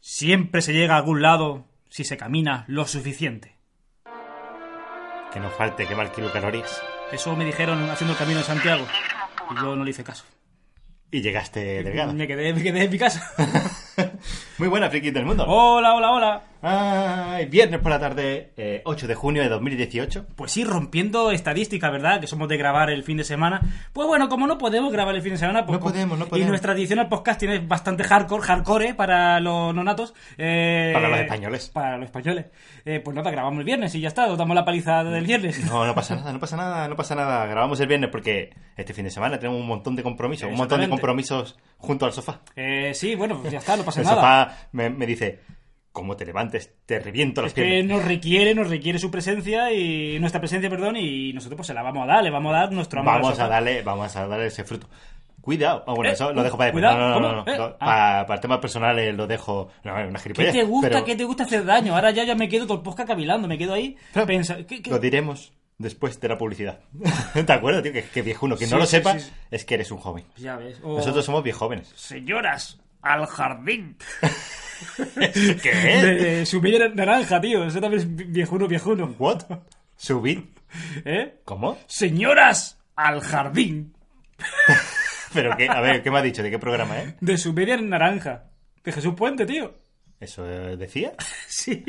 Siempre se llega a algún lado si se camina lo suficiente. Que no falte, que va el kilocalorías. Eso me dijeron haciendo el camino de Santiago. Y yo no le hice caso. Y llegaste delgada. Me quedé, me quedé en mi casa. Muy buena, friki del mundo. hola, hola, hola. Ay, viernes por la tarde, eh, 8 de junio de 2018. Pues sí, rompiendo estadísticas, ¿verdad? Que somos de grabar el fin de semana. Pues bueno, como no podemos grabar el fin de semana, pues No podemos, no podemos. Y nuestra edición al podcast tiene bastante hardcore, hardcore eh, para los nonatos. eh, Para los españoles. Para los españoles. Eh, pues nada, grabamos el viernes y ya está, nos damos la paliza del viernes. No, no pasa nada, no pasa nada, no pasa nada. Grabamos el viernes porque este fin de semana tenemos un montón de compromisos, un montón de Exactamente. compromisos junto al sofá. Eh, sí, bueno, pues ya está, no pasa El nada. sofá me, me dice, ¿cómo te levantes? Te reviento las Es que piernas. nos requiere, nos requiere su presencia y nuestra presencia, perdón, y nosotros pues se la vamos a dar, le vamos a dar nuestro amor. al Vamos a sofá. darle, vamos a darle ese fruto. Cuidado. Ah, bueno, Eh, eso uh, lo dejo para después. cuidado, no, no, no, ¿cómo? no, Eh, no. ah. Para, para temas personales eh, lo dejo. No, es una ¿Qué gilipollas. te gusta? pero ¿Qué te gusta hacer daño? Ahora ya, ya me quedo todo el podcast cavilando, me quedo ahí Pero- pensando... ¿qué- qué? Lo diremos después de la publicidad. ¿Te acuerdas, tío? Que, que viejuno. Quien no Sí, lo sí, sí, sepa, Oh. sí. es que eres un joven. Pues Ya ves. o- Nosotros somos bien jóvenes. Señoras, al jardín. ¿Qué? De, de su media naranja, tío. Eso también es vi- viejuno, viejuno. ¿What? ¿Subid? ¿Eh? ¿Cómo? Señoras, al jardín. ¿Pero qué? A ver, ¿qué me ha dicho? ¿De qué programa, eh? De su media naranja. De Jesús Puente, tío. ¿Eso eh, decía? Sí.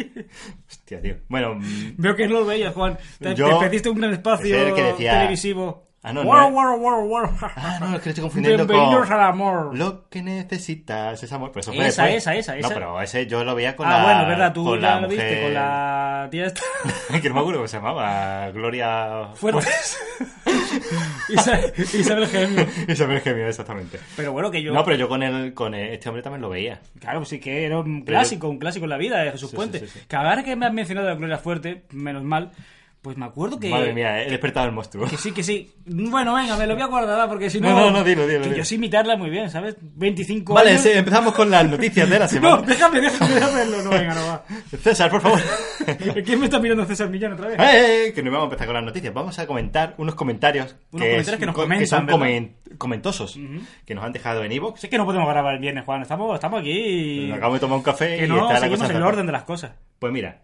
Hostia, tío. Bueno, mm, Veo que no lo veías, Juan. Te, Yo- te perdiste un gran espacio es el que decía- televisivo. Ah, no, War, no. war, war, war. Ah, no, es que lo estoy confundiendo Bienvenidos con... al amor. Lo que necesitas es amor. Pero eso fue Esa, después. esa, esa, esa. No, pero ese yo lo veía con ah, la... bueno, verdad, tú con ya la lo viste mujer- con la tía esta. que no me acuerdo cómo se llamaba. Gloria... Fuertes. Isabel, Isabel Gemio. Isabel Gemio, exactamente. Pero bueno, que yo. No, pero yo con el, con el- este hombre también lo veía. Claro, sí que era un Pero- clásico, un clásico en la vida de Jesús Sí, Puente. sí, sí, sí. Que ahora que me has mencionado a Gloria Fuerte, menos mal, pues me acuerdo que. Madre mía, eh, he despertado el monstruo. Que sí, que sí. Bueno, venga, me lo voy a guardar ¿verdad? porque si no. No, no, no, dilo, dilo, que dilo. Yo sé imitarla muy bien, ¿sabes? 25 Vale, años. sí, empezamos con las noticias de la No, semana. déjame, déjame, déjame. No, no, venga, no va. César, por favor. ¿Quién me está mirando César Millán otra vez? Eh, eh, que no vamos a empezar con las noticias. Vamos a comentar unos comentarios, Unos comentarios que nos comentan, son ¿verdad? comen- comentosos que nos han dejado en Evox. Sé que no podemos grabar el viernes, Juan. Estamos, estamos aquí. Acabo de tomar un café Que y no está la seguimos cosa el rara. orden de las cosas. Pues mira,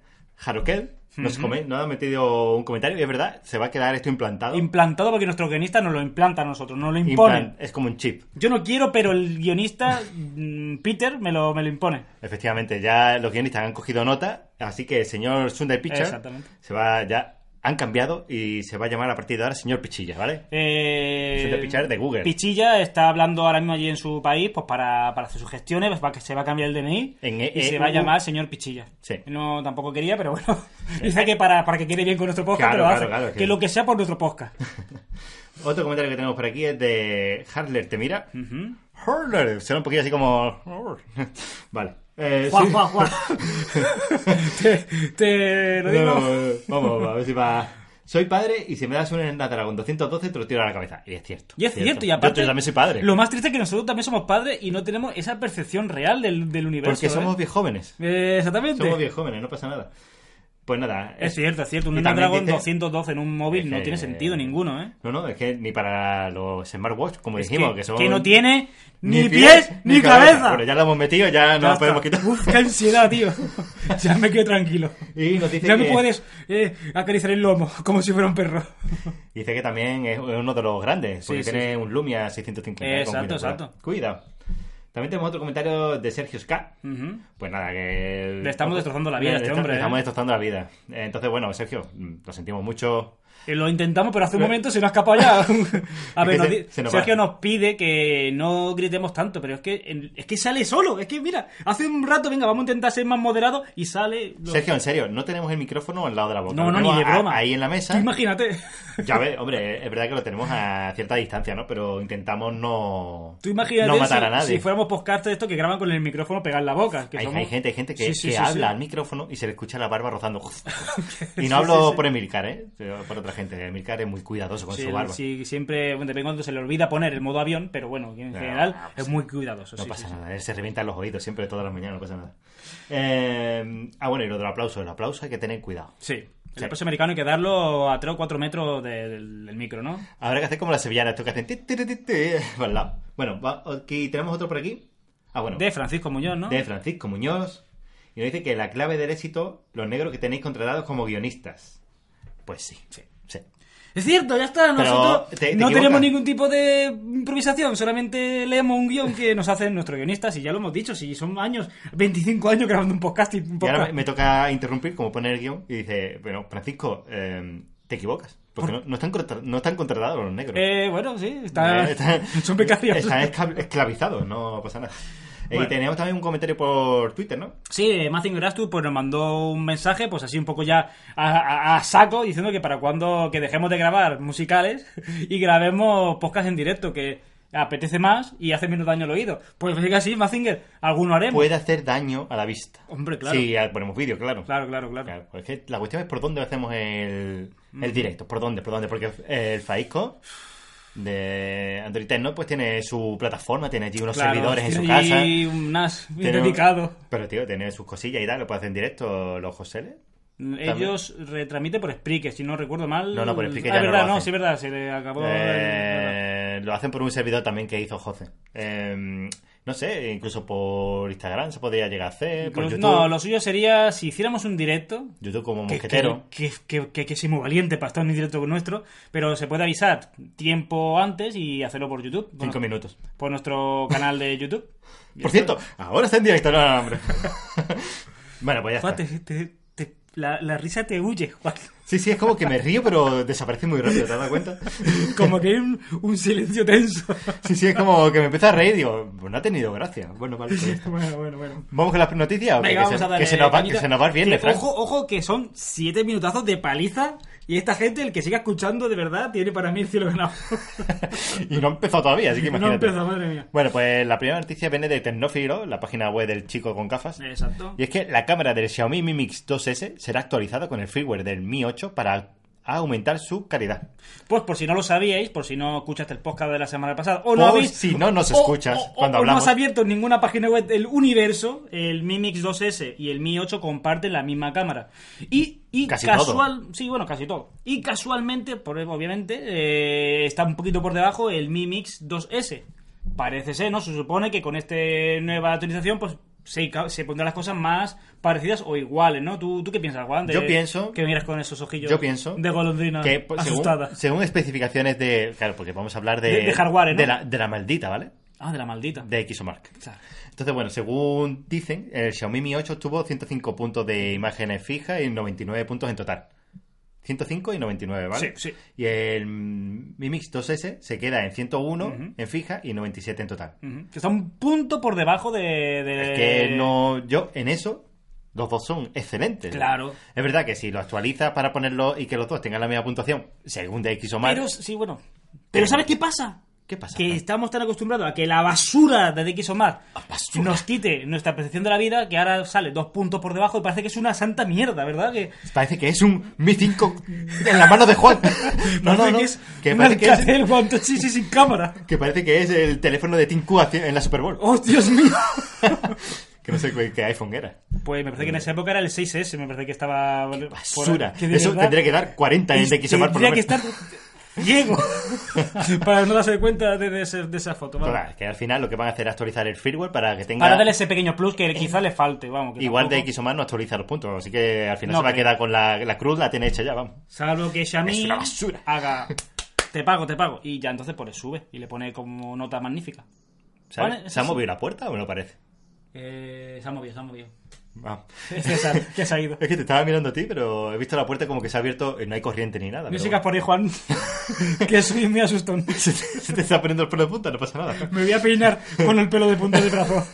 Harokel nos, come- nos ha metido un comentario y es verdad, se va a quedar esto implantado. Implantado porque nuestro guionista nos lo implanta a nosotros, nos lo imponen. Implan- es como un chip. Yo no quiero, pero el guionista, mm, Peter, me lo, me lo impone. Efectivamente, ya los guionistas han cogido nota, así que el señor Sunday Pichar Exactamente. se va ya han cambiado y se va a llamar a partir de ahora señor Pichilla, ¿vale? Eh, Vicente Pichar de Google. Pichilla está hablando ahora mismo allí en su país pues para, para hacer sus gestiones, pues, para que se va a cambiar el DNI En E, y EEU. se va a llamar señor Pichilla. Sí. No, tampoco quería, pero bueno. Dice que para, para que quede bien con nuestro podcast, Claro, que lo claro, hace. claro, es que... que- lo que sea por nuestro podcast. Otro comentario que tenemos por aquí es de Harler te mira. Harler, suena un poquillo así como Vale. Eh, Juan, sí. Juan, Juan. te, te lo No, digo. no, no, vamos, a ver si va. Soy padre y si me das un Endatara con 212 te lo tiro a la cabeza. Y es cierto. Y es cierto, y aparte. Yo también soy padre. Lo más triste es que nosotros también somos padres y no tenemos esa percepción real del, del universo. Porque somos ¿eh? bien jóvenes. Eh, exactamente. Somos bien jóvenes, no pasa nada. Pues nada. Es cierto, es cierto. Un Y también Snapdragon dice- 212 en un móvil Es no que- tiene sentido ninguno, ¿eh? No, no, es que ni para los smartwatch, como Es dijimos, que, que, Pues son... que no tiene ni, pies ni, cabeza. Bueno, ya lo hemos metido, ya, Ya no está. lo podemos quitar. Uf, qué ansiedad, tío. ya me quedo tranquilo. Y nos dice Ya que... me puedes eh, acariciar el lomo como si fuera un perro. Dice que también es uno de los grandes, porque Sí, sí, tiene un Lumia 650. con Exacto, binaural. exacto. Cuidado. También tenemos otro comentario de Sergio Ska. Ujú. Pues nada, que... Le estamos destrozando la vida a Le este esta- hombre, Le ¿eh? estamos destrozando la vida. Eh, Entonces, bueno, Sergio, mm, lo sentimos mucho. Eh, Lo intentamos, pero hace un momento se nos ha escapado ya. A Es ver, que nos se- di- se nos Sergio va. nos pide que no gritemos tanto, pero es que en- es que sale solo. Es que mira, hace un rato, venga, vamos a intentar ser más moderados y sale. lo- Sergio, en serio, no tenemos el micrófono al lado de la boca. No, Lo no, ni tenemos de a- broma. Ahí en la Tú mesa. imagínate. Ya ves, hombre, es verdad que lo tenemos a cierta distancia, ¿no? Pero intentamos no, Tú imagínate no matar si, a nadie. si fuéramos podcast de esto que graban con el micrófono pegado en la boca. que hay, somos- hay gente, hay gente que, Sí, sí, que sí, habla sí. al micrófono y se le escucha la barba rozando. y Sí, no hablo sí, sí. por Emilcar, ¿eh? Sino Por otra gente. Emilcar es muy cuidadoso con Sí, su barba. sí, siempre, bueno, depende cuando se le olvida poner el modo avión, pero bueno, en No, general pues es muy cuidadoso. no sí, pasa sí, sí. nada, él se revienta los oídos siempre todas las mañanas, no pasa nada. Eh, ah, bueno, y lo del aplauso, el aplauso hay que tener cuidado. Sí, el Sí. aplauso americano hay que darlo a 3 o 4 metros de- del, del micro, ¿no? eh, Habrá que hacer como las sevillanas, esto que hacen. ti, ti, ti, ti, ti, para el lado. Bueno, va- aquí tenemos otro por aquí. Ah, bueno. De Francisco Muñoz, ¿no? de Francisco Muñoz. Y nos dice que la clave del éxito, los negros que tenéis contratados como guionistas. Pues sí, sí, sí. Es cierto, ya está. Pero Nosotros te- te no equivocas. tenemos ningún tipo de improvisación, solamente leemos un guión que nos hacen nuestros guionistas y ya lo hemos dicho, si son años, 25 años grabando un podcast y un Y ahora podcast. me, me toca interrumpir, como poner el guión, y dice, bueno, Francisco, eh, te equivocas. Porque no, no están, contra- no están contratados los negros. Eh, bueno, sí, está, Eh, están- son precarios. están esclav- esclavizados, no pasa nada. Eh, Bueno. Y teníamos también un comentario por Twitter, ¿no? Sí, Mazinger Grastu pues nos mandó un mensaje, pues así un poco ya a, a- a saco, diciendo que para cuando que dejemos de grabar musicales y grabemos podcast en directo, que apetece más y hace menos daño al oído. Pues venga, sí, Mazinger, alguno haremos. Puede hacer daño a la vista. Hombre, claro. Sí, ah, ponemos vídeo, claro. Claro, claro, claro. Claro, pues es que la cuestión es por dónde hacemos el, Mm. el directo, por dónde, por dónde, porque el Faisco de Android Tecno pues tiene su plataforma, tiene allí unos Claro, servidores en su tiene casa. allí un NAS Tiene- dedicado. Pero tío, tiene sus cosillas y tal, lo puede hacer en directo los José. Ellos retransmiten por Spreaker, si no recuerdo mal. No, no, por Spreaker Ah, ya es no verdad, lo no, hacen. sí, es verdad, se le acabó. el- Eh, lo hacen por un servidor también que hizo José. Eh, no sé, incluso por Instagram se podría llegar a hacer, por Incluso- YouTube. No, lo suyo sería si hiciéramos un directo, YouTube como que, mosquetero. Que, que, que, que soy muy valiente para estar en directo con nuestro, pero se puede avisar tiempo antes y hacerlo por YouTube. Bueno, Cinco minutos. Por nuestro canal de YouTube. Por cierto, ahora está en directo, no, no, hombre. bueno, pues ya Juan, está. te- te- te- la, la risa te huye, Juan. Sí, sí, es como que me río, pero desaparece muy rápido, ¿te has dado cuenta? Como que hay un, un silencio tenso. Sí, sí, es como que me empieza a reír y digo, pues no ha tenido gracia. Bueno, vale, pues ya está. bueno, bueno, bueno. ¿Vamos con las noticias? o qué? Venga, que, vamos se, a darle que se nos va, cañita. que se nos va el viernes, Que, Fran. Ojo, ojo, que son siete minutazos de paliza. Y esta gente, el que siga escuchando, de verdad, tiene para mí el cielo ganado. y no ha empezado todavía, así que no imagínate. empieza, madre mía. bueno, pues la primera noticia viene de Tecnófilo, la página web del chico con gafas. Exacto. Y es que la cámara del Xiaomi Mi Mix 2S será actualizada con el freeware del Mi 8 para aumentar su calidad. Pues por si no lo sabíais, por si no escuchaste el podcast de la semana pasada, o no Por habéis. si no nos o- escuchas o- o- cuando o hablamos. no has abierto ninguna página web del universo, el Mi Mix 2S y el Mi 8 comparten la misma cámara. Y, y Casi casual. Sí, bueno, casi todo. Y casualmente, por, obviamente, eh, está un poquito por debajo el Mi Mix 2S. Parece ser, ¿no? Se supone que con esta nueva actualización, pues. Se, ca- se pondrán las cosas más parecidas o iguales, ¿no? ¿Tú, tú qué piensas, Juan? de- Yo pienso- Que miras con esos ojillos. yo pienso De golondrina. que pues, según, asustada. según especificaciones de. Claro, porque vamos a hablar de. De- de hardware, ¿no? de la, de la maldita, ¿vale? Ah, de la maldita. De Xomark. Claro. Entonces, bueno, según dicen, el Xiaomi Mi 8 tuvo 105 puntos de imágenes fijas y 99 puntos en total. 105 y 99, ¿vale? Sí, sí. Y el mm, Mi Mix 2S se queda en 101 Ujú. en fija y 97 en total. Ujú. Que está un punto por debajo de. de- Es que no, yo en eso, los dos son excelentes. Claro. Es verdad que si lo actualizas para ponerlo y que los dos tengan la misma puntuación, según de X o más, Pero, sí, bueno. Pero ¿sabes qué pasa? ¿qué pasa? Que estamos tan acostumbrados a que la basura de DX o más basura. nos quite nuestra percepción de la vida que ahora sale dos puntos por debajo y parece que es una santa mierda, ¿verdad? Que Parece que es un Mi 5 en las manos de Juan. no, no, parece no. que es Que un parece que es, Alcatel One Touch, sí, sí, sin cámara. que parece que es el teléfono de Tim Cook haci- en la Super Bowl. ¡Oh, Dios mío! que no sé qué, qué iPhone era. Pues me parece que en esa época era el 6S, me parece que estaba. por- Basura. que de Eso verdad- tendría que dar 40 en Este, DXOMAR por lo Tendría que menos. estar ciego para no darse cuenta de, de ese- de esa foto. vamos. Total, que al final lo que van a hacer es actualizar el firmware para que tenga... Para darle ese pequeño plus que quizá le falte, vamos. que Igual de tampoco- X o más no actualiza los puntos, así que al final No se va a creo. quedar con la, la cruz, la tiene hecha ya, vamos. Salvo que Xiaomi Es una basura. haga. Te pago, te pago. Y ya entonces pues le sube y le pone como nota magnífica. ¿Sabes? Vale, ¿Se ha sí. movido la puerta o no parece? Eh, se ha movido, se ha movido. Ah. César, que se ha ido. Es que te estaba mirando a ti, pero he visto la puerta como que se ha abierto, eh, no hay corriente ni nada. No pero sigas por ahí, Juan. que soy muy asustón. bueno. se, te, se te está poniendo el pelo de punta, no pasa nada. Me voy a peinar con el pelo de punta de brazo.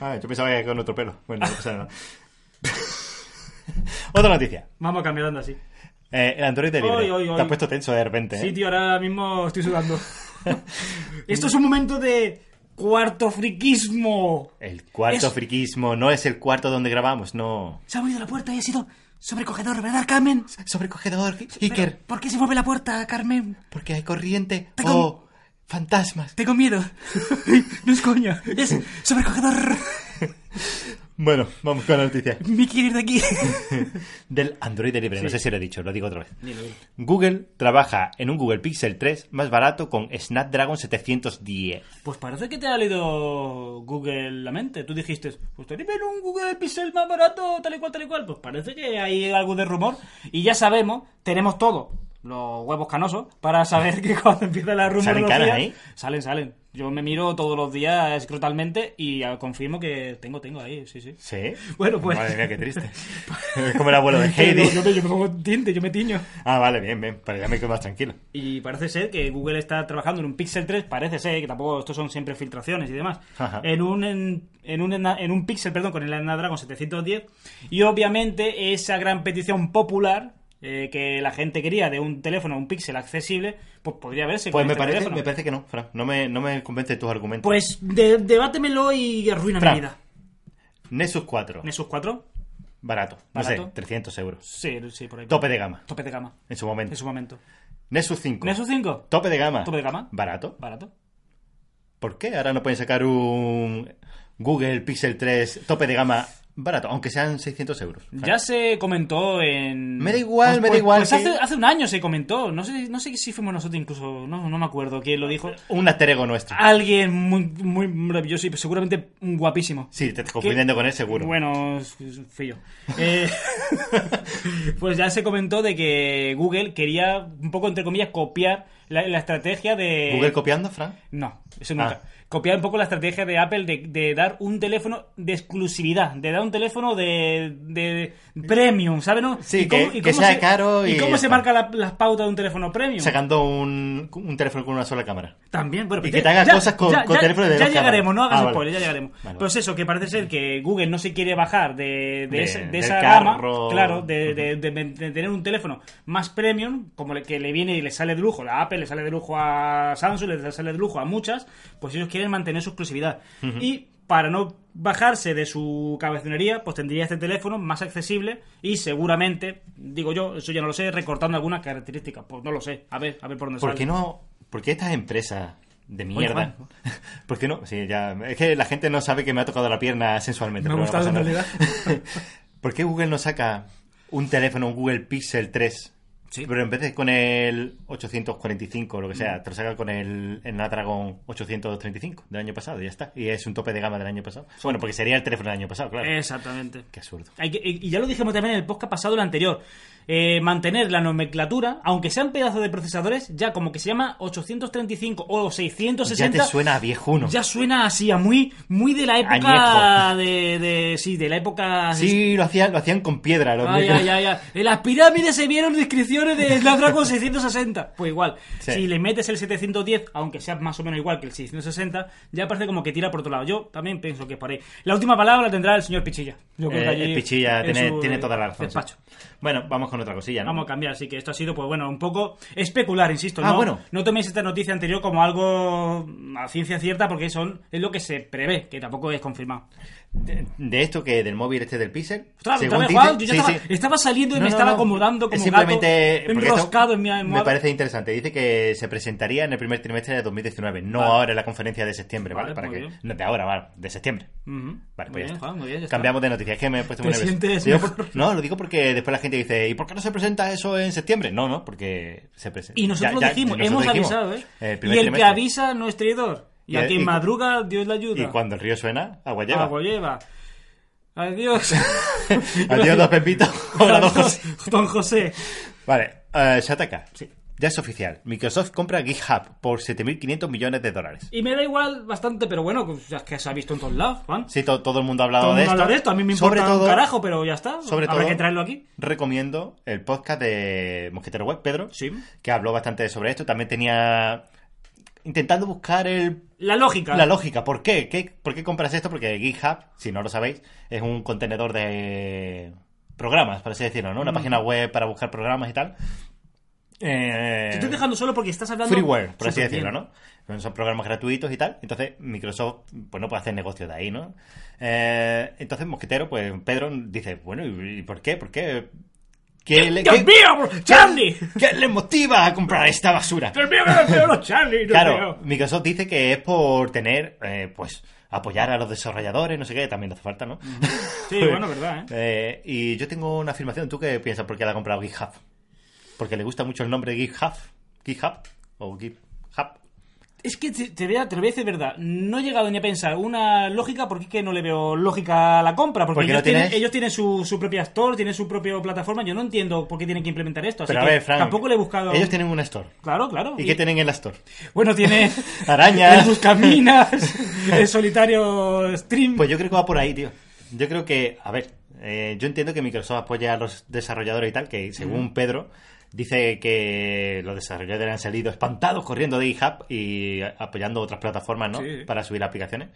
Ah, yo pensaba que con otro pelo. Bueno, no pasa nada. Otra noticia. Vamos a cambiar anda así. Eh, el Android de libre. Oy, oy, oy. Te has puesto tenso de repente. ¿eh? Sí, tío, ahora mismo estoy sudando. Esto es un momento de cuarto friquismo. El cuarto Es- friquismo no es el cuarto donde grabamos, no. Se ha movido la puerta y ha sido sobrecogedor, ¿verdad, Carmen? Sobrecogedor, Pero, ¿Por qué se mueve la puerta, Carmen? porque hay corriente Te con- o fantasmas. Tengo miedo. no es coña. Es sobrecogedor. Bueno, vamos con la noticia. Me quiero ir de aquí. Del Android libre, no sé si lo he dicho, lo digo otra vez. Dilo, dilo. Google trabaja en un Google Pixel 3 más barato con Snapdragon 710. Pues parece que te ha leído Google la mente. Tú dijiste, pues te viene un Google Pixel más barato, tal y cual, tal y cual. Pues parece que hay algo de rumor. Y ya sabemos, tenemos todo, los huevos canosos, para saber que cuando empieza la rumorología... Salen caras, ¿eh? Salen, salen. Yo me miro todos los días escrotalmente y ah, confirmo que tengo, tengo ahí, sí, sí. ¿Sí? Bueno, pues- Madre mía, qué triste. es como el abuelo de Yo, Heidi. yo me- yo me pongo tinte, yo me tiño. Ah, vale, bien, bien. Para ya me quedo más tranquilo. Y parece ser que Google está trabajando en un Pixel 3, parece ser, que tampoco estos son siempre filtraciones y demás, Ajá. en un, en, en un, Ena- en un Pixel, perdón, con el Snapdragon 710. Y obviamente esa gran petición popular eh, que la gente quería de un teléfono, un Pixel accesible, pues podría verse Pues con me este parece, teléfono. me parece que no, Fran. No me, no me convence tus argumentos. Pues de- debátemelo y arruina Fran. mi vida. Nexus 4. ¿Nexus 4? Barato. No Barato. sé, 300 euros. Sí, sí, por ahí. Tope de Mm. gama. Tope de gama, En su momento. en su momento. Nexus 5. ¿Nexus 5? Tope de gama. Tope de gama. Barato. Barato. ¿Por qué ahora no pueden sacar un Google Pixel 3 tope de gama barato? Aunque sean 600 euros. Fran. Ya se comentó en. Me da igual, me da igual Pues que- hace, hace un año se comentó. No sé, no sé si fuimos nosotros incluso. No, no me acuerdo quién lo dijo. Un alter ego nuestro. Alguien muy, muy maravilloso y seguramente guapísimo. Sí, te estás confundiendo con él seguro. Bueno, es- es feo. Eh, pues ya se comentó de que Google quería, un poco entre comillas, copiar la, la estrategia de. ¿Google copiando, Fran? No, eso nunca. Ah. Copiar un poco la estrategia de Apple de, de dar un teléfono de exclusividad, de dar un teléfono de, de premium, ¿sabes? No? Sí, que- que sea se, caro y cómo ya se está. marca la- las pautas de un teléfono premium? Sacando un, un teléfono con una sola cámara. También, bueno, Y pues que ya- te haga ya- cosas con- ya, con ya- teléfono de Ya dos llegaremos, cámaras. no hagas Ah, vale. spoiler, ya llegaremos. Vale, vale. Pues eso, que parece ser que Google no se quiere bajar de, de, De- ese- de del esa gama, carro. claro, de, de- de- de tener un teléfono más premium, como le- que le viene y le sale de lujo a Apple, le sale de lujo a Samsung, le sale de lujo a muchas, pues ellos quieren mantener su exclusividad. Y para no bajarse de su cabezonería, pues tendría este teléfono más accesible y seguramente, digo yo, eso ya no lo sé, recortando algunas características, pues no lo sé, a ver, a ver por dónde ¿Por sale. qué no? ¿Por qué estas empresas de Oye, mierda? Juan. ¿Por qué no? Sí, ya. Es que la gente no sabe que me ha tocado la pierna sensualmente. Me ha pero no gustado, pasa en nada. ¿Por qué Google no saca un teléfono, un Google Pixel 3? Sí. Pero en vez de con el 845 o lo que sea, te lo saca con el, el Snapdragon 835 del año pasado, y ya está. Y es un tope de gama del año pasado. Bueno, porque sería el teléfono del año pasado, claro. Eh, Exactamente. Qué absurdo. Hay que- y ya lo dijimos también en el podcast pasado, el anterior. Eh, mantener la nomenclatura, aunque sean pedazos de procesadores, ya como que se llama 835 o 660. Ya te suena a viejuno. ya suena así, a muy, muy de la época de, de- Sí, de la época. Sí, lo hacían, lo hacían con piedra. Los Ay, micro- ay, ay, ay. En las pirámides se vieron descripciones de Snapdragon 660. Pues igual, Sí. si le metes el 710, aunque sea más o menos igual que el 660, ya parece como que tira por otro lado. Yo también pienso que es por ahí. La última palabra la tendrá el señor Pichilla. Yo creo que Eh, allí el pichilla en tiene, su tiene toda la razón. despacho. sí. Bueno, vamos con otra cosilla, ¿no? Vamos a cambiar, así que esto ha sido, pues bueno, un poco especular, insisto. Ah, no, bueno. no toméis esta noticia anterior como algo a ciencia cierta, porque son, es lo que se prevé, que tampoco es confirmado. de, de esto que del móvil este del Pixel. Ostras, según otra vez, dice- Juan, yo ya sí, estaba, sí. estaba saliendo y No, me no, estaba no. acomodando como Es simplemente gato, porque esto enroscado en mi almohada. Me parece interesante. Dice que se presentaría en el primer trimestre de 2019, no Vale. ahora en la conferencia de septiembre, Vale, ¿vale? Para muy que, bien. no, de ahora, vale, de septiembre. Ujú. Vale, Muy pues ya bien, está. Juan, muy bien, ya está. Cambiamos de noticias, es que me he puesto ¿Te muy nervioso. sientes Digo, mejor? por- no, lo digo porque después la gente dice, ¿y por qué no se presenta eso en septiembre? No, no, porque se presenta. Y nosotros ya- lo ya- dijimos, nosotros hemos dijimos, avisado, ¿eh? y el primer que trimestre. avisa no es traidor. Y, Y a el- quien y cu- madruga, Dios le ayuda. Y cuando el río suena, agua lleva. Agua lleva. Adiós. Adiós, dos pepitos. Hola, dos José. Don José. Vale, eh, Shataka. Ya es oficial. Microsoft compra GitHub por 7.500 millones de dólares. Y me da igual bastante, pero bueno, pues, es que se ha visto en todos lados, Juan. Sí, to- todo el mundo ha hablado Todo el de mundo esto. habla de esto, a mí me Sobre importa todo- un carajo, pero ya está. Sobre Habrá todo, que traerlo aquí. recomiendo el podcast de Mosquetero Web, Pedro, Sí. que habló bastante sobre esto. También tenía... Intentando buscar el La lógica. La lógica, ¿por qué? ¿Qué- ¿Por qué compras esto? Porque GitHub, si no lo sabéis, es un contenedor de programas, por así decirlo, ¿no? Una página web para buscar programas y tal. Eh, Te estoy dejando solo porque estás hablando. freeware, por así súper decirlo, bien. ¿no? Bueno, Son programas gratuitos y tal. Entonces, Microsoft, pues no puede hacer negocio de ahí, ¿no? Eh, entonces, Mosquetero, pues Pedro dice, bueno, ¿y y por qué? ¿Por qué? ¿Qué le, ¡Dios qué- mío, Charlie! ¿Qué le motiva a comprar esta basura? ¡Dios mío, que me peor los Charlie! Dios Claro, mío! Microsoft dice que es por tener, eh, pues, apoyar a los desarrolladores, no sé qué, también hace falta, ¿no? Sí, bueno, verdad, ¿eh? Eh, y yo tengo una afirmación, ¿tú qué piensas por qué la ha comprado GitHub? Porque le gusta mucho el nombre GitHub, GitHub o GitHub. Es que te, te voy a, te lo voy a decir verdad, no he llegado ni a pensar una lógica porque es que no le veo lógica a la compra. Porque, Porque ellos, no tienes- tienen, ellos tienen su, su propia store, tienen su propia plataforma. Yo no entiendo por qué tienen que implementar esto. Así Pero a que ver, Frank, tampoco le he buscado. Ellos tienen una store. Claro, claro. ¿Y Y- qué tienen en la store? Bueno, tiene Arañas. el buscaminas, el solitario stream. Pues yo creo que va por ahí, tío. Yo creo que, a ver, eh, yo entiendo que Microsoft apoya a los desarrolladores y tal, que Mm. según Pedro dice que los desarrolladores han salido espantados corriendo de GitHub y apoyando otras plataformas, ¿no? Sí. Para subir aplicaciones.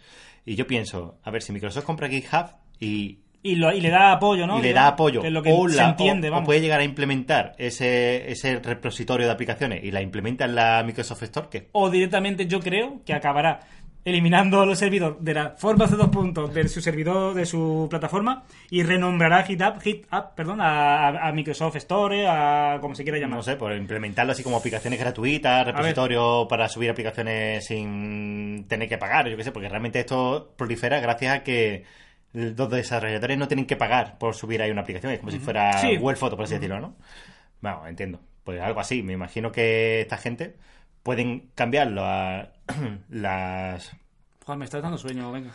Y yo pienso, a ver, si Microsoft compra GitHub y y, lo- y le da apoyo, ¿no? y le da apoyo. Que es lo que o se la- entiende, o- o vamos. puede llegar a implementar ese, ese repositorio de aplicaciones y la implementa en la Microsoft Store, que o directamente yo creo que acabará eliminando los servidores de la forma de dos puntos de su servidor de su plataforma y renombrará GitHub, GitHub perdón, a, a- a Microsoft Store, a como se quiera llamar. no sé, por implementarlo así como aplicaciones gratuitas, ver. repositorio para subir aplicaciones sin tener que pagar, yo qué sé, porque realmente esto prolifera gracias a que los desarrolladores no tienen que pagar por subir ahí una aplicación, es como si fuera Sí. Google Photo, por así decirlo, ¿no? Vamos, entiendo. Pues algo así, me imagino que esta gente pueden cambiar la- las Joder, me estás dando sueño, venga.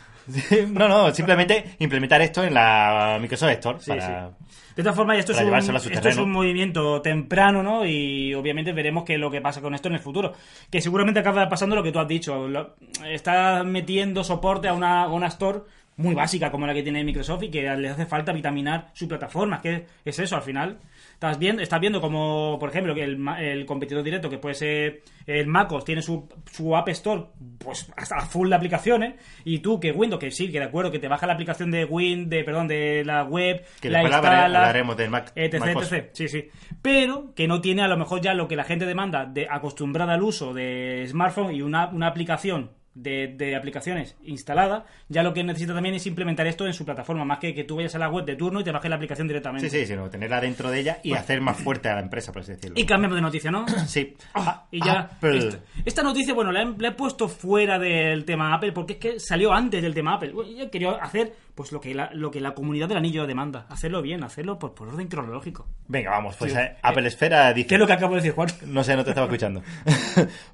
No, no, simplemente implementar esto en la Microsoft Store. Sí, para- De todas formas, esto, es Para un, llevárselo a su esto es terreno. un movimiento temprano, ¿no? Y obviamente veremos qué es lo que pasa con esto en el futuro. Que seguramente acaba pasando lo que tú has dicho. Lo- está metiendo soporte a una, a una store muy básica como la que tiene Microsoft y que les hace falta vitaminar su plataforma. Que es eso, al final. Estás viendo, estás viendo como, por ejemplo, que el, ma- el competidor directo, que puede ser el MacOS, tiene su, su App Store pues hasta full de aplicaciones. Y tú, que Windows, que sí, que de acuerdo, que te baja la aplicación de Win, de, perdón, de la web, Que la después habla- instala, hablaremos del Mac- etc, MacOS. etc. Eh, Sí, sí. Pero que no tiene a lo mejor ya lo que la gente demanda, de acostumbrada al uso de smartphone y una, una aplicación de, de aplicaciones instalada, ya lo que necesita también es implementar esto en su plataforma, más que que tú vayas a la web de turno y te bajes la aplicación directamente. Sí, sí, sino tenerla dentro de ella y hacer más fuerte a la empresa, por así decirlo. Pues Y cambiamos de noticia, ¿no? Sí. Ah, y ya. Apple. Esta, esta noticia, bueno, la he, la he puesto fuera del tema Apple porque es que salió antes del tema Apple. Bueno, Yo quería hacer pues lo que la, lo que la comunidad del anillo demanda. Hacerlo bien, hacerlo pues, por, por orden cronológico. Venga, vamos, pues Sí. eh, Apple Esfera dice... ¿Qué es lo que acabo de decir, Juan? No sé, no te estaba escuchando.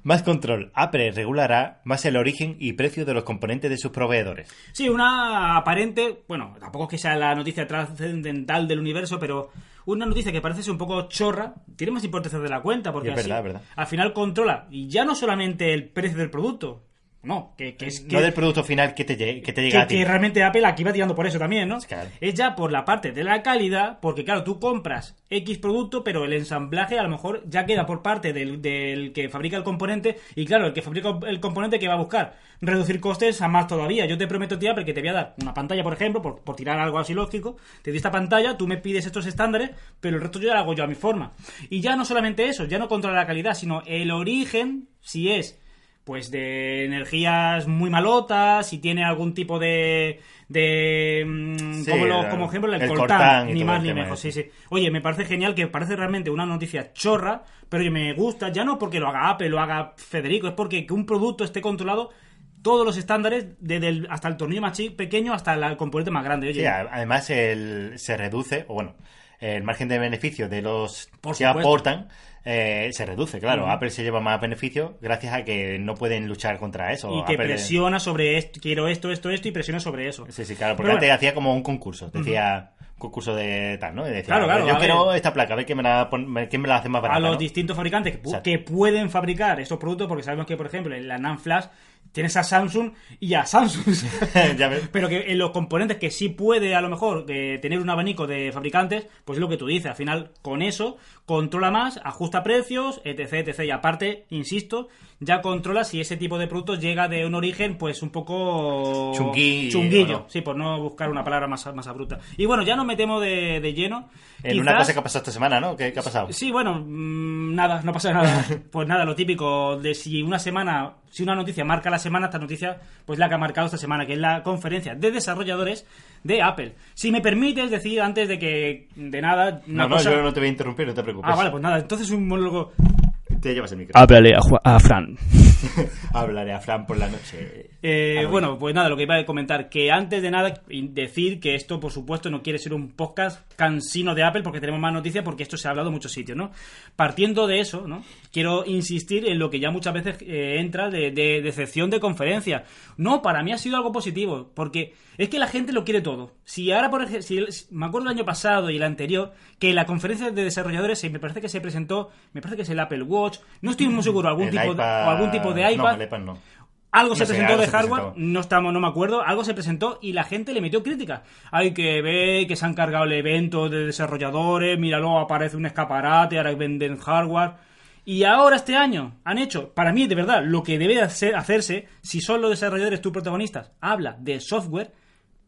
más control. Apple regulará más el origen y precio de los componentes de sus proveedores. Sí, una aparente, bueno, tampoco es que sea la noticia trascendental del universo, pero una noticia que parece ser un poco chorra, tiene más importancia de la cuenta, porque Es así, verdad, es verdad. al final controla, y ya no solamente el precio del producto, no, que, que es que... Eh, No del producto final que te, lle- que te llega que, a ti. que realmente Apple aquí va tirando por eso también, ¿no? Claro. Es ya por la parte de la calidad, porque claro, tú compras X producto, pero el ensamblaje a lo mejor ya queda por parte del, del que fabrica el componente, y claro, el que fabrica el componente que va a buscar reducir costes a más todavía. Yo te prometo, tía, porque te voy a dar una pantalla, por ejemplo, por, por tirar algo así lógico, te di esta pantalla, tú me pides estos estándares, pero el resto yo lo hago yo a mi forma. Y ya no solamente eso, ya no controla la calidad, sino el origen, si es pues de energías muy malotas, si tiene algún tipo de, de mm, Sí, como, lo- el- como ejemplo el, el coltán, coltán y ni todo más el ni tema menos, sí, ese. sí. Oye, me parece genial que parece realmente una noticia chorra, pero que me gusta, ya no porque lo haga Apple, lo haga Federico, es porque que un producto esté controlado todos los estándares, desde el- hasta el tornillo más chi- pequeño hasta la- el componente más grande. Oye, Sí, a- además el- se reduce, o bueno, el margen de beneficio de los Por que supuesto. aportan eh, se reduce, claro. Ujú. Apple se lleva más beneficio gracias a que no pueden luchar contra eso. y que Apple- presiona sobre esto, quiero esto, esto, esto, y presiona sobre eso. Sí, sí, claro, porque Pero antes bueno. hacía como un concurso, decía concurso de tal, ¿no? Y decía, Claro, claro, yo a quiero ver. esta placa, a ver quién me la, pon- me- quién me la hace más barata. a los ¿no? distintos fabricantes que, pu- Exacto. que pueden fabricar estos productos, porque sabemos que, por ejemplo, en la NAND Flash tienes a Samsung y a Samsung. Ya ves. Pero que en los componentes que sí puede, a lo mejor, eh, tener un abanico de fabricantes, pues es lo que tú dices. Al final, con eso, controla más, ajusta precios, etc, etc. Y aparte, insisto, ya controla si ese tipo de productos llega de un origen, pues un poco... Chungui- Chunguillo. o no. Sí, por no buscar una palabra más, más abrupta. Y bueno, ya nos metemos de, de lleno. En una Quizás- cosa que ha pasado esta semana, ¿no? ¿Qué, qué ha pasado? Sí, bueno, mm, nada, no pasa nada. Pues nada, lo típico de si una semana, si una noticia marca la semana, esta noticia, pues la que ha marcado esta semana, que es la conferencia de desarrolladores de Apple. Si me permites decir antes de que, de nada, una no, no, cosa... pues yo no te voy a interrumpir, no te preocupes. Ah, vale, pues nada, entonces un monólogo Te llevas el micro. Háblale a, Fran. Hablaré a Fran por la noche. Eh, Algo bueno, pues nada, lo que iba a comentar, que antes de nada y decir que esto, por supuesto, no quiere ser un podcast cansino de Apple porque tenemos más noticias porque esto se ha hablado en muchos sitios, ¿no? Partiendo de eso, ¿no? Quiero insistir en lo que ya muchas veces eh, entra de, de decepción de conferencia. No, para mí ha sido algo positivo porque es que la gente lo quiere todo. Si ahora, por ejemplo, si, si- me acuerdo el año pasado y el anterior, que la conferencia de desarrolladores se- me parece que se presentó, me parece que es el Apple Watch, no estoy muy seguro, algún, Mm, El tipo, iPad- de, o algún tipo de No, iPad. el iPad no. Algo se No sé, presentó algo de se hardware, presentó. no estamos, no me acuerdo, algo se presentó y la gente le metió críticas. Hay que ver que se han cargado el evento de desarrolladores, míralo, aparece un escaparate, ahora venden hardware. Y ahora este año han hecho, para mí de verdad, lo que debe hacer- hacerse, si son los desarrolladores tus protagonistas, habla de software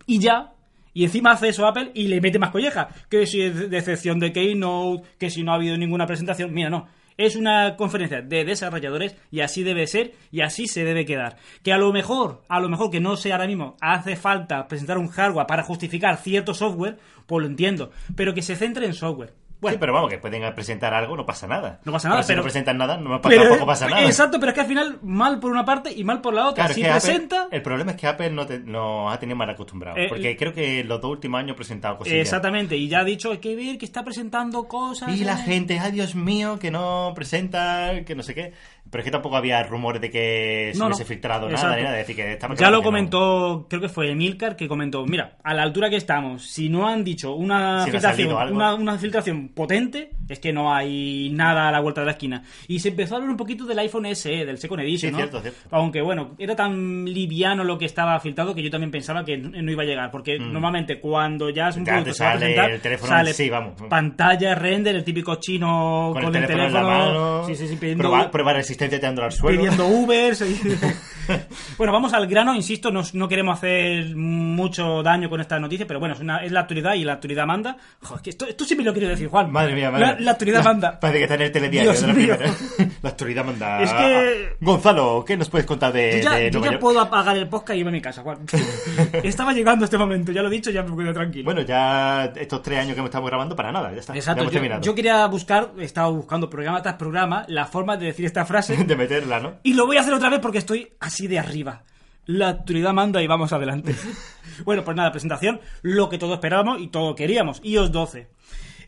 y ya. Y encima hace eso Apple y le mete más colleja. Que si es decepción de Keynote, que si no ha habido ninguna presentación. Mira, no. Es una conferencia de desarrolladores y así debe ser y así se debe quedar. Que a lo mejor, a lo mejor que no sé ahora mismo, hace falta presentar un hardware para justificar cierto software, pues lo entiendo. Pero que se centre en software. sí, pero vamos, que pueden presentar algo, no pasa nada. No pasa nada, si no pero- presentan nada, no, Pero- tampoco pasa nada. Exacto, pero es que al final, mal por una parte y mal por la otra. Claro, si es que Apple- presenta. el problema es que Apple no te- nos ha tenido mal acostumbrados. Eh, porque creo que los dos últimos años he presentado cosillas. Exactamente, y ya ha dicho, hay que ver que está presentando cosas. Y la eh. gente, ay Dios mío, que no presenta, que no sé qué. Pero es que tampoco había rumores de que se No, no. hubiese filtrado nada, Exacto. ni nada. Es decir, que estaba Ya claro lo que no. comentó, creo que fue Emilcar, que comentó, mira, a la altura que estamos, si no han dicho una, Si no ha filtración, salido algo. una, una filtración potente, es que no hay nada a la vuelta de la esquina. Y se empezó a hablar un poquito del iPhone SE, del Second Edition, Sí, ¿no? cierto, cierto. Aunque bueno, era tan liviano lo que estaba filtrado que yo también pensaba que no no iba a llegar, porque normalmente cuando ya es un Mm. Ya producto te se va a sale presentar, el teléfono, sale sí, vamos. pantalla, render, el típico chino Con, el, teléfono, en la mano. sí, sí, sí, pidiendo- probar, probar resistencia te al suelo. pidiendo Uber. sí. bueno, vamos al grano, insisto, no, no queremos hacer mucho daño con esta noticia, pero bueno, es, una- es la actualidad y la actualidad manda. Jo, es que esto, esto sí me lo quiero decir, Juan. Madre mía, madre La, mía. Pues, la actualidad manda. Parece que está en el telediario Dios de la mío. primera. La actualidad manda. Es que- Gonzalo, ¿qué nos puedes contar de, Yo ya, de yo Nueva ya York? puedo apagar el podcast y irme a mi casa, Juan. Estaba llegando este momento, ya lo he dicho, ya me quedo tranquilo. Bueno, ya estos tres años que me estamos grabando, para nada, ya está. ya Exacto, hemos yo, terminado. yo quería buscar, estaba buscando programa tras programa, la forma de decir esta frase De meterla, ¿no? Y lo voy a hacer otra vez porque estoy así de arriba. La actualidad manda y vamos adelante. bueno, pues nada, presentación, lo que todos esperábamos y todo queríamos. iOS 12.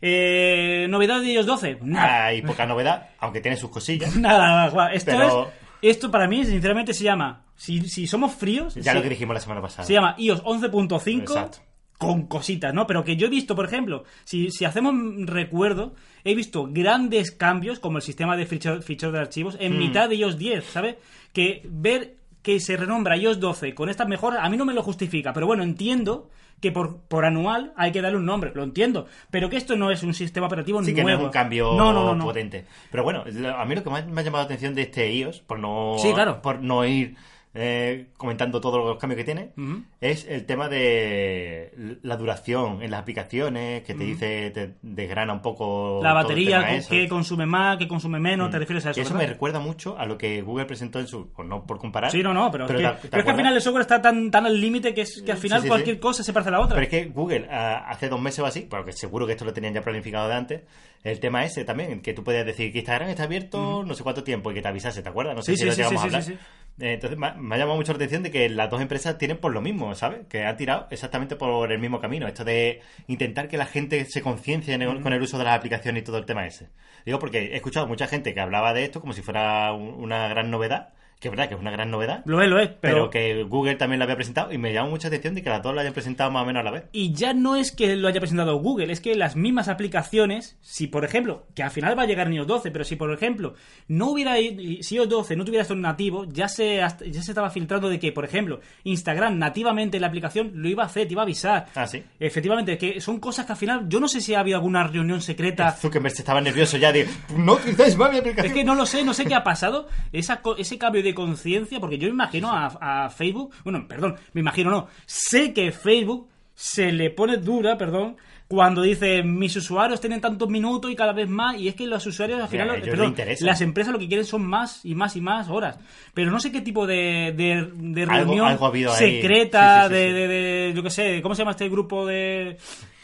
Eh, ¿Novedad de iOS 12? Nada. Hay poca novedad, aunque tiene sus cosillas. Nada, nada, nada. Esto, Pero- es, esto para mí, sinceramente, se llama. Si, si somos fríos, Ya se- lo que dijimos la semana pasada. se llama iOS 11.5 Exacto. con cositas, ¿no? Pero que yo he visto, por ejemplo, si, si hacemos un recuerdo, he visto grandes cambios como el sistema de ficheros de archivos en Mm. mitad de iOS 10, ¿sabes? Que ver que se renombra iOS 12 con estas mejoras, a mí no me lo justifica, pero bueno, entiendo que por, por anual hay que darle un nombre, lo entiendo, pero que esto no es un sistema operativo Sí, que nuevo. no es un cambio No, no, no, no. potente. Pero bueno, lo- a mí lo que más me ha llamado la atención de este iOS, por no, Sí, claro. por no ir eh, comentando todos los cambios que tiene, es el tema de la duración en las aplicaciones, que te dice, te desgrana un poco. La todo el batería, tema que eso. Mm. consume más, que consume menos, te refieres a eso. eso ¿verdad? me recuerda mucho a lo que Google presentó en su. pues no por comparar. Sí, no, no, pero, es, ¿te- que, te pero es que al acuerdas? final el software está tan, tan al límite que, es- que al Sí, final sí, sí. cualquier cosa se parece a la otra. Pero es que Google a- hace dos meses o así, porque seguro que esto lo tenían ya planificado de antes, el tema ese también, que tú podías decir que Instagram está abierto no sé cuánto tiempo y que te avisase, ¿te acuerdas? No sé Sí, si sí, lo sí, llegamos sí, a hablar. sí, sí, Eh, Entonces me ha, me ha llamado mucho la atención de que las dos empresas tienen por lo mismo, ¿sabes? Que han tirado exactamente por el mismo camino, esto de intentar que la gente se conciencie en el- con el uso de las aplicaciones y todo el tema ese. Digo porque he escuchado mucha gente que hablaba de esto como si fuera un- una gran novedad, que es verdad que es una gran novedad. Lo es, lo es, pero... Pero que Google también la había presentado y me llamó mucha atención de que las dos la hayan presentado más o menos a la vez. Y ya no es que lo haya presentado Google, es que las mismas aplicaciones, si por ejemplo, que al final va a llegar en iOS 12, pero si por ejemplo no hubiera, si iOS 12 no tuviera esto nativo, ya se, ya se estaba filtrando de que, por ejemplo, Instagram nativamente la aplicación lo iba a hacer, te iba a avisar. Ah, sí. Efectivamente, que son cosas que al final, yo no sé si ha habido alguna reunión secreta Zuckerberg se estaba nervioso ya de no utilizáis más mi Es aplicación. que no lo sé, no sé qué ha pasado. Esa, co- ese cambio de conciencia, porque yo me imagino a, a Facebook. Bueno, perdón, me imagino no. Sé que Facebook se le pone dura, perdón, cuando dice mis usuarios tienen tantos minutos y cada vez más. Y es que los usuarios al Mira, final. a ellos les perdón, interesa. las empresas lo que quieren son más y más y más horas. Pero no sé qué tipo de, de- de Algo- reunión algo ha habido ahí. secreta, Sí, sí, sí, de, sí. de- de- Yo qué sé, ¿cómo se llama este grupo de.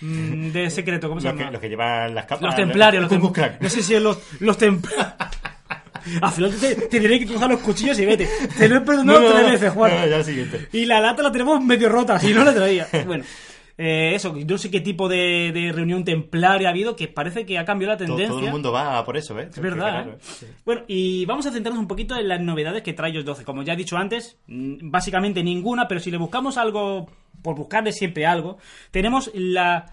mm, de secreto? ¿Cómo se los, llama? que, los que llevan las capas. Los templarios, los Ku Klux templarios. Klan. No sé si es los, los templarios. Al final te, te tendré que cruzar los cuchillos y vete. Te lo he perdonado No, no, tres no. veces, Juan. No, ya el siguiente. Y la lata la tenemos medio rota, si no la traía. Bueno. eh, eso, no sé qué tipo de, de reunión templaria ha habido, que parece que ha cambiado la To- Todo, tendencia. el mundo va a por eso, ¿eh? Es verdad, ¿eh? Bueno, y vamos a centrarnos un poquito en las novedades que trae iOS 12. Como ya he dicho antes, mm, básicamente ninguna, pero si le buscamos algo, por buscarle siempre algo, tenemos la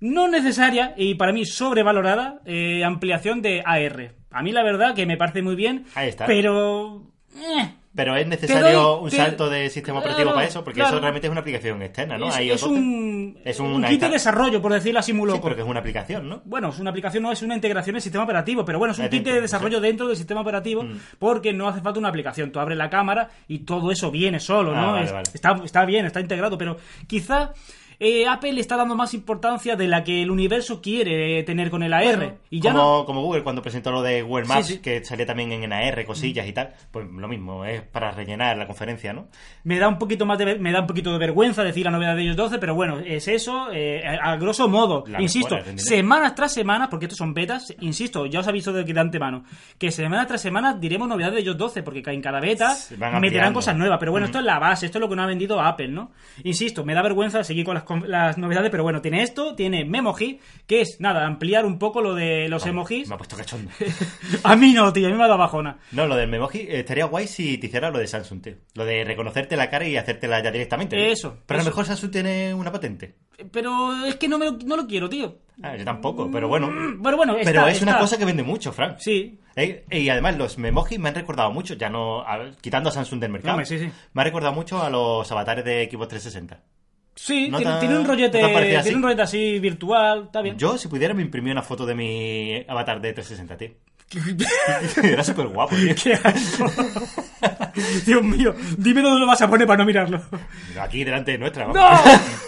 no necesaria y para mí sobrevalorada eh, ampliación de AR. A mí la verdad que me parece muy bien, Ahí está. pero... eh, Pero es necesario doy- un te- salto de sistema Claro, operativo para eso, porque claro. eso realmente es una aplicación externa, ¿no? es, Ahí es os- un, es un un kit de iPad. desarrollo, por decirlo así muy Sí, loco. pero que es una aplicación, ¿no? Bueno, es una aplicación, no es una integración del sistema operativo, pero bueno, es un Es Mm. kit de dentro, desarrollo dentro del sistema operativo porque no hace falta una aplicación. Tú abres la cámara y todo eso viene solo, Ah, ¿no? vale, Es- vale. Está, está bien, está integrado, pero quizá eh, Apple le está dando más importancia de la que el universo quiere tener con el AR. y ya como, no. como Google cuando presentó lo de Google Maps, Sí, sí. que salía también en AR, cosillas y tal, pues lo mismo, es para rellenar la conferencia, ¿no? Me da un poquito más de, ver- me da un poquito de vergüenza decir la novedad de ellos 12, pero bueno, es eso, eh, a, a grosso modo, La insisto, mejora, entendí. semanas tras semanas, porque estos son betas, insisto, ya os aviso de, de antemano, que semana tras semana diremos novedades de ellos 12, porque ca- en cada beta Se van meterán ampliando. cosas nuevas, pero bueno, esto es la base, esto es lo que no ha vendido Apple, ¿no? Insisto, me da vergüenza seguir con las, con- las novedades, pero bueno, tiene esto, tiene Memoji, que es, nada, ampliar un poco lo de los emojis. Me ha puesto cachondo. a mí no, tío, a mí me ha dado bajona. No, lo del memoji eh, estaría guay si te hiciera lo de Samsung, tío. Lo de reconocerte la cara y hacértela ya directamente. ¿eh? Eso, Pero a eso. lo mejor Samsung tiene una patente. Pero es que no, me lo- no lo quiero, tío. Ah, yo tampoco, pero bueno. Pero bueno, Mm, está, pero es una está. cosa que vende mucho, Frank. Sí, Eh, y además los memojis me han recordado mucho, ya no a ver, quitando a Samsung del mercado. Hombre, sí, sí. Me ha recordado mucho a los avatares de Equipos 360. Sí, No tiene, tan- tiene un rollete, no tan parecida tiene así. un rollete así virtual, está bien. Yo, si pudiera, me imprimía una foto de mi avatar de 360, tío. Era súper guapo, tío. Qué asco. Dios mío, dime dónde lo vas a poner para no mirarlo. Aquí delante de nuestra. ¡No! vamos.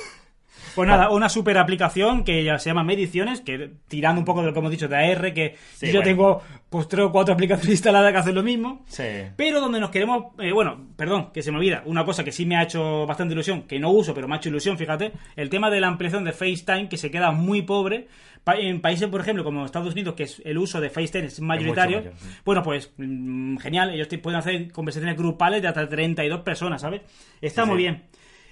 Pues nada, una super aplicación que ya se llama Mediciones, que tirando un poco de lo que hemos dicho de AR, que Sí, yo bueno. tengo pues tres o cuatro aplicaciones instaladas que hacen lo mismo. Sí. Pero donde nos queremos, eh, bueno, perdón, que se me olvida, una cosa que sí me ha hecho bastante ilusión, que no uso, pero me ha hecho ilusión, fíjate, el tema de la ampliación de FaceTime, que se queda muy pobre. Pa- en países, por ejemplo, como Estados Unidos, que es el uso de FaceTime es mayoritario, mayor, sí. bueno, pues mm, genial, ellos te- pueden hacer conversaciones grupales de hasta 32 personas, ¿sabes? Está Sí, muy sí. bien.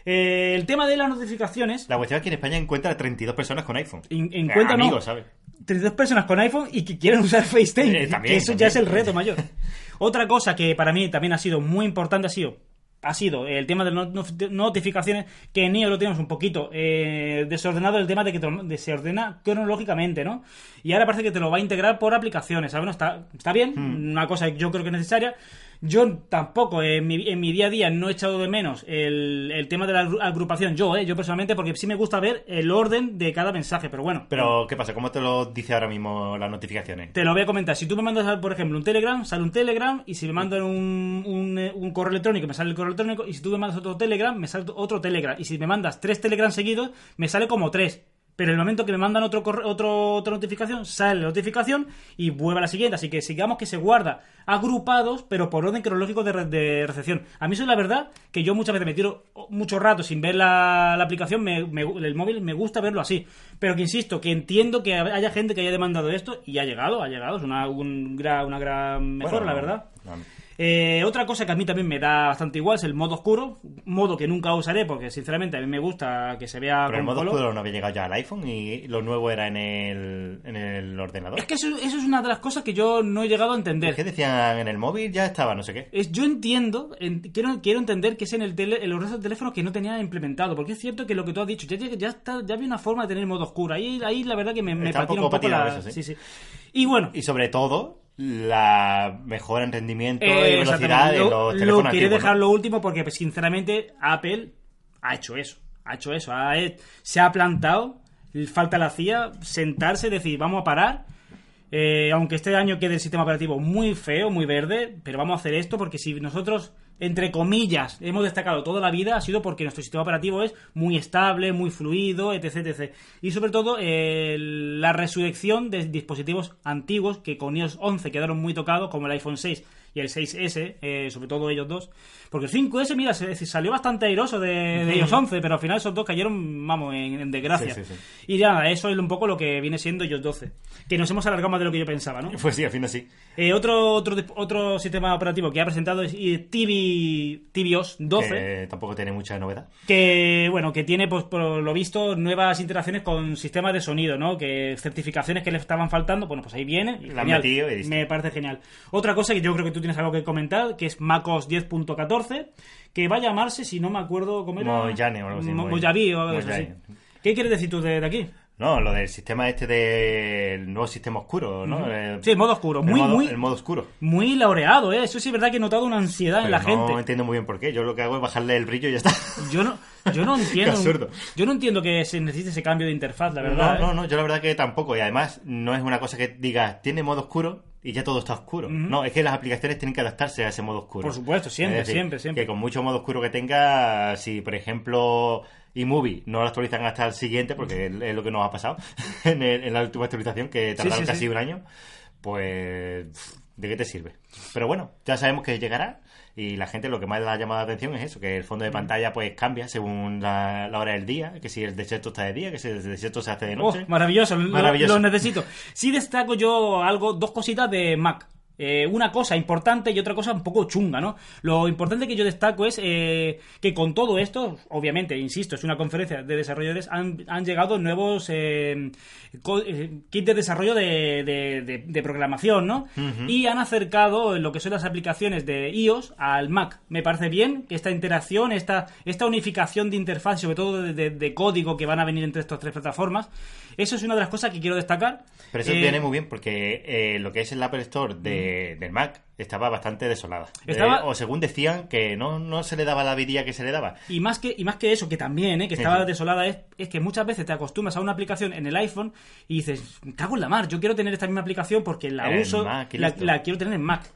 Eh, el tema de las notificaciones, La cuestión es que en España encuentra 32 personas con iPhone. En- en Eh, cuenta no. Amigos, ¿sabes? 32 personas con iPhone y que quieren usar FaceTime. Eh, también, que eso ya también. es el reto mayor. Otra cosa que para mí también ha sido muy importante ha sido ha sido el tema de las not- notificaciones que en ello lo tenemos un poquito eh, desordenado el tema de que te lo- de- se ordena cronológicamente no y ahora parece que te lo va a integrar por aplicaciones ¿sabes? No, está está bien Hmm. una cosa que yo creo que es necesaria yo tampoco eh, en mi, en mi día a día no he echado de menos el, el tema de la agru- agrupación yo eh, yo personalmente porque sí me gusta ver el orden de cada mensaje pero bueno Pero, ¿qué pasa? ¿Cómo te lo dice ahora mismo las notificaciones? te lo voy a comentar. Si tú me mandas, por ejemplo, un Telegram, sale un Telegram. Y si me mandan un, un, eh, un correo electrónico, me sale el correo electrónico. Y si tú me mandas otro Telegram, me sale otro Telegram. Y si me mandas tres Telegram seguidos, me sale como tres. Pero en el momento que me mandan otro, corre- otro otra notificación, sale la notificación y vuelve a la siguiente. Así que sigamos que se guarda agrupados, pero por orden cronológico de, re- de recepción. A mí eso es la verdad que yo muchas veces me tiro oh, mucho rato sin ver la, la aplicación, me- me- el móvil me gusta verlo así. Pero que insisto, que entiendo que haya gente que haya demandado esto y ha llegado, ha llegado. Es una, un gra- una gran mejor, Bueno, la verdad. no, no. Eh, otra cosa que a mí también me da bastante igual es el modo oscuro, modo que nunca usaré porque sinceramente a mí me gusta que se vea Pero el con modo color. oscuro no había llegado ya al iPhone y lo nuevo era en el, en el ordenador. Es que eso, eso es una de las cosas que yo no he llegado a entender. ¿Qué decían en el móvil? Ya estaba, no sé qué. Es, yo entiendo, en- quiero, quiero entender que es en el tele, en los restos de teléfonos que no tenían implementado, porque es cierto que lo que tú has dicho, ya, ya, ya está, ya había una forma de tener modo oscuro. Ahí, ahí la verdad que me, me Está un patina poco un poco la. patinado eso, sí. sí. Y bueno, ¿eh? Y sobre todo, la mejora en rendimiento y eh, velocidad exactamente. de Lo- los teléfonos Lo quería antiguos, dejar ¿no? lo último porque, pues, sinceramente, Apple ha hecho eso. Ha hecho eso. ha- eh, se ha plantado, falta la CIA, sentarse, decir, vamos a parar. eh, aunque este año quede el sistema operativo muy feo, muy verde, pero vamos a hacer esto porque si nosotros, entre comillas, hemos destacado toda la vida, ha sido porque nuestro sistema operativo es muy estable, muy fluido, etc. etc. Y sobre todo, eh, la resurrección de dispositivos antiguos que con iOS 11 quedaron muy tocados, como el iPhone 6 y el 6S, eh, sobre todo ellos dos. Porque el 5S, mira, se, se salió bastante airoso de, de ellos 11, pero al final esos dos cayeron, vamos, en, en desgracia. Sí, sí, Y nada, eso es un poco lo que viene siendo ellos 12. Que nos hemos alargado más de lo que yo pensaba, ¿no? Pues sí, al final sí. Eh, otro, otro, otro sistema operativo que ha presentado es eh, TV, TVOS 12. Que tampoco tiene mucha novedad. Que, bueno, que tiene, pues, por lo visto, nuevas interacciones con sistemas de sonido, ¿no? Que certificaciones que le estaban faltando, bueno, pues ahí viene. y La han genial. metido y listo. Me parece genial. Otra cosa que yo creo que tú tienes algo que comentar, que es MacOS 10.14, que va a llamarse, si no me acuerdo cómo era... Mojave o algo así, Mo- Mo- Mojave o algo así. Mojave. ¿Qué quieres decir tú de, de aquí? No, lo del sistema este del nuevo sistema oscuro, ¿no? Eh, Sí, modo oscuro. el Muy, modo- muy, El modo oscuro. muy laureado, ¿eh? Eso sí es verdad que he notado una ansiedad en Pero la no gente. entiendo muy bien por qué. Yo lo que hago es bajarle el brillo y ya está. Yo no, yo no entiendo. Qué absurdo. Yo no entiendo que se necesite ese cambio de interfaz, la verdad. No, no, ¿eh? no, yo la verdad que tampoco. Y además, no es una cosa que diga, tiene modo oscuro y ya todo está oscuro. No, es que las aplicaciones tienen que adaptarse a ese modo oscuro. Por supuesto, siempre, Es siempre, siempre. Que con mucho modo oscuro que tenga, si por ejemplo iMovie no lo actualizan hasta el siguiente, porque es lo que nos ha pasado en, el- en la última actualización, que tardaron sí, casi sí. un año, pues. pff, ¿De qué te sirve? Pero bueno, ya sabemos que llegará y la gente lo que más le ha llamado la atención es eso, que el Mm. fondo de pantalla pues cambia según la, la hora del día, que si el desierto está de día, que si el desierto se hace de Oh, noche. maravilloso, lo- Maravilloso. Lo, necesito. Sí destaco yo algo, dos cositas de Mac. Eh, una cosa importante y otra cosa un poco chunga, ¿no? Lo importante que yo destaco es eh, que con todo esto, obviamente, insisto, es una conferencia de desarrolladores, han, han llegado nuevos eh, co- eh, kits de desarrollo de, de- de- de programación, ¿no? Y han acercado lo que son las aplicaciones de iOS al Mac. Me parece bien que esta interacción, esta, esta unificación de interfaz, sobre todo de, de- de código que van a venir entre estas tres plataformas, eso es una de las cosas que quiero destacar. Pero eso Eh, Mm. viene muy bien porque eh, lo que es el Apple Store de, del Mac estaba bastante desolada. Estaba- Eh, o según decían que no, no se le daba la vidilla que se le daba. Y más que, y más que eso, que también, ¿eh? que Sí, estaba sí. desolada, es, es que muchas veces te acostumbras a una aplicación en el iPhone y dices, "Me cago en la mar, yo quiero tener esta misma aplicación porque la En el uso, Mac y la, listo". la quiero tener en Mac.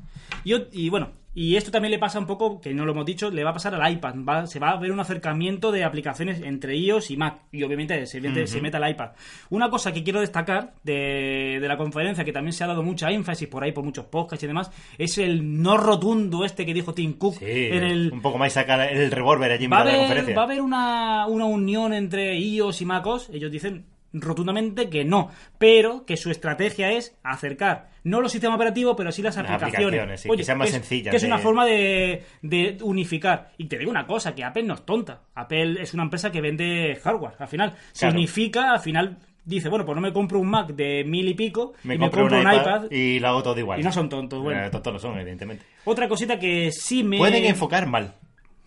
Y, yo- y bueno, y esto también le pasa un poco, que no lo hemos dicho, le va a pasar al iPad. va- se va a ver un acercamiento de aplicaciones entre iOS y Mac. Y obviamente se, mete- se mete al iPad. Una cosa que quiero destacar de, de la conferencia, que también se ha dado mucha énfasis por ahí, por muchos podcasts y demás, es el no rotundo este que dijo Tim Cook Sí, en el un poco más y sacar el revólver allí en va a mitad de la haber, conferencia. va a haber una, una unión entre iOS y MacOS. Ellos dicen rotundamente que no, pero que su estrategia es acercar no los sistemas operativos, pero sí las aplicaciones. aplicaciones, sí, que sean más es- sencillas Que es de- una forma de, de unificar. Y te digo una cosa, que Apple no es tonta. Apple es una empresa que vende hardware. Al final, se Claro. unifica, al final dice, bueno, pues no me compro un Mac de mil y pico, Me y compro me compro un iPad, iPad. y lo hago todo igual. Y no son tontos, bueno. Eh, tontos no son, evidentemente. Otra cosita que sí me... Pueden enfocar mal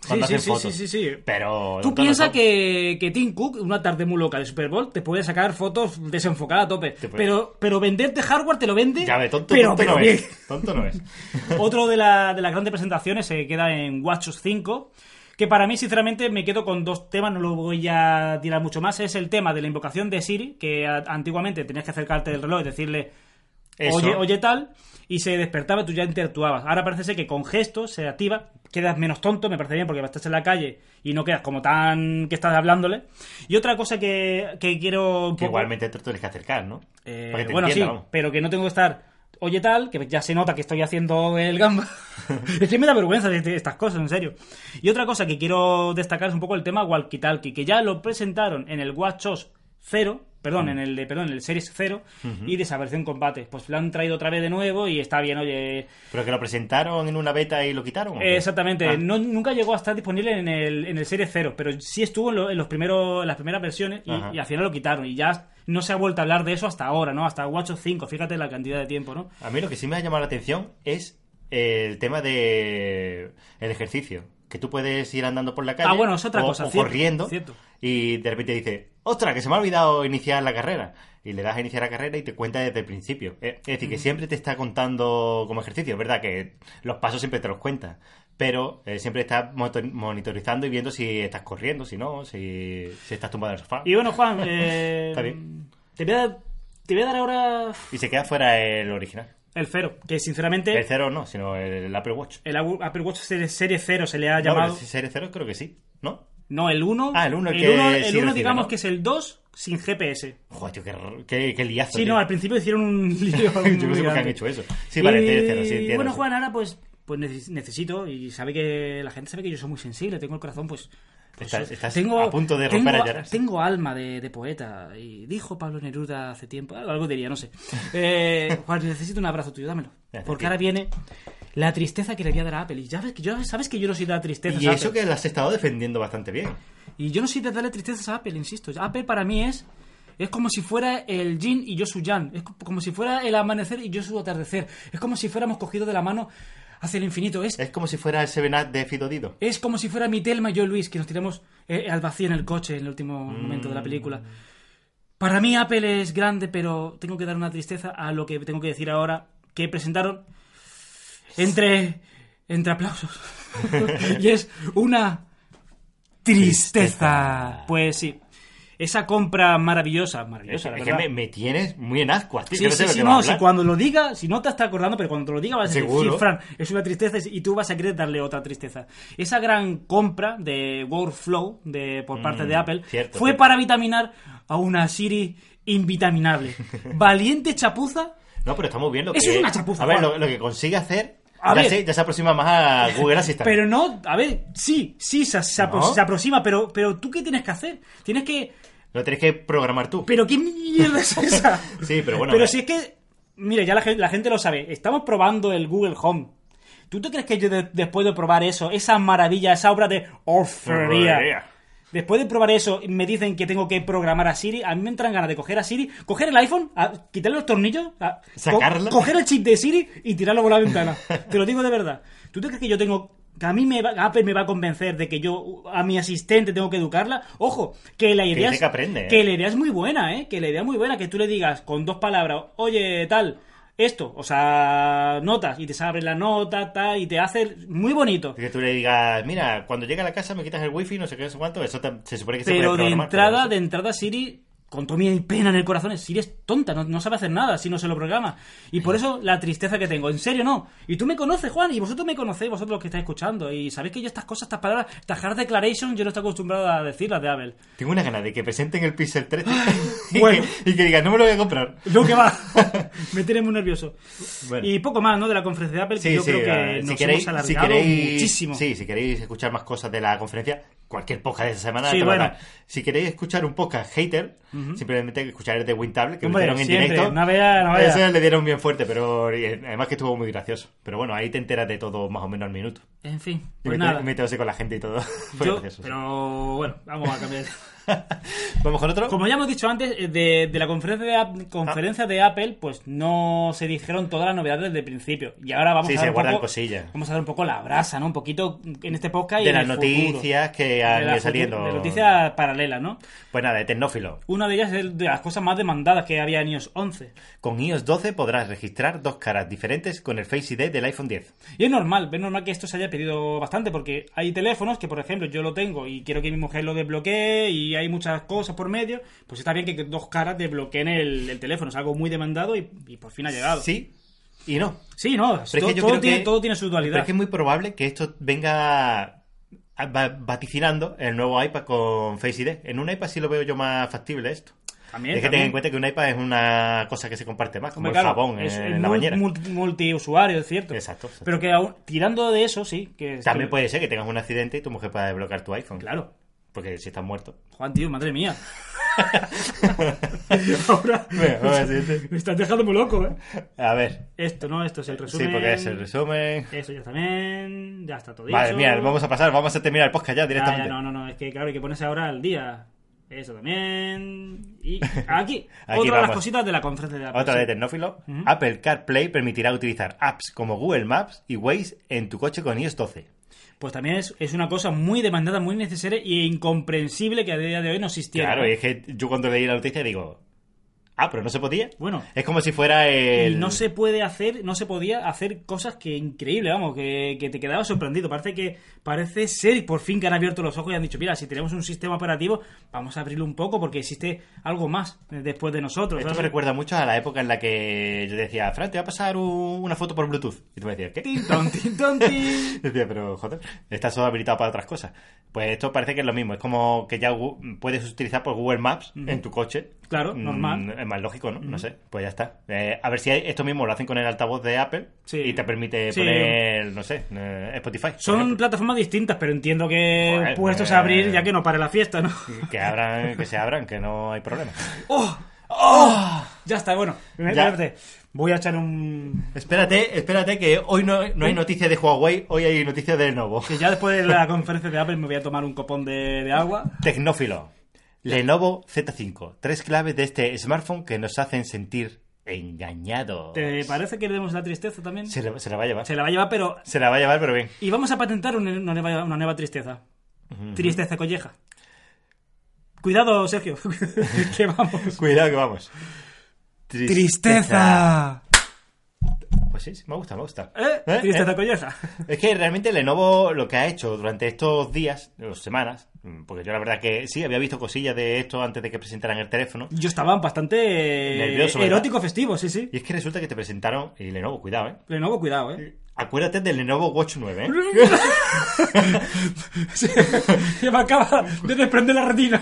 cuando sí, hacen sí, fotos. sí, sí, sí. Pero. Tú tontos no piensas son. que, que Tim Cook, una tarde muy loca de Super Bowl, te puede sacar fotos desenfocadas a tope. Te puede. Pero, pero venderte hardware te lo vende. Ya ve, tonto, pero, tonto pero no bien. es. Tonto no es. Otro de, la- de las grandes presentaciones se queda en WatchOS 5. Que para mí, sinceramente, me quedo con dos temas, no lo voy a tirar mucho más. Es el tema de la invocación de Siri, que a- antiguamente tenías que acercarte del reloj y decirle, Eso. oye, oye tal, y se despertaba, tú ya interactuabas. Ahora parece ser que con gestos se activa, quedas menos tonto, me parece bien, porque estás en la calle y no quedas como tan que estás hablándole. Y otra cosa que, que quiero... un Que poco- igualmente te tienes que acercar, ¿no? eh, Para que te bueno, entienda, sí, vamos. pero que no tengo que estar, oye tal, que ya se nota que estoy haciendo el gamba. es que me da vergüenza de, de estas cosas, en serio. Y otra cosa que quiero destacar es un poco el tema walkie-talkie, que ya lo presentaron en el WatchOS 0, perdón, Mm. en el de- perdón, en el Series 0 y desapareció en combate. Pues lo han traído otra vez de nuevo y está bien, oye, Pero que lo presentaron en una beta y lo quitaron. ¿o qué? eh, exactamente. Ah. No, nunca llegó a estar disponible en el, en el Series 0, pero sí estuvo en, lo- en los primeros, en las primeras versiones y, Ajá. y al final lo quitaron. Y ya no se ha vuelto a hablar de eso hasta ahora, ¿no? Hasta WatchOS 5, fíjate la cantidad de tiempo, ¿no? A mí lo que sí me ha llamado la atención es el tema de el ejercicio. Que tú puedes ir andando por la calle Ah, bueno, es otra o, cosa, o cierto, corriendo cierto. y de repente dice, ¡Ostras, que se me ha olvidado iniciar la carrera! Y le das a iniciar la carrera y te cuenta desde el principio. Eh, Es Mm. decir, que siempre te está contando como ejercicio, es verdad que los pasos siempre te los cuenta, pero eh, siempre estás moto- monitorizando y viendo si estás corriendo, si no, si, si estás tumbado en el sofá. Y bueno, Juan, eh, Está bien. Te, voy a, dar- te voy a dar ahora Y se queda fuera el original. el 0, que sinceramente El cero no, sino el Apple Watch. el Apple Watch Series, Series 0 se le ha No, pero llamado... si Serie cero creo que sí, ¿no? No, el 1... Ah, el uno, el el que 1, sí recibe, digamos ¿no? que es el 2 sin GPS. Joder, tío, qué, r- qué, qué liazo. Sí, tío. no, al principio hicieron un lío. Yo no muy sé por qué han grande. hecho eso. Sí, vale, Y, Serie cero, sí, entiendo. Bueno, Juan, ahora pues pues neces- necesito, y sabe que la gente sabe que yo soy muy sensible, tengo el corazón, pues... pues, Estás- eh, estás a punto de tengo, romper a llorar. Tengo alma de, de poeta, y dijo Pablo Neruda hace tiempo, algo diría, no sé. Eh, Juan, necesito un abrazo tuyo, dámelo. Gracias, Porque tío. ahora viene la tristeza que le voy a dar a Apple. Y ya ves que yo, sabes que yo no soy de dar tristezas Y a eso Apple. que lo has estado defendiendo bastante bien. Y yo no soy de darle tristezas a Apple, insisto. Apple para mí es... Es como si fuera el yin y yo su yang. Es co- como si fuera el amanecer y yo su atardecer. Es como si fuéramos cogidos de la mano hacia el infinito. Es Es como si fuera el Seven Up de Fido Dido. es como si fuera mi Telma y yo Luis, que nos tiramos eh, al vacío en el coche en el último momento Mm. de la película. Para mí Apple es grande, pero tengo que dar una tristeza a lo que tengo que decir ahora, que presentaron entre, entre aplausos. y es una tristeza. Tristeza. Pues sí, esa compra maravillosa, maravillosa, la es que verdad. me, me tienes muy en ascuas, tío. Sí, Yo no sí, sé lo sí, que no, vas a si hablar. cuando lo diga, si no te estás acordando, pero cuando te lo diga vas a decir, Seguro. "Sí, Fran, es una tristeza y tú vas a querer darle otra tristeza. Esa gran compra de Workflow de, por parte Mm, de Apple cierto, fue cierto. para vitaminar a una Siri invitaminable. Valiente chapuza. No, pero está muy bien lo Eso que... es una chapuza, A ver, Juan. lo, lo que consigue hacer... A ya, ver. Se, ya se aproxima más a Google Assistant. Pero no, a ver, sí, sí, se, se apro- No. se aproxima, pero, pero tú qué tienes que hacer? Tienes que... Lo tienes que programar tú. ¿Pero qué mierda es esa? Sí, pero bueno, Pero eh. si es que. Mire, ya la gente, la gente lo sabe. Estamos probando el Google Home. ¿Tú te crees que yo de- después de probar eso, esa maravilla, esa obra de orfebrería, Orfebrería. después de probar eso, me dicen que tengo que programar a Siri? A mí me entran ganas de coger a Siri, coger el iPhone, a- quitarle los tornillos, a- Sacarlo. co- coger el chip de Siri y tirarlo por la ventana. Te lo digo de verdad. ¿Tú te crees que yo tengo que a mí me va- Apple me va a convencer de que yo a mi asistente tengo que educarla? Ojo, que la idea dice es- que aprende, ¿eh? que la idea es muy buena, ¿eh? Que la idea es muy buena, que tú le digas con dos palabras, oye, tal, esto, o sea, notas, y te abre la nota, tal, y te hace muy bonito. Que tú le digas, mira, cuando llegue a la casa me quitas el wifi, no sé qué, no sé cuánto. Eso te- se supone que se Pero puede de programar. entrada, pero- de entrada, Siri, con toda mi pena en el corazón, Siri es tonta, no, no sabe hacer nada si no se lo programa. Y por eso la tristeza que tengo, en serio no. Y tú me conoces, Juan, y vosotros me conocéis, vosotros los que estáis escuchando, y sabéis que yo estas cosas, estas palabras, estas hard declaration, yo no estoy acostumbrado a decirlas de Abel. Tengo una gana de que presenten el Pixel 3 y, Ah, bueno. que, y que digas, no me lo voy a comprar. Lo que va, me tiene muy nervioso. Bueno. Y poco más, ¿no? De la conferencia de Apple, que Sí, yo sí, creo eh, que nos hemos alargado muchísimo. Sí, si queréis escuchar más cosas de la conferencia, cualquier podcast de esa semana. Sí, te va a bueno. dar. Si queréis escuchar un podcast hater, simplemente escuchar el de Wintable, que lo Hombre, hicieron en siempre, directo. no vea, no vea. Ese le dieron bien fuerte, pero y, eh, además que estuvo muy gracioso. Pero bueno, ahí te enteras de todo más o menos al minuto. En fin, Y pues mete- nada. meteose con la gente y todo. Fue Yo- gracioso, sí. pero bueno, vamos a cambiar. Vamos con otro. Como ya hemos dicho antes, eh, de, de la conferencia de, Ap- conferencia de Apple, pues no se dijeron todas las novedades desde el principio. Y ahora vamos Sí, a se dar un guardan poco- cosillas. Vamos a dar un poco la brasa, ¿no? Un poquito en este podcast y de en las el futuro. noticias que De han las ido saliendo. futu- de noticias paralelas, ¿no? Pues nada, de Tecnófilo. Una de ellas es de las cosas más demandadas que había en iOS 11. Con iOS 12 podrás registrar dos caras diferentes con el Face ID del iPhone 10. Y es normal, es normal que esto se haya pedido bastante, porque hay teléfonos que, por ejemplo, yo lo tengo y quiero que mi mujer lo desbloquee y hay muchas cosas por medio, pues está bien que dos caras desbloqueen el, el teléfono, es algo muy demandado y, y por fin ha llegado. Sí y no. Sí, no, Pero es todo, que yo todo creo tiene, que- todo tiene su Pero dualidad. es que es muy probable que esto venga a- va- vaticinando el nuevo iPad con Face ID. En un iPad sí lo veo yo más factible esto. También, es que Eh, ten también. en cuenta que un iPad es una cosa que se comparte más, como Hombre, el claro, jabón es- en, es la mul- bañera. mul- multiusuario, es cierto. Exacto, exacto. Pero que aún, tirando de eso, sí. Que También que- puede ser que tengas un accidente y tu mujer pueda desbloquear tu iPhone. Claro. Porque si estás muerto. Juan, tío, madre mía. Ahora Bueno, vamos al siguiente. me estás dejando muy loco, ¿eh? A ver. Esto, ¿no? Esto es el resumen. Sí, porque es el resumen. Eso ya también, ya está todo Madre dicho. mía, vamos a pasar, vamos a terminar el podcast ya Ah, ya, directamente. no, no, no, es que claro, hay que ponerse ahora al día. Eso también. Y aquí, Aquí otra de las vamos. cositas de la conferencia de Apple. Otra sí. de Tecnófilo. Apple CarPlay permitirá utilizar apps como Google Maps y Waze en tu coche con iOS 12. Pues también es, es una cosa muy demandada, muy necesaria e incomprensible que a día de hoy no existiera. Claro, y es que yo cuando leí la noticia digo, ah, pero no se podía. Bueno. es como si fuera el. Y no se puede hacer, no se podía hacer cosas que increíble, vamos, que, que te quedaba sorprendido. Parece que, parece ser por fin que han abierto los ojos y han dicho, mira, si tenemos un sistema operativo, vamos a abrirlo un poco porque existe algo más después de nosotros. Esto me ¿sabes? recuerda mucho a la época en la que yo decía, Fran, te voy a pasar un- una foto por Bluetooth. Y tú me decías, ¿qué? Tin, ton, tin, ton, tin. Decía, pero joder, está solo habilitado para otras cosas. Pues esto parece que es lo mismo. Es como que ya Gu- puedes utilizar por Google Maps en tu coche Claro, normal. Mm, es más lógico, ¿no? No sé, pues ya está. Eh, a ver si hay- esto mismo lo hacen con el altavoz de Apple Sí. y te permite Sí. poner, no sé, eh, Spotify. por Son ejemplo. plataformas distintas, pero entiendo que Joder, puestos eh. a abrir ya que no pare la fiesta, ¿no? que abran, que se abran, que no hay problema. ¡Oh! ¡Oh! Ya está, bueno. Ah. Ya. Espérate, Voy a echar un... Espérate, espérate, que hoy no, no hay noticias de Huawei, hoy hay noticias de Lenovo. Que ya después de la conferencia de Apple me voy a tomar un copón de, de agua. Tecnófilo. Lenovo Z5. Tres claves de este smartphone que nos hacen sentir engañados. ¿Te parece que le demos la tristeza también? Se, la- se la va a llevar. Se la va a llevar, pero... Se la va a llevar, pero bien. Y vamos a patentar una, una nueva, una nueva tristeza. Tristeza colleja. Cuidado, Sergio. que vamos. Cuidado que vamos. ¡Tristeza! Pues sí, sí, me gusta, me gusta. ¿Eh? ¿Eh? Tristeza ¿Eh? colleja. Es que realmente Lenovo lo que ha hecho durante estos días, o semanas, mm, porque yo la verdad que sí, había visto cosillas de esto antes de que presentaran el teléfono. Yo estaba bastante eh, Nervioso, ¿verdad? erótico festivo, sí, sí. Y es que resulta que te presentaron, y Lenovo, cuidado, ¿eh? Pero no, cuidado, ¿eh? Acuérdate del Lenovo Watch 9, ¿eh? Se me acaba de desprender la retina.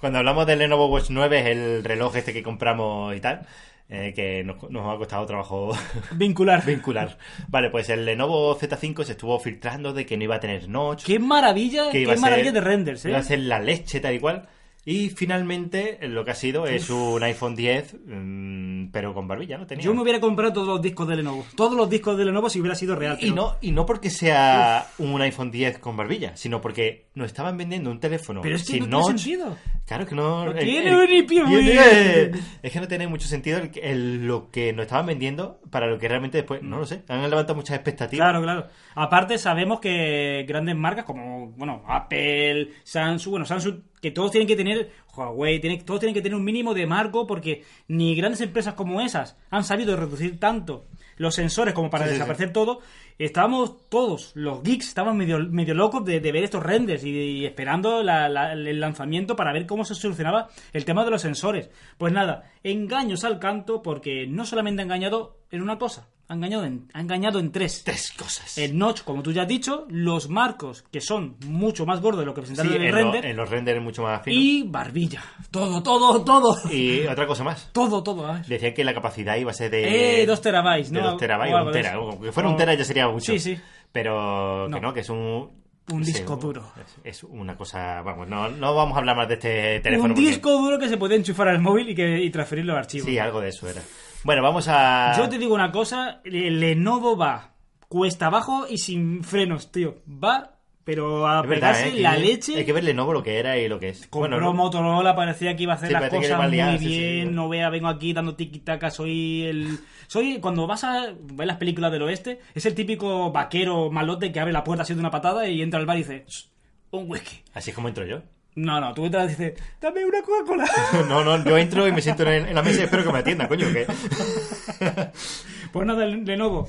Cuando hablamos del Lenovo Watch 9 es el reloj este que compramos y tal, eh, que nos, nos ha costado trabajo Vincular. vincular. Vale, pues el Lenovo Z5 se estuvo filtrando de que no iba a tener notch, Qué maravilla, que qué iba a maravilla ser, de renders, ¿eh? iba a ser la leche tal y cual. Y finalmente lo que ha sido es un iPhone 10, pero con barbilla, ¿no? Tenía. Yo me hubiera comprado todos los discos de Lenovo. Todos los discos de Lenovo si hubiera sido real. Y pero- no, y no porque sea un iPhone 10 con barbilla, sino porque nos estaban vendiendo un teléfono Pero es que sin no tiene notch. sentido. Claro que no. No tiene un IP, güey. tiene- Es que no tiene mucho sentido el- el- lo que nos estaban vendiendo para lo que realmente después. No lo sé. Han levantado muchas expectativas. Claro, claro. Aparte sabemos que grandes marcas como, bueno, Apple, Samsung, bueno, Samsung, que todos tienen que tener, Huawei, tienen- todos tienen que tener un mínimo de marco porque ni grandes empresas como esas han sabido reducir tanto los sensores como para Sí, sí, sí. desaparecer todo. Estábamos todos, los geeks, estábamos medio, medio locos de, de ver estos renders y, y esperando la- la- el lanzamiento para ver cómo se solucionaba el tema de los sensores. Pues nada, engaños al canto porque no solamente ha engañado en una cosa, ha engañado en, ha engañado en tres. Tres cosas. El notch, como tú ya has dicho, los marcos, que son mucho más gordos de lo que Sí, presentaron en el en, lo- render, en los renders mucho más finos. y barbilla. Todo, todo, todo. Y otra cosa más. Todo, todo. a ver. Decían que la capacidad iba a ser de. Eh, dos terabytes, ¿no? De dos terabytes, O o algo un de tera. eso. o Que fuera un O- tera ya sería mucho. Sí, sí. Pero que No. no, que es un. Un no sé, disco un- duro. Es, es una cosa. Vamos, no, no vamos a hablar más de este teléfono. Un porque- disco duro que se puede enchufar al móvil y, que, y transferir los archivos. Sí, ah. algo de eso era. Bueno, vamos a. Yo te digo una cosa, el Lenovo va cuesta abajo y sin frenos, tío. Va, pero a Es verdad, pegarse ¿eh? la Que- leche. Hay que ver Lenovo lo que era y lo que es. Compró Bueno, no- Motorola, parecía que iba a hacer Sí, las parece que le cosas va a liar, muy sí, sí, bien. sí. no vea, vengo aquí dando tiquitaca, soy el. Soy. Cuando vas a ver las películas del oeste, es el típico vaquero malote que abre la puerta así de una patada y entra al bar y dice. "Shh, Un whisky. Así es como entro yo. No, no, tú entras y dices, dame una Coca-Cola. No, no, yo entro y me siento en, en la mesa y espero que me atiendan, coño. Que... pues nada, Lenovo.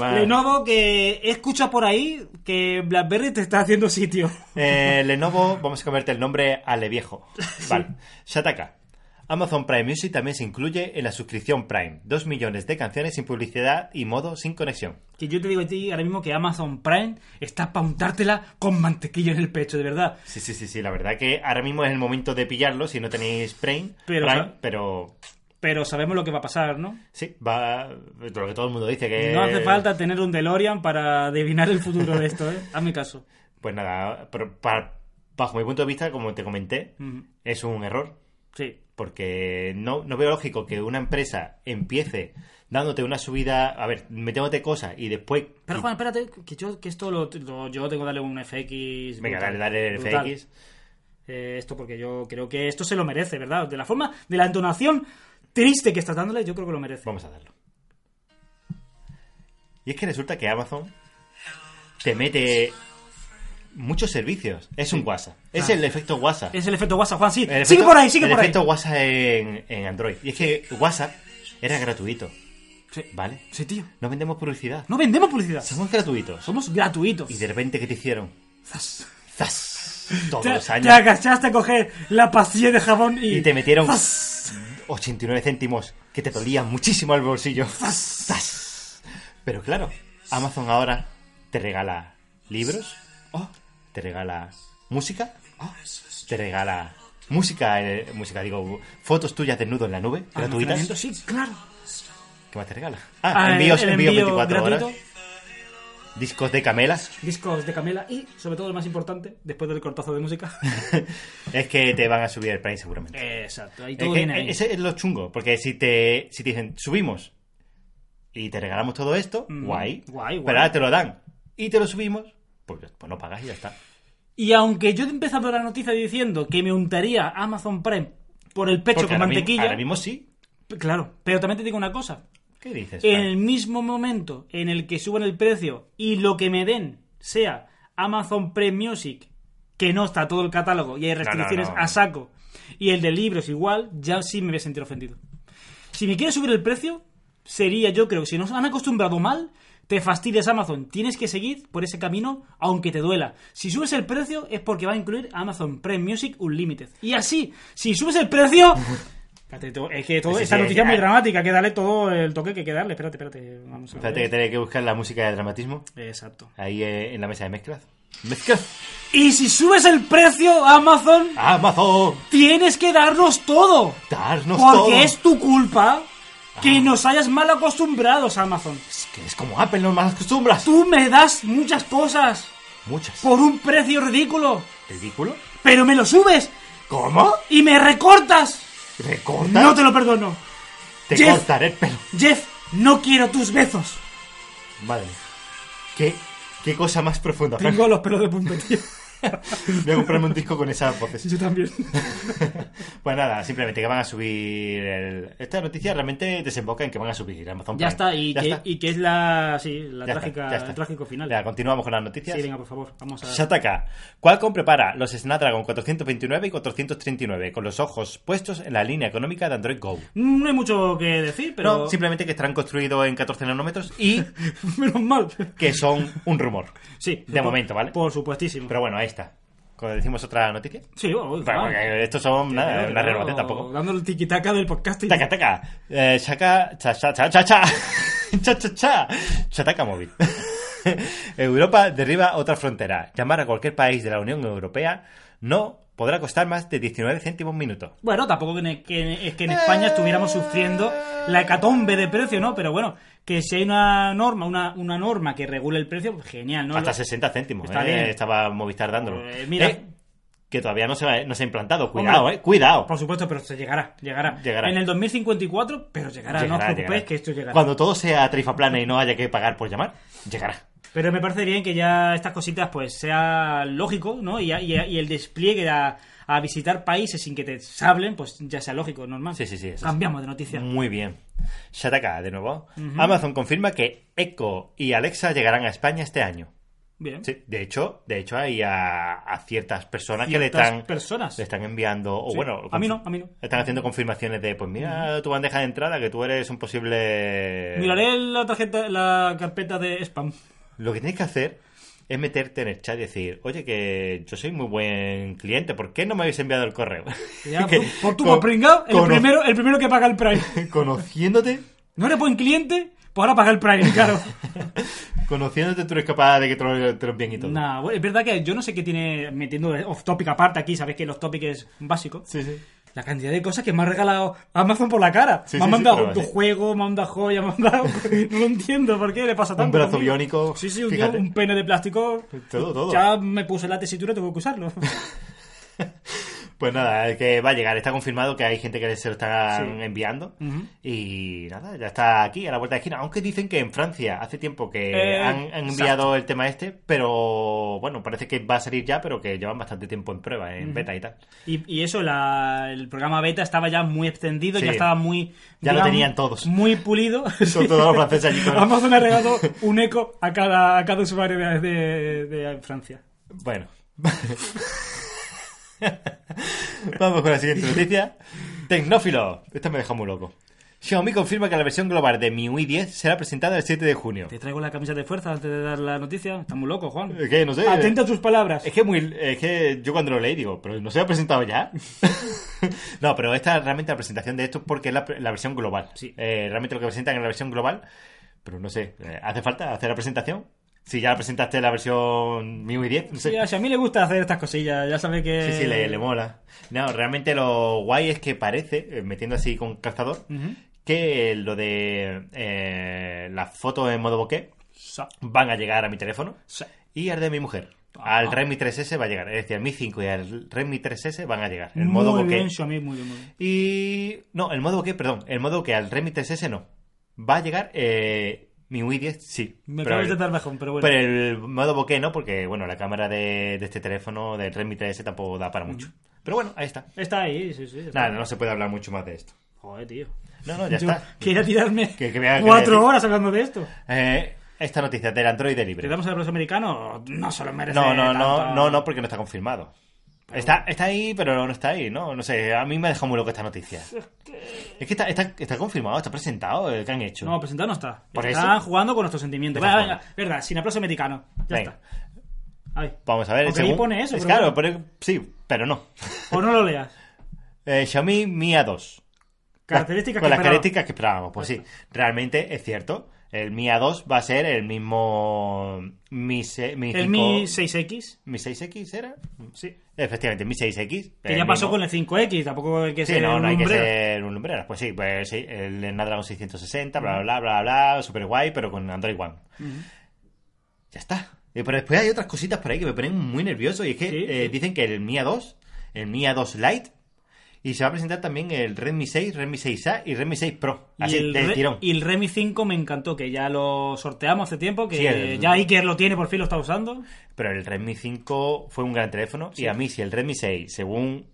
Va. Lenovo, que escucha por ahí que Blackberry te está haciendo sitio. Eh, Lenovo, vamos a cambiarte el nombre a Le Viejo. Vale. Shataka. Amazon Prime Music también se incluye en la suscripción Prime. Dos millones de canciones sin publicidad y modo sin conexión. Que yo te digo a ti ahora mismo que Amazon Prime está para untártela con mantequilla en el pecho, de verdad. Sí, sí, sí, sí. La verdad que ahora mismo es el momento de pillarlo si no tenéis Prime. Pero, Prime, ¿sabes? pero Pero sabemos lo que va a pasar, ¿no? sí, va lo que todo el mundo dice que No hace falta tener un DeLorean para adivinar el futuro de esto, ¿eh? Hazme caso. Pues nada, pero para- bajo mi punto de vista, como te comenté, Ujú. es un error. Mm, Sí. Porque no, no veo lógico que una empresa empiece dándote una subida, a ver, metiéndote cosas y después... Pero y- Juan, espérate, que yo que esto lo, lo- yo tengo que darle un FX. venga, brutal, dale, dale el brutal. FX. Eh, esto porque yo creo que esto se lo merece, ¿verdad? De la forma, de la entonación triste que estás dándole, yo creo que lo merece. Vamos a darlo. Y es que resulta que Amazon te mete muchos servicios. Es un WhatsApp. Es Ah. el efecto WhatsApp. Es el efecto WhatsApp, Juan, sí. El efecto- sigue por ahí, sigue el por efecto WhatsApp en, en Android. Y es que WhatsApp era gratuito, ahí. Sí. ¿vale? Sí, tío. No vendemos publicidad. No vendemos publicidad. Somos gratuitos. Somos gratuitos. Y de repente, ¿qué te hicieron? Zas. ¡Zas! Todos Te, los te años. agachaste a coger la pastilla de jabón y. Y te metieron Zas. 89 céntimos, que te dolía muchísimo el bolsillo. ¡Zas! Pero claro, Amazon ahora te regala libros, Oh, te regala música, oh. te regala Música, eh, música, digo, fotos tuyas desnudo en la nube, Ah, gratuitas. Almacenamiento, Sí, claro. ¿Qué más te regala? Ah, Ah, el- envíos, el envío envío 24 horas. gratuito. Discos de camelas. Discos de Camela y, sobre todo, el más importante, después del cortazo de música. es que te van a subir el price seguramente. Exacto, ahí Es todo que viene ahí. Eh, Ese es lo chungo, porque si te, si te dicen, subimos y te regalamos todo esto, Ujú. guay, Mm, Guay, guay. Pero ahora te lo dan y te lo subimos, pues, ya- pues no pagas y ya está. Y aunque yo empezaba la noticia diciendo que me untaría Amazon Prime por el pecho con Porque ahora mismo- mantequilla, ahora mismo sí. p- claro, pero también te digo una cosa, ¿Qué dices? en Fran? el mismo momento en el que suban el precio y lo que me den sea Amazon Prime Music, que no está todo el catálogo y hay restricciones no, no. a saco, y el de libros igual, ya sí me voy a sentir ofendido. Si me quieres subir el precio, sería yo creo que si nos han acostumbrado mal, te fastidias Amazon. Tienes que seguir por ese camino aunque te duela. Si subes el precio es porque va a incluir Amazon Prime Music Unlimited. Y así, si subes el precio... Espérate, to- es que todo, Sí, sí, esta sí, noticia es muy ah. dramática, hay que darle todo el toque que hay que darle. Espérate, espérate, vamos a Espérate que ver. tenés que buscar la música de dramatismo Exacto. ahí eh, en la mesa de mezclas. ¡Mezcla! Y si subes el precio, Amazon, ¡Amazon! tienes que darnos todo. ¡Darnos Porque todo! Ah. es tu culpa que nos hayas mal acostumbrados, Amazon. Es que es como Apple, no malas costumbras. Tú me das muchas cosas Muchas. por un precio ridículo, ¿Ridículo? pero me lo subes ¿Cómo? y me recortas. ¿Recorta? No te lo perdono. Te Jeff. cortaré el pelo. Jeff, no quiero tus besos. Madre mía. ¿Qué, qué cosa más profunda. Fran. Tengo los pelos de punta, tío. Voy a comprarme un disco con esas voces. Yo también. Pues nada, simplemente que van a subir. el- Esta noticia realmente desemboca en que van a subir Amazon Ya Prime. está, y, que, y que es la, sí, la Ya está, trágica, ya está. el trágico final. Venga, continuamos con las noticias. sí, venga, por favor, vamos a... Shataka. Qualcomm prepara los Snapdragon 429 y 439 con los ojos puestos en la línea económica de Android Go. No hay mucho que decir, pero... No, simplemente que estarán construidos en 14 nanómetros y Menos mal. que son un rumor. Sí. De por- momento, ¿vale? Por supuestísimo. Pero bueno, ahí está. Cuando decimos otra noticia. Sí, bueno, Bueno, claro. porque estos son nada, una rebate tampoco. Dando el tiquitaca del podcast. y- Taca, taca. Eh, chaca, cha, cha, cha, cha, cha. Cha, cha, cha. Chataca móvil. Europa derriba otra frontera. Llamar a cualquier país de la Unión Europea no podrá costar más de 19 céntimos minuto. Bueno, tampoco que, que- es que en España estuviéramos sufriendo la hecatombe de precio, ¿no? Pero bueno, que si hay una norma, una, una norma que regule el precio, pues genial, ¿no? Hasta Lo- 60 céntimos. Está eh, bien. Estaba Movistar dándolo. Eh, mira. que todavía no se, ha- no se ha implantado. Cuidado, Hombre. eh. Cuidado. Por supuesto, pero se llegará, llegará. Llegará. En el 2054, pero llegará, no os Llegará, preocupéis llegará. que esto llegará. Cuando todo sea tarifa plana y no haya que pagar por llamar, llegará. Pero me parece bien que ya estas cositas pues sea lógico, ¿no? Y, y- y el despliegue a, a visitar países sin que te hablen, pues ya sea lógico, normal. Sí, sí, sí, Mm, eso sí. Cambiamos de noticia. Muy bien. Shataka, de nuevo. Amazon confirma que Echo y Alexa llegarán a España este año. Bien. Sí, de hecho, de hecho hay a, a ciertas personas que le Ciertas están, personas. le están enviando, o Sí. bueno, A mí no, a mí no. Están haciendo confirmaciones de, pues mira tu bandeja de entrada, que tú eres un posible... Miraré la tarjeta, la carpeta de spam. Lo que tienes que hacer es meterte en el chat y decir, oye, que yo soy muy buen cliente, ¿por qué no me habéis enviado el correo? Ya, Que por, por tu con- pringao, el cono- primero, el primero que paga el Prime. Conociéndote, No eres buen cliente, pues ahora paga el Prime, claro. conociéndote tú eres capaz de que te lo, te lo envíen y todo. Nah, bueno, es verdad que yo no sé qué tiene, metiendo off topic aparte aquí, sabéis que los topic es básico. Sí, sí. La cantidad de cosas que me ha regalado Amazon por la cara. Sí, me ha sí, sí, mandado pero tu vale. juego, me ha mandado joya, me ha mandado. no lo entiendo por qué le pasa tanto. Un brazo conmigo. biónico. Ah, Sí, sí, un, fíjate. un pene de plástico. Todo, todo. Ya me puse la tesitura, tengo que usarlo. Pues nada, es que va a llegar. Está confirmado que hay gente que se lo están Sí. enviando. Ujú. Y nada, ya está aquí, a la vuelta de esquina. Aunque dicen que en Francia hace tiempo que Eh, han, han enviado el tema este, pero bueno, parece que va a salir ya, pero que llevan bastante tiempo en prueba, en beta y tal. Y, y eso, la- el programa beta estaba ya muy extendido, Sí. ya estaba muy. Ya lo tenían todos. Muy pulido. Son todos los franceses allí con- Amazon ha regalado un eco a cada, a cada usuario de, de- de Francia. Bueno. Vamos con la siguiente noticia. Tecnófilo. Esta me deja muy loco. Xiaomi confirma que la versión global de MIUI 10 será presentada el 7 de junio. Te traigo la camisa de fuerza antes de dar la noticia. Está muy loco, Juan. Es que no sé. Atenta a tus palabras. Es que, muy, es que yo cuando lo leí digo, pero no se ha presentado ya. no, pero esta es realmente la presentación de esto porque es la, la versión global. Sí. Eh, realmente lo que presentan es la versión global, pero no sé, eh, ¿hace falta hacer la presentación? Si ya presentaste la versión MIUI 10. no sé. Sí, a mí le gusta hacer estas cosillas, ya sabe que... Sí, sí, le, Eh. le mola. No, realmente lo guay es que parece, eh, metiendo así con captador, Ujú. que lo de eh, las fotos en modo bokeh Sa- van a llegar a mi teléfono sa- y al de mi mujer. Ah. Al Redmi 3S va a llegar. Es decir, al Mi 5 y al Redmi 3S van a llegar. El muy modo bokeh. bien, Xiaomi, muy bien, muy bien. Y. No, el modo que, perdón. El modo que al Redmi 3S no. Va a llegar. Eh, mi Wii 10 sí. Me pero, acabas de el, dar bajón, pero bueno. pero el modo bokeh no, porque bueno, la cámara de, de este teléfono, del Redmi 3S, tampoco da para mucho. Pero bueno, ahí está. Está ahí, sí, sí. está Nada, ahí. no se puede hablar mucho más de esto. Joder, tío. No, no, ya Yo está. Quería tirarme Que- que vea- que cuatro vea- horas hablando de esto. Eh, esta noticia del Android de ¿Te libre. damos a los americanos? No se lo merece. No, no, tanto. no, no, no, porque no está confirmado. Está, está ahí, pero no está ahí, ¿no? No sé, a mí me ha dejado muy loco esta noticia. Es que está, está, está confirmado, está presentado, eh, ¿qué han hecho? No, presentado no está. ¿Por Están eso? jugando con nuestros sentimientos. Están Venga, venga, verdad, sin aplauso americano. Ya Venga. está. Ay. Vamos a ver. Aunque ahí pone eso, es pero claro, bueno. pero- sí, pero no. O no lo leas. Eh, Xiaomi Mi A2. Características Con que las esperaba. características que esperábamos. Pues sí, realmente es cierto. El Mi A2 va a ser el mismo Mi, se- Mi El cinco- Mi 6X. Mi 6X era. Sí. Efectivamente, Mi 6X. Que ya pasó con el 5X, tampoco hay que Sí, ser no, no hay que lumbrero. ser un lumbrera. Pues sí, pues sí, el Snapdragon 660, bla, bla, bla, bla, bla, super guay, pero con Android One. Ya está. Eh, Pero después hay otras cositas por ahí que me ponen muy nervioso y es que Sí, eh, sí. dicen que el Mia 2, el Mia 2 Lite, y se va a presentar también el Redmi 6, Redmi 6A y Redmi 6 Pro. Y Así, el, del Re- tirón. y el Remi 5 me encantó, que ya lo sorteamos hace tiempo, que Sí, el- ya Iker lo tiene, por fin lo está usando. Pero el Redmi 5 fue un gran teléfono Sí. y a mí si el Redmi 6, según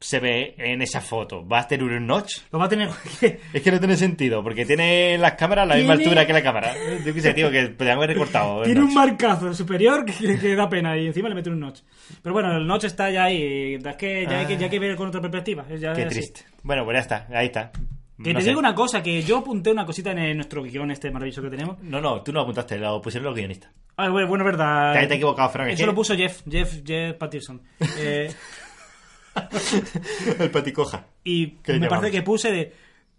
se ve en esa foto, va a tener un notch... Lo va a tener que... Es que no tiene sentido, porque tiene las cámaras a la misma Tiene- altura que la cámara. Yo qué sé, tío, que podrían haber recortado. el Tiene un notch. marcazo superior que, que da pena y encima le mete un notch. Pero bueno, el notch está ya ahí. Es que ya, hay, que, ya hay que ver con otra perspectiva. es ya Qué así. triste. Bueno, pues ya está, ahí está. Que no Ah, te sé. digo una cosa, que yo apunté una cosita en eh, nuestro guión este maravilloso que tenemos. No, no, tú no apuntaste, lo pusieron los guionistas. Ah, bueno, bueno, verdad. Te- te he equivocado, Frank, es Eso que- lo puso Jeff, Jeff, Jeff Patterson. Eh, el paticoja. y ¿Qué me llamamos? parece que puse de...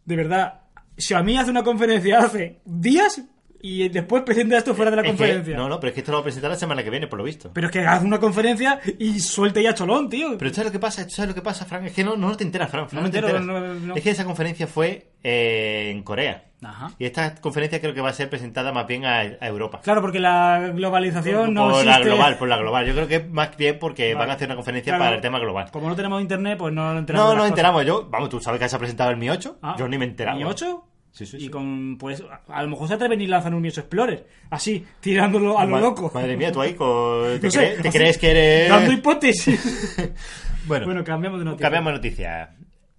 De verdad, Xiaomi hace una conferencia hace días y después presenta esto fuera de la Es que- conferencia. no, no, pero es que esto lo va a presentar la semana que viene, por lo visto. Pero, Pero es que hace una conferencia y suelta ya cholón, tío. esto es lo que pasa, esto es lo que pasa, Frank. Es que no, no te enteras, Frank. No no me te entero, enteras. no, no. Es que esa conferencia fue eh, en Corea. Ajá. Y esta conferencia creo que va a ser presentada más bien a, a Europa. Claro, porque la globalización no por existe. la global, por la global. Yo creo que es más bien porque van a hacer una conferencia Claro. para el tema global. Como no tenemos internet, pues no nos enteramos. No, de las no cosas. enteramos. Yo, vamos, tú sabes que se ha presentado el Mi 8. Ah, yo ni me he enterado. ¿Mi 8? Sí, sí, Y sí. con, pues, a, a lo mejor se atreven y lanzan un Mi 8 Explorer. Así, tirándolo a lo Ma- loco. Madre mía, tú ahí con- te, No sé, crees, te así, crees que eres. Dando hipótesis. Bueno, bueno, cambiamos de noticia. cambiamos noticia.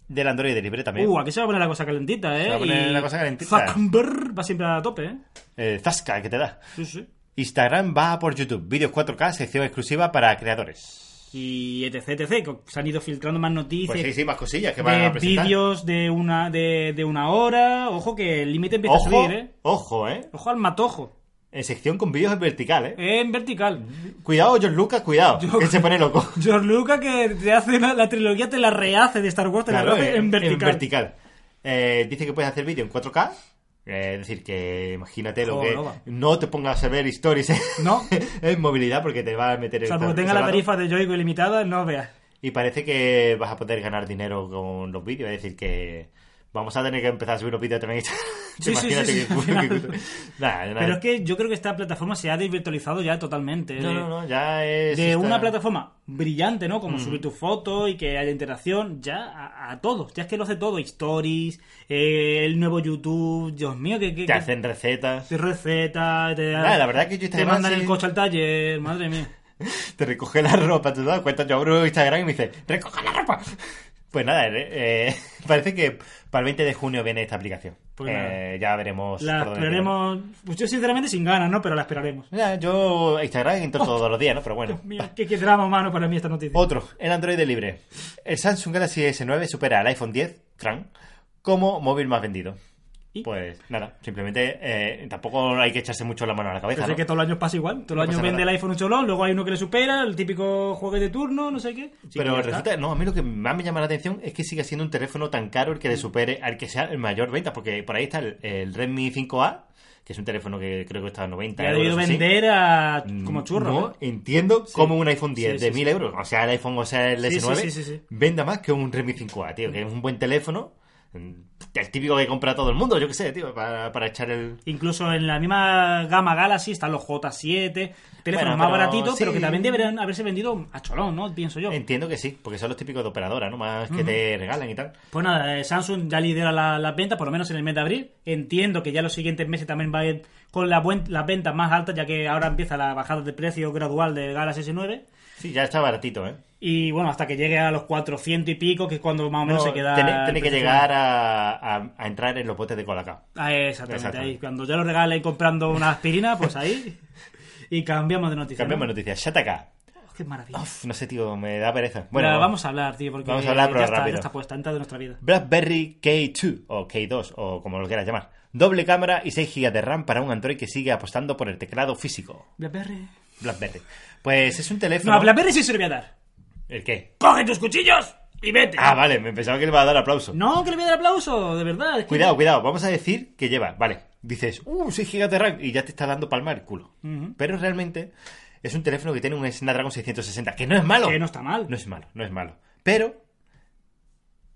Del Android de libre también. Uh, aquí se va a poner la cosa calentita, ¿eh? Se va a poner Y la cosa calentita. Zuckerberg va siempre a tope, ¿eh? Eh, zasca, que te da. Sí, sí. Instagram va por YouTube. Vídeos 4K, sección exclusiva para creadores. Y etc, etc. que Se han ido filtrando más noticias. Pues sí, sí, más cosillas que van de a presentar. vídeos de una, de, de una hora. Ojo que el límite empieza Ojo, a subir, ¿eh? ojo, ¿eh? Ojo al matojo. En sección con vídeos en vertical, ¿eh? En vertical. Cuidado, John Lucas, cuidado. Yo- Que se pone loco. George Lucas que te hace una- la trilogía, te la rehace de Star Wars, te Claro, la rehace en vertical. vertical. Eh, dice que puedes hacer vídeo en 4K. eh, es decir, que imagínate lo Joder, que. Oh, va. No te pongas a ver stories en- No. en movilidad porque te va a meter O en sea, porque todo- tenga la todo el rato. tarifa de Yoigo ilimitada, no veas. Y parece que vas a poder ganar dinero con los vídeos. Es decir, que vamos a tener que empezar a subir los vídeos también. Sí, sí, sí, sí, al final. Nada, nada. Pero es que yo creo que esta plataforma se ha desvirtualizado ya totalmente. ¿eh? No, de no, no, ya es. de esta- una plataforma brillante, ¿no? Mm. Como subir tu foto y que haya interacción, ya a, a todos. Ya es que lo hace todo. Stories, eh, el nuevo YouTube, Dios mío, que... que Te hacen recetas. que- recetas, te, Nada, la verdad que yo te Instagram mandan sí- el coche al taller, madre mía. te recoge la ropa, te das cuenta, yo abro Instagram y me dice, recoge la ropa. Pues nada, eh, eh, parece que para el 20 de junio viene esta aplicación. Pues Eh, nada. ya veremos. La por dónde esperaremos, pues yo sinceramente sin ganas, ¿no? Pero la esperaremos. queda. Ya, yo Instagram entro todos los días, ¿no? Pero bueno. Dios mío, qué, qué drama humano para mí esta noticia. Otro, el Android de libre. El Samsung Galaxy S9 supera al iPhone 10, Fran, como móvil más vendido. ¿Y? Pues nada, simplemente eh, tampoco hay que echarse mucho la mano a la cabeza. Pero es ¿no? que todos los años pasa igual. Todos No los años pasa vende el nada. iPhone un cholón, luego hay uno que le supera, el típico juego de turno, no sé qué. Sí, Pero ya está. resulta, no, a mí lo que más me llama la atención es que siga siendo Mm. un teléfono tan caro el que le supere al que sea el mayor venta, porque por ahí está el, el Redmi 5A, que es un teléfono que creo que está a 90 Te ha euros. debido así. vender a Mm, como churro. No, ¿eh? entiendo cómo un iPhone 10 Sí, de sí, 1000 sí. euros, o sea, el iPhone, o sea, el Sí, sí, S9, sí, sí, sí. Mm. venda más que un Redmi 5A, tío, que es un buen teléfono. mm, El típico que compra todo el mundo, yo qué sé, tío, para, para echar el. Incluso en la misma gama Galaxy están los J7, teléfonos Bueno, más pero baratitos, pero que sí. también deberían haberse vendido a cholón, ¿no? Pienso yo. Entiendo que sí, porque son los típicos de operadora, ¿no? Más que te regalan y tal. Pues nada, eh, Samsung ya lidera la- las ventas, por lo menos en el mes de abril. Entiendo que ya los siguientes meses también va a ir con la buen- las ventas más altas, ya que ahora empieza la bajada de precio gradual de Galaxy S9. Sí, ya está baratito, ¿eh? Y bueno, hasta que llegue a los 400 y pico, que es cuando más o menos No, se queda. tiene, el tiene que precio llegar a, a- a entrar en los botes de Colacao. final. Ah, exactamente, Exactamente. ahí. Cuando ya lo regalen comprando una aspirina, pues ahí. Y cambiamos de noticia. Cambiamos de ¿no? noticias. Shataka. Oh, Qué maravilla. Uf, no sé, tío, me da pereza. Bueno, Bueno, vamos a hablar, tío, porque vamos a hablar, pero ya, está, ya rápido. está puesta, entra de nuestra vida. BlackBerry K2 o K2 o como lo quieras llamar. Doble cámara y 6 GB de RAM para un Android que sigue apostando por el teclado físico. Blackberry. BlackBerry. Pues es un No, teléfono... a Blackberry sí se lo voy a dar. ¿El qué? ¡Coge tus cuchillos y vete! Ah, vale, me pensaba que le iba a dar aplauso. No, que le voy a dar aplauso, de verdad. es que- Cuidado, cuidado, vamos a decir que lleva, vale, dices, uh, 6 GB de RAM y ya te está dando palma el culo. Pero realmente es un teléfono que tiene un Snapdragon 660, que no es malo. Que no está mal. No es malo, no es malo. Pero,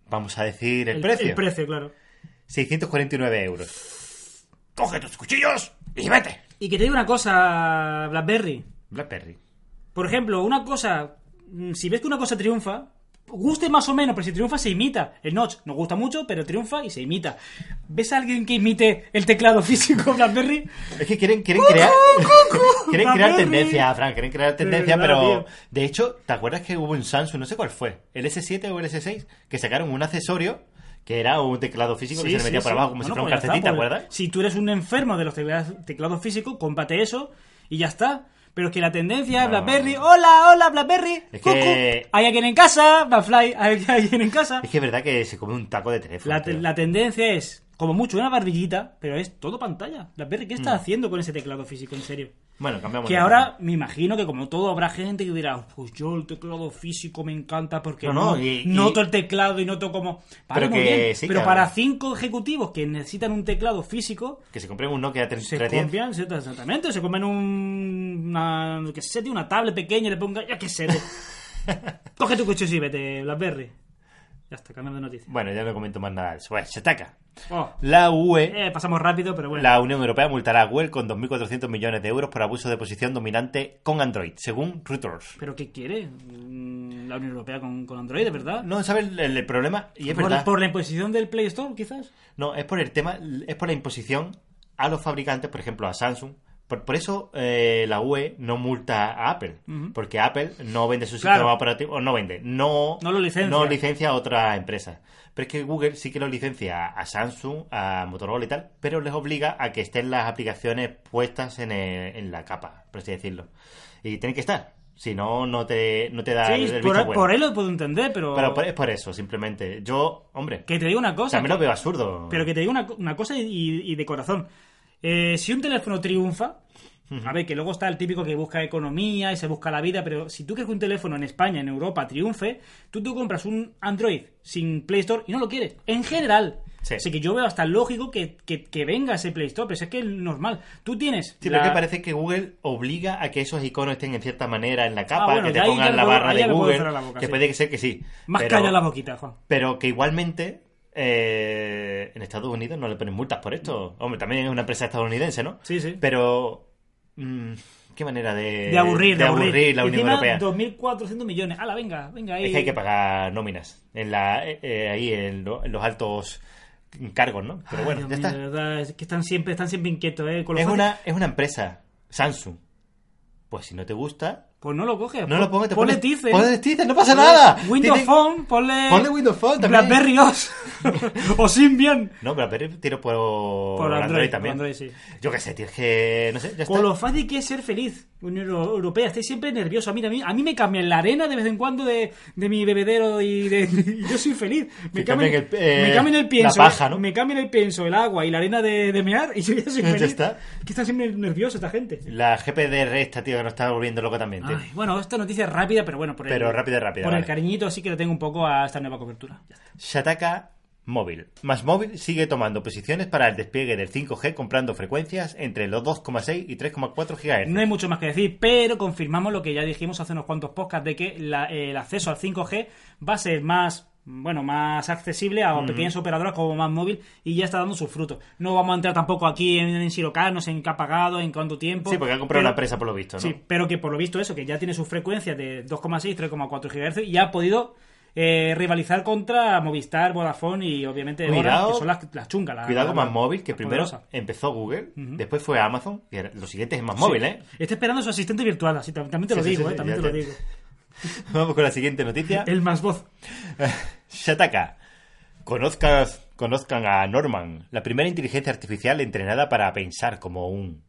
vamos a decir el, El- precio. El precio, claro. 649 euros. Coge tus cuchillos y vete. Y que te digo una cosa, Blackberry. BlackBerry. Por ejemplo, una cosa. mm, Si ves que una cosa triunfa, guste más o menos, pero si triunfa, se imita. El Notch nos gusta mucho, pero triunfa y se imita. ¿Ves a alguien que imite el teclado físico Blackberry? Es que quieren, quieren crear, quieren crear BlackBerry. tendencia, Frank, quieren crear tendencia, verdad, pero tío. de hecho, ¿te acuerdas que hubo un Samsung, no sé cuál fue, el S7 o el S6, que sacaron un accesorio que era un teclado físico que se le metía por abajo como si Bueno, fuera un pues ya calcetín, ¿te está, pues, acuerdas? Si tú eres un enfermo de los teclados, teclados físicos, cómpate eso y ya está. Pero es que la tendencia es No. BlackBerry. ¡Hola, hola, BlackBerry! Es cucu! que- ¿Hay alguien en casa? Blackfly, ¿hay alguien en casa? Es que es verdad que se come un taco de teléfono. La, te- tío. la tendencia es, como mucho, una barbillita, pero es todo pantalla. BlackBerry, ¿qué Hmm. estás haciendo con ese teclado físico, en serio? Bueno, cambiamos. Que de ahora tema. me imagino que como todo habrá gente que dirá, pues yo el teclado físico me encanta porque No, no, no, y- y- noto el teclado y noto como... Vale, Pero muy que bien, sí, pero claro. para cinco ejecutivos que necesitan un teclado físico, Que se compren un Nokia se 3310. compran, sí, exactamente, se comen un, una, que sé, tío, una tablet pequeña y le pongan, ya que sé. tío. Coge tu coche y vete, Blackberry. Ya está, cambiando de noticia. Bueno, ya no comento más nada de eso. Bueno, se ataca. Oh, La UE eh, pasamos rápido, pero bueno. La Unión Europea multará a Google con 2.400 millones de euros por abuso de posición dominante con Android, según Reuters. ¿Pero qué quiere mm, la Unión Europea con, con Android, de verdad? No, ¿sabes el, el problema? Y es por, verdad. por la imposición del Play Store, quizás. No, es por el tema, es por la imposición a los fabricantes, por ejemplo, a Samsung. Por, por eso eh, la UE no multa a Apple, porque Apple no vende su Claro. sistema operativo, o no vende, no, No lo licencia. no licencia a otra empresa. Pero es que Google sí que lo licencia a Samsung, a Motorola y tal, pero les obliga a que estén las aplicaciones puestas en, el- en la capa, por así decirlo. Y tienen que estar, si no, no te, no te da el, Sí, el por, visto bueno. por él lo puedo entender, pero. Pero por- es por eso, simplemente. Yo, hombre, Que te digo una cosa. también lo veo absurdo. Pero que te digo una, co- una cosa y, y- y de corazón. Eh, si un teléfono triunfa, a ver, que luego está el típico que busca economía y se busca la vida, pero si tú crees que un teléfono en España, en Europa, triunfe, tú te compras un Android sin Play Store y no lo quieres, en general. Sí. Así que yo veo hasta lógico que, que- que venga ese Play Store, pero si es que es normal. Tú tienes... Sí, la- pero es que parece que Google obliga a que esos iconos estén en cierta manera en la capa, Ah, bueno, que te ya ahí ya pongan le la puedo- barra ahí de ya le puedo Google. cerrar la boca, que sí. puede ser que sí. Más pero, calla la boquita, Juan. Pero que igualmente eh, en Estados Unidos no le ponen multas por esto. Hombre, también es una empresa estadounidense, ¿no? Sí, sí. Pero. mm, ¿Qué manera de. De aburrir, de, aburrir. la Unión Encima, Europea? 2.400 millones. Ala, venga, venga ahí. Es que hay que pagar nóminas. En la, eh, eh, ahí en, lo- en los altos cargos, ¿no? Pero Ay, bueno, Dios mío, ya está. de verdad, es que están siempre, están siempre inquietos, ¿eh? Con los Es fácil- una, es una empresa, Samsung. Pues si no te gusta, Pues no lo coges. No pon- lo pongas, te ponle pones- Tizen. ponle Tizen, no pasa Ponle nada. Windows Tiene- Phone, ponle. Ponle Windows Phone también. Blackberry OS. o Symbian. No, BlackBerry tiro por, Por Android, Android, también. por Android, sí. Yo qué sé, tío, es que. No sé, ya está. Con lo fácil que es ser feliz, Unión Euro- Europea. Estoy siempre nervioso. A mí, a mí, a mí me cambian la arena de vez en cuando de, de mi bebedero y, de, y yo soy feliz. Me Te cambian el- eh, me cambian el la pienso. eh. paja, ¿no? Me cambian el pienso, el agua y la arena de, de mear y yo ya soy Ya feliz. está. Es que está siempre nervioso esta gente. La GPDR esta, tío, que nos está volviendo loco también, tío. Ay, bueno, esta noticia es rápida, pero bueno, por el, Pero rápida, rápida, por el vale. cariñito sí que le tengo un poco a esta nueva cobertura. Ya está. Shataka Móvil. Más móvil sigue tomando posiciones para el despliegue del 5G comprando frecuencias entre los 2,6 y 3,4 GHz. No hay mucho más que decir, pero confirmamos lo que ya dijimos hace unos cuantos podcasts de que la- el acceso al 5G va a ser más bueno, más accesible a pequeñas operadoras como Más Móvil y ya está dando sus frutos. No vamos a entrar tampoco aquí en, en si locanos, en qué ha pagado, en cuánto tiempo. Sí, porque ha comprado pero- la empresa por lo visto, ¿no? Sí, pero que por lo visto eso, que ya tiene sus frecuencias de 2,6, 3,4 GHz y ya ha podido eh, rivalizar contra Movistar, Vodafone y obviamente Orange, Cuidado. que son las, las chungas. las- Cuidado con las- más móvil, que las primero poderosas. empezó Google, después fue Amazon, y ahora- lo siguiente es más móvil, ¿eh? Está esperando a su asistente virtual, así tam- también te lo Sí, sí, digo, sí, eh, sí, también te ya lo te- digo. Vamos con la siguiente noticia. El más voz. Shataka. Conozcan, conozcan a Norman, la primera inteligencia artificial entrenada para pensar como un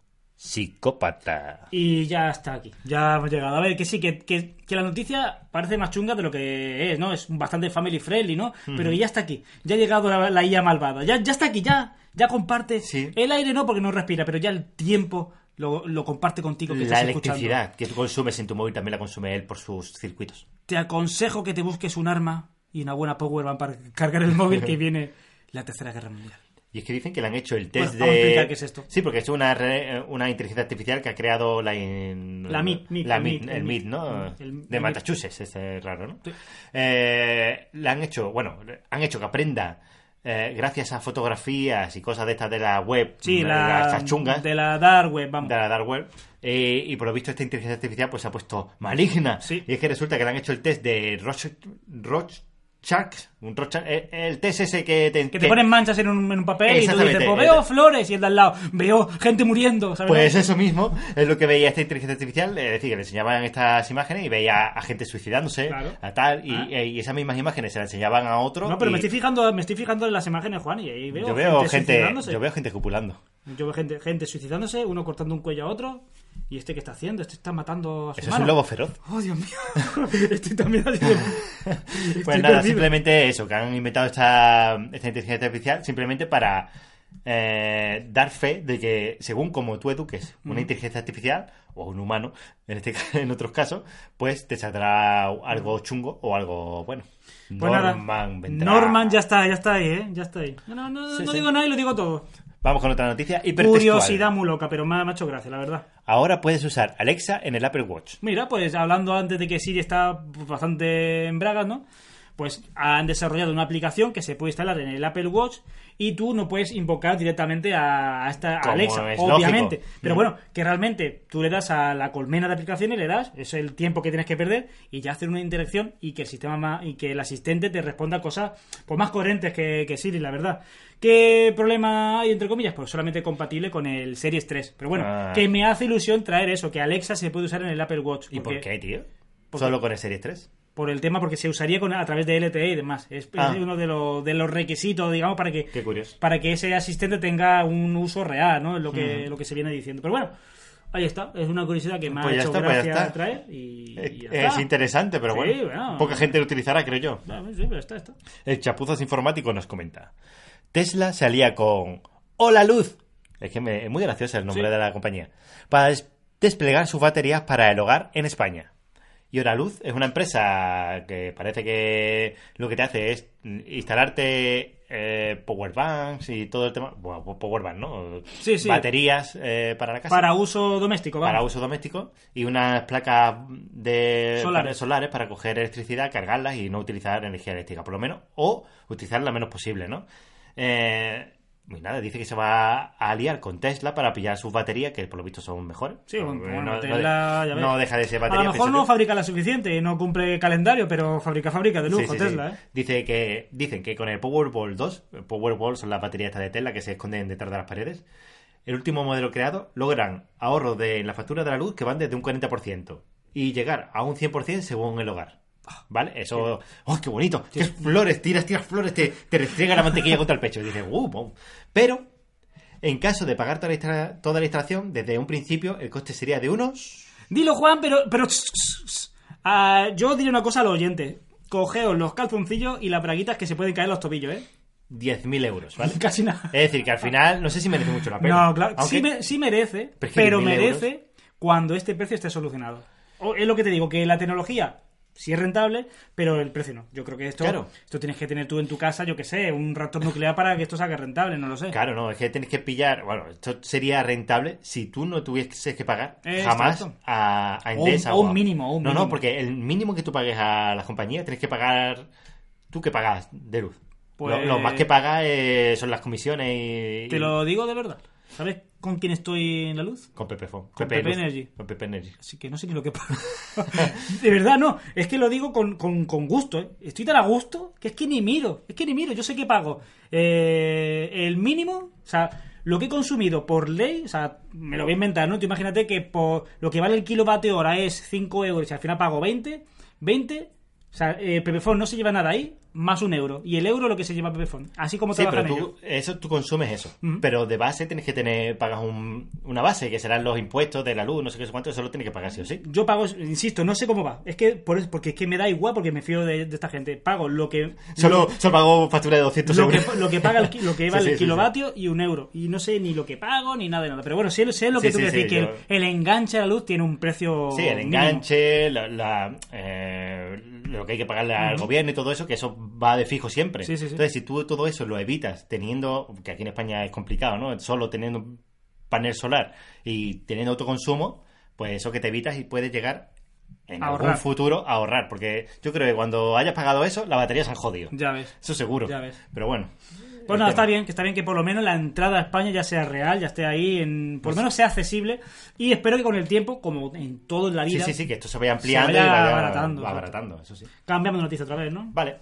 psicópata. Y ya está aquí, ya hemos llegado. A ver, que sí, que, que- que la noticia parece más chunga de lo que es, ¿no? Es bastante family friendly, ¿no? Pero ya está aquí, ya ha llegado la, la IA malvada, ya, ya está aquí, ya, ya comparte. Sí. El aire no, porque no respira, pero ya el tiempo lo, lo comparte contigo. Que La estás escuchando. electricidad que tú consumes en tu móvil también la consume él por sus circuitos. Te aconsejo que te busques un arma y una buena power bank para cargar el móvil que viene la Tercera Guerra Mundial. Y es que dicen que le han hecho el test Bueno, vamos a de... explicar qué es esto. Sí, porque es una, re- una inteligencia artificial que ha creado la... in- La MIT, MIT, la el MIT, MIT, el el MIT, MIT, ¿no? el- el MIT. de Massachusetts, este raro, ¿no? Sí. Eh, le han hecho, bueno, le han hecho que aprenda eh, gracias a fotografías y cosas de estas de la web, Sí, de la, las chachungas, de... de la Dark Web, vamos. la dark web. eh, y por lo visto esta inteligencia artificial pues se ha puesto maligna. Sí. Y es que resulta que le han hecho el test de Roche... Roche Sharks, un Rorschach- eh, el test ese que te, Que te que- ponen manchas en un, en un papel y tú dices, Exactamente. pues veo flores y el de al lado, veo gente muriendo, ¿sabes? Pues eso mismo es lo que veía esta inteligencia artificial, es decir, que le enseñaban estas imágenes y veía a gente suicidándose, Claro. a tal, y, eh, Ah. y esas mismas imágenes se las enseñaban a otro. No, pero y me estoy fijando, me estoy fijando en las imágenes, Juan, y ahí veo, yo veo gente, gente, suicidándose. yo veo gente copulando. Yo veo gente, gente suicidándose, uno cortando un cuello a otro, y este que está haciendo, este está matando a su Eso es hermano. un lobo feroz. Oh, Dios mío. Estoy también así de- Estoy Pues nada, perdido. simplemente eso, que han inventado esta, esta inteligencia artificial simplemente para eh, dar fe de que según como tú eduques Mm. una inteligencia artificial o un humano, en, este, ca- en otros casos, pues te saldrá algo chungo o algo bueno. Pues nada, vendrá- Norman ya está, ya está ahí, ¿eh? Ya está ahí. No, no, no, Sí, no sí. digo nada y lo digo todo. Vamos con otra noticia hipertextual. Curiosidad muy loca, pero me ha me ha hecho gracia, la verdad. Ahora puedes usar Alexa en el Apple Watch. Mira, pues hablando antes de que Siri está bastante en bragas, ¿no? Pues han desarrollado una aplicación que se puede instalar en el Apple Watch y tú no puedes invocar directamente a a esta a Como Alexa, es obviamente. lógico. Pero Mm. bueno, que realmente tú le das a la colmena de aplicaciones, le das, es el tiempo que tienes que perder y ya hacer una interacción y que el sistema ma- y que el asistente te responda cosas pues más coherentes que, que Siri, la verdad. ¿Qué problema hay entre comillas? Pues solamente compatible con el Series 3. Pero bueno, Ah. que me hace ilusión traer eso, que Alexa se puede usar en el Apple Watch. ¿Y por porque- qué, tío? porque- Solo con el Series 3. Por el tema, porque se usaría con, a través de LTE y demás. Es, es Ah. uno de, los de los requisitos, digamos, para que, Qué curioso. para que ese asistente tenga un uso real, ¿no? Es lo que, lo que se viene diciendo. Pero bueno, ahí está. Es una curiosidad que me Pues ha ya hecho está, pues ya gracia está. Eh, traer y, y ya es está. interesante, pero Sí, bueno, bueno. Poca gente lo utilizará, creo yo. Ah, Sí, pero está, está. El Chapuzas Informático nos comenta. Tesla se alía con Hola Luz. Es que me- es muy gracioso el nombre Sí. de la compañía. Para des- desplegar sus baterías para el hogar en España. Y Hola Luz es una empresa que parece que lo que te hace es instalarte eh, power banks y todo el tema. Bueno, power bank, ¿no? Sí, sí. Baterías eh, para la casa. Para uso doméstico, vamos. para uso doméstico y unas placas de Solares. para- solares para coger electricidad, cargarlas y no utilizar energía eléctrica, por lo menos, o utilizarla menos posible, ¿no? Eh, y nada, dice que se va a aliar con Tesla para pillar sus baterías, que por lo visto son mejores. Sí, bueno, Eh, bueno, Tesla, ya ves. no deja de ser batería. a lo mejor pienso no yo. fabrica la suficiente y no cumple calendario, pero fabrica, fabrica de lujo Sí, sí, sí. Tesla, ¿eh? Dice que, dicen que con el Powerball 2, el Powerball son las baterías estas de Tesla que se esconden detrás de las paredes, el último modelo creado logran ahorros de, en la factura de la luz que van desde un 40% y llegar a un 100% según el hogar. Ah, ¿Vale? Eso. ¡Oh, qué bonito! ¡Qué flores! Tiras, tiras flores, te, te restriega la mantequilla contra el pecho. Y dices, ¡uh! bom". Pero, en caso de pagar toda la, instala- toda la instalación, desde un principio el coste sería de unos. Dilo, Juan, pero. pero Ah, yo diré una cosa a los oyentes. Cogeos los calzoncillos y las braguitas que se pueden caer en los tobillos, ¿eh? 10.000 euros, ¿vale? Casi nada. Es decir, que al final, no sé si merece mucho la pena. No, claro. Aunque- Sí, me- sí merece, Pero es que pero 10.000 merece cuando este precio esté solucionado. O- es lo que te digo, que la tecnología sí es rentable, pero el precio no. Yo creo que esto, Claro. esto tienes que tener tú en tu casa, yo que sé, un reactor nuclear para que esto salga rentable, no lo sé. Claro, no, es que tienes que pillar. Bueno, esto sería rentable si tú no tuvieses que pagar Eh, jamás exacto. a, a O un- Endesa. o un a- mínimo, o un no, mínimo. no, porque el mínimo que tú pagues a las compañías tienes que pagar. ¿Tú que pagas de luz? Pues- Lo, lo más que pagas eh, son las comisiones y. Te lo digo de verdad. ¿Sabes con quién estoy en la luz? Con PPFO. Con Luz, PP Energy. Con PP Energy. Así que no sé ni lo que pasa. de verdad, no. Es que lo digo con, con- con gusto. ¿eh? Estoy tan a gusto que es que ni miro. Es que ni miro. Yo sé que pago eh, el mínimo. O sea, lo que he consumido por ley. O sea, me lo voy a inventar, ¿no? Tú imagínate que por lo que vale el kilovatio hora es 5 euros y al final pago 20. 20. O sea, eh, Pepefon no se lleva nada ahí, más un euro. Y el euro lo que se lleva Pepefon. Así como Sí, trabajan pero ellos. tú, eso, tú consumes eso. Ujú. Pero de base tienes que tener, pagas un- una base, que serán los impuestos de la luz, no sé qué, sé cuánto, eso lo tienes que pagar sí o sí. Yo pago, insisto, no sé cómo va. Es que por eso- porque es que me da igual porque me fío de, de esta gente. Pago lo que Solo, solo pago factura de 200 lo que, euros. lo que paga el, ki- lo que vale Sí, sí, el sí, sí. kilovatio y un euro. Y no sé ni lo que pago ni nada de nada. Pero bueno, sé, sé lo que tú Sí, sí, quieres sí, decir, que yo- el, el enganche a la luz tiene un precio. Sí, el mínimo. enganche, la, la, eh, lo que hay que pagarle al gobierno y todo eso, que eso va de fijo siempre. Sí, sí, sí. Entonces, si tú todo eso lo evitas teniendo, que aquí en España es complicado, ¿no? Solo teniendo un panel solar y teniendo autoconsumo, pues eso que te evitas y puedes llegar en Ahorrar. algún futuro a ahorrar. Porque yo creo que cuando hayas pagado eso, las baterías se han jodido. Ya ves. Eso seguro. Ya ves. Pero bueno. Pues El nada, tema. está bien, que está bien que por lo menos la entrada a España ya sea real, ya esté ahí, en, por Pues lo menos sea accesible. Y espero que con el tiempo, como en todo en la Sí, vida, sí, sí, que esto se vaya ampliando vaya y vaya abaratando, abaratando, exacto. eso sí. cambiamos de noticia otra vez, ¿no? Vale.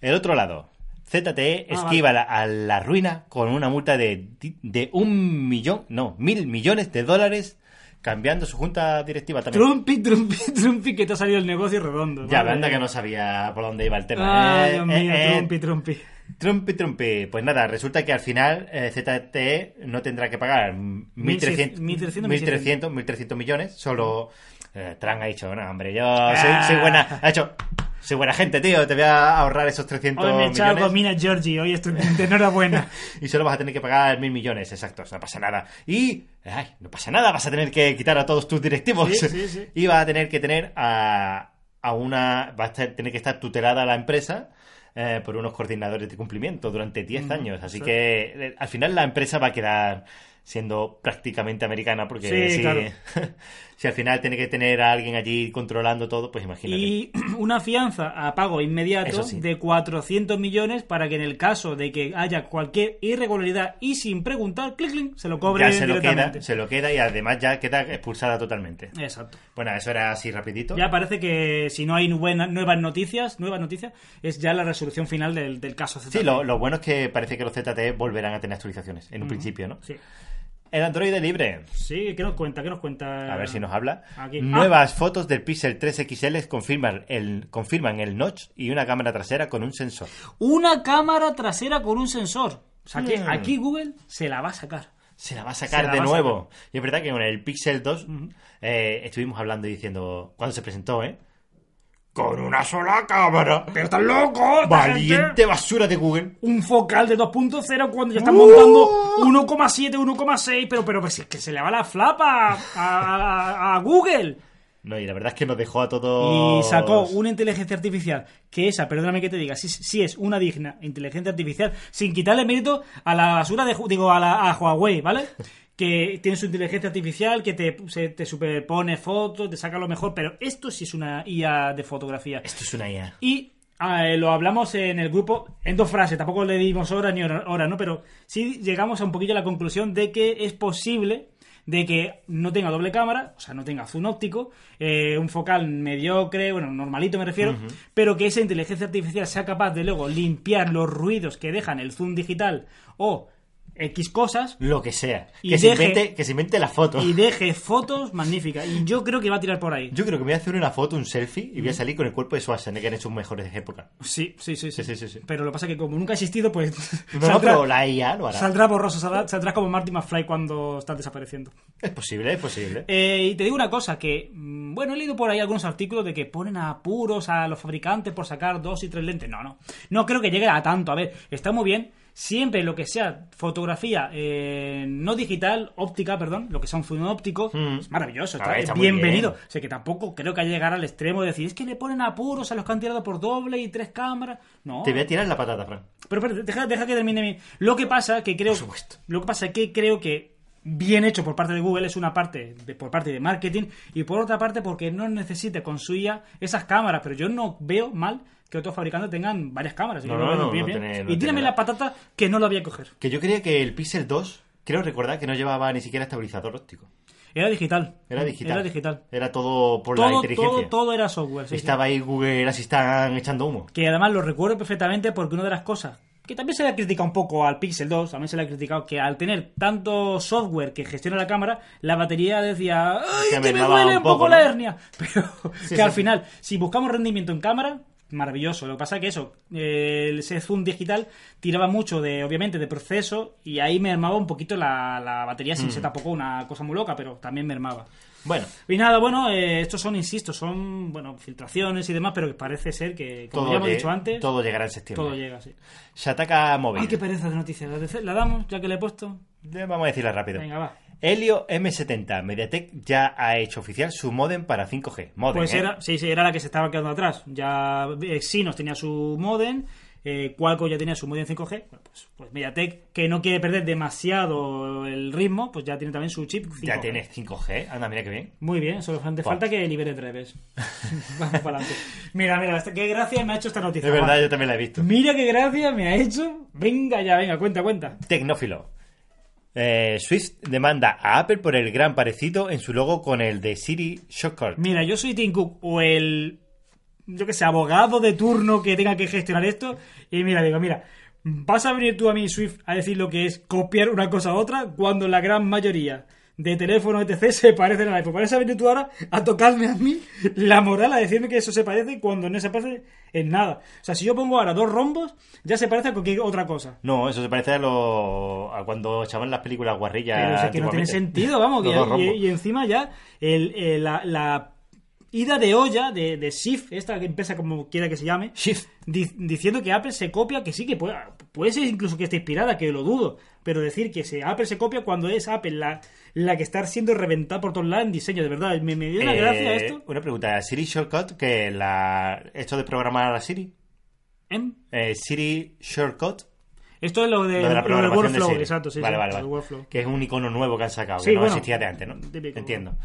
El otro lado. ZTE Ah, esquiva la- a la ruina con una multa de, di- de un millón, no, mil millones de dólares cambiando su junta directiva también. Trumpi, Trumpi, Trumpi, que te ha salido el negocio redondo. Ya, ¿vale? anda que no sabía por dónde iba el tema. Ay, Eh, Dios eh, mío, eh, Trumpi, Trumpi. Trumpi, Trumpi. Pues nada, resulta que al final eh, ZTE no tendrá que pagar 1.300 1.300, 1.300, 1.300 millones. Solo eh, Trump ha dicho, no, hombre, yo soy, Ah. soy buena. Ha hecho, soy buena gente, tío. Te voy a ahorrar esos 300 Hoy me he echado millones. con Mina Georgie, hoy estoy de enhorabuena. Y solo vas a tener que pagar mil millones, exacto, no pasa nada. Y, ay, no pasa nada, vas a tener que quitar a todos tus directivos. Sí, sí, sí. Y vas a tener que tener a, a una, vas a ter- tener que estar tutelada la empresa eh, por unos coordinadores de cumplimiento durante 10 años. Así Mm, sí. que eh, al final la empresa va a quedar siendo prácticamente americana porque Sí, si, claro. si al final tiene que tener a alguien allí controlando todo, pues imagínate. Y una fianza a pago inmediato Eso sí. de 400 millones para que en el caso de que haya cualquier irregularidad y sin preguntar, clic, clic, se lo cobren ya se lo directamente. queda, se lo queda y además ya queda expulsada totalmente. Exacto. Bueno, eso era así rapidito. Ya parece que si no hay buena- nuevas noticias, nuevas noticias, es ya la resolución final del, del caso. ZTE. Sí, lo, lo bueno es que parece que los ZTE volverán a tener actualizaciones, en un principio, ¿no? sí. El Android libre, Sí, ¿qué nos cuenta? ¿Qué nos cuenta? a ver si nos habla. Aquí. Ah. Nuevas fotos del Pixel 3XL confirman el, confirman el notch y una cámara trasera con un sensor. Una cámara trasera con un sensor. O sea que Mm. aquí Google se la va a sacar. Se la va a sacar Se la de va a nuevo. Y es verdad que con el Pixel 2 eh, estuvimos hablando y diciendo, cuando se presentó, ¿eh? Con una sola cámara. ¡Pero estás loco! esta gente! Valiente basura de Google. un focal de 2.0 cuando ya están ¡Uh! montando 1,7, 1,6, pero, pero pues, es que se le va la flapa a, a- a- a Google. No, y la verdad es que nos dejó a Y todos... sacó una inteligencia artificial, que esa, perdóname que te diga, sí, sí es una digna inteligencia artificial, sin quitarle mérito a la basura de, Ju- digo, a, la, a Huawei, ¿vale? Que tiene su inteligencia artificial, que te, se- te superpone fotos, te saca lo mejor, pero esto sí es una IA de fotografía. Esto es una IA. Y ah, eh, lo hablamos en el grupo en dos frases, tampoco le dimos horas ni hora- horas, ¿no? Pero sí llegamos a un poquillo a la conclusión de que es posible de que no tenga doble cámara, o sea, no tenga zoom óptico, eh, un focal mediocre, bueno, normalito me refiero, pero que esa inteligencia artificial sea capaz de luego limpiar los ruidos que dejan el zoom digital o X cosas Lo que sea. Y Que se, deje- invente, que se invente la foto. y deje fotos magníficas. Y yo creo que va a tirar por ahí. Yo creo que me voy a hacer una foto, un selfie, y voy a salir con el cuerpo de Schwarzenegger en sus mejores épocas. Sí, sí, sí, sí. Sí, sí, sí, sí. Pero lo que pasa es que como nunca ha existido, pues... No, saldrá- no, pero la IA lo hará. Saldrá borroso, saldrá, saldrá como Marty McFly cuando estás desapareciendo. Es posible, es posible. Eh, y te digo una cosa, que, mm, bueno, he leído por ahí algunos artículos de que ponen a apuros a los fabricantes por sacar dos y tres lentes. No, no, no creo que llegue a tanto. A ver, está muy bien siempre lo que sea fotografía eh, no digital, óptica, perdón, lo que sea un zoom óptico, Mm. es maravilloso, Ah, está, está muy bienvenido. bien. O sea que tampoco creo que haya llegar al extremo de decir, es que le ponen apuros a los que han tirado por doble y tres cámaras. No. Te voy a tirar la patata, Fran. Pero, espérate, deja, deja que termine mi. Lo que pasa que creo. Lo que pasa que creo que bien hecho por parte de Google es una parte de- por parte de marketing y por otra parte porque no necesita con su IA esas cámaras. Pero yo no veo mal que otros fabricantes tengan varias cámaras. Yo No, lo no, veo no, bien, no bien. tiene- no y tiene tírame la nada. patata que no la voy a coger. Que yo creía que el Pixel 2, creo recordar que no llevaba ni siquiera estabilizador óptico. Era digital. Era digital. Era digital. Era todo por la Todo, inteligencia. todo, todo era software. sí, sí. Estaba ahí Google Assistant echando humo. Que además lo recuerdo perfectamente porque una de las cosas que también se le ha criticado un poco al Pixel 2, también se le ha criticado que al tener tanto software que gestiona la cámara, la batería decía, ¡ay, Que que, me me daba duele un un poco poco, la ¿no? hernia! Pero Sí, que sí. al final, si buscamos rendimiento en cámara, maravilloso. Lo que pasa es que eso, eh, ese zoom digital tiraba mucho de, obviamente, de proceso y ahí me armaba un poquito la, la batería sin Mm. ser tampoco una cosa muy loca, pero también me armaba. Bueno, Y nada, bueno, eh, estos son, insisto, son, bueno, filtraciones y demás, pero que parece ser que, como todo, ya hemos lle- dicho antes... todo llegará en septiembre. Todo llega, sí. Shataka Mobile. Ay, qué pereza de noticias. ¿La, de- la damos ya que le he puesto? Eh, Vamos a decirla rápido. Venga, va. Helio M70. Mediatek ya ha hecho oficial su modem para 5G. Modem, Pues ¿eh? era, sí, sí, era la que se estaba quedando atrás. Ya eh, Exynos tenía su modem, eh, Qualcomm ya tenía su modem 5G. Bueno, pues, pues MediaTek, que no quiere perder demasiado el ritmo, pues ya tiene también su chip 5G. Ya tienes 5G. Anda, mira qué bien. Muy bien, solo hace Guau. falta que libere Dreves. Vamos para adelante. Mira, mira, esta- qué gracia me ha hecho esta noticia. Es verdad, Juan. yo también la he visto. Mira qué gracia me ha hecho. Venga ya, venga, cuenta, cuenta. Tecnófilo. Eh, Swift demanda a Apple por el gran parecido en su logo con el de Siri Shortcut. Mira, yo soy Tim Cook o el, yo que sé, abogado de turno que tenga que gestionar esto. Y mira, digo, mira, vas a venir tú a mí, Swift, a decir lo que es copiar una cosa a otra cuando la gran mayoría de teléfonos etc. se parecen al iPhone. Vas a venir tú ahora a tocarme a mí la moral, a decirme que eso se parece cuando no se parece en nada. O sea, si yo pongo ahora dos rombos, ya se parece a cualquier otra cosa. No, eso se parece a, lo, a cuando echaban las películas guarrillas. Pero si es que no tiene antiguamente. sentido, vamos. que Los dos ya- y, rombos. y encima ya el- eh, la, la ida de olla de, de Shift, esta que empieza como quiera que se llame, Shift. di- diciendo que Apple se copia, que sí, que puede, puede ser incluso que esté inspirada, que lo dudo, pero decir que se, Apple se copia cuando es Apple la, la que está siendo reventada por todos lados en diseño, de verdad. Me, me dio una Eh, gracia esto. Una pregunta, Siri Shortcut, que la esto de programar a Siri. Em, Eh, Siri Shortcut, Esto es lo de, lo de lo la del programación de workflow, Siri. exacto, sí, vale, sí, vale, lo del vale. workflow. Que es un icono nuevo que han sacado, Sí, que no bueno, existía de antes, ¿no? típico. Entiendo.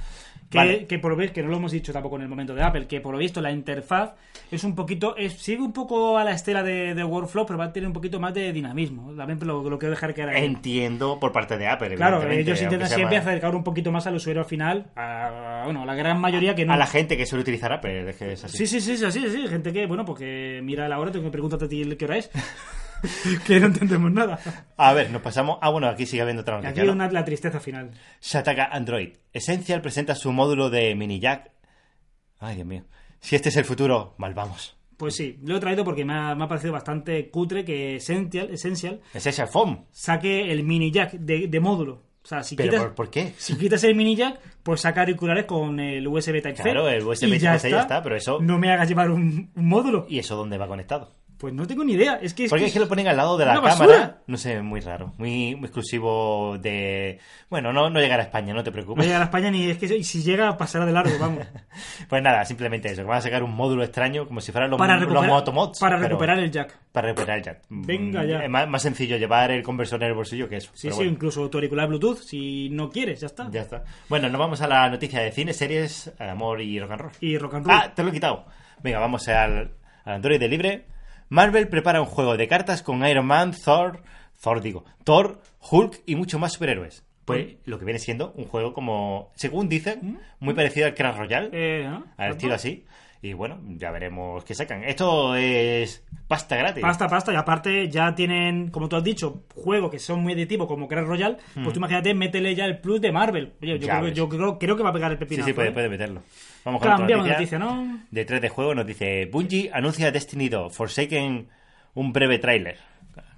Que, Vale. que por lo visto, que no lo hemos dicho tampoco en el momento de Apple, que por lo visto la interfaz es un poquito, es- sigue un poco a la estela de, de Workflow, pero va a tener un poquito más de dinamismo. También lo, lo quiero dejar que era. Entiendo por parte de Apple, Claro, evidentemente, ellos intentan aunque sea siempre más- acercar un poquito más al usuario final, a, bueno, a la gran mayoría que no. a la gente que suele utilizar Apple, es que es así. Sí, sí, sí, sí, sí, sí, gente que, bueno, porque mira la hora, tengo que preguntarte a ti qué hora es, que no entendemos nada. A ver, nos pasamos. Ah, bueno, aquí sigue habiendo otra Aquí noticia. hay ¿no? una, la tristeza final. Shataka Android. Essential presenta su módulo de mini jack. Ay, Dios mío. Si este es el futuro, mal vamos. Pues sí, lo he traído porque me ha, me ha parecido bastante cutre que Essential, Essential Essential Foam. saque el mini jack de, de módulo. O sea, si ¿Pero quitas, por, por qué? si quitas el mini jack, pues saca auriculares con el USB Type-C. Claro, el USB y ya Type-C está. ya está, pero eso- No me hagas llevar un, un módulo. ¿Y eso dónde va conectado? Pues no tengo ni idea. Es que es Porque que- es que lo ponen al lado de la ¡Una cámara. basura! No sé, muy raro. Muy, muy exclusivo de. Bueno, no, no llegará a España, no te no preocupes. llega a España ni es que y si llega pasará de largo, vamos. Pues nada, simplemente eso. Que van a sacar un módulo extraño como si fueran los, Para los recuperar, motomods. para pero- recuperar el jack. Para recuperar el jack. Venga Mm, ya. Es más, más sencillo llevar el conversor en el bolsillo que eso. Sí, pero sí, bueno. incluso tu auricular Bluetooth, si no quieres, ya está. Ya está. Bueno, nos vamos a la noticia de cine, series, amor y rock and roll. Y rock and roll. Ah, te lo he quitado. Venga, vamos al, al Android de libre. Marvel prepara un juego de cartas con Iron Man, Thor, Thor digo, Thor, Hulk y muchos más superhéroes. Pues Mm. lo que viene siendo un juego como, según dicen, muy parecido al Crash Royale, Eh, ¿no? al estilo así. Y bueno, ya veremos qué sacan. Esto es pasta gratis. Pasta, pasta, y aparte ya tienen, como tú has dicho, juegos que son muy aditivos como Crash Royale, pues tú imagínate, métele ya el plus de Marvel. Oye, yo, Hmm. Ya creo, que- ves. yo creo, creo que va a pegar el Sí, pepino. sí, puede, puede meterlo. Vamos con otra ¿eh? Cambiamos de noticia, ¿no? De 3 de juego nos dice Bungie anuncia Destiny 2 Forsaken un breve tráiler.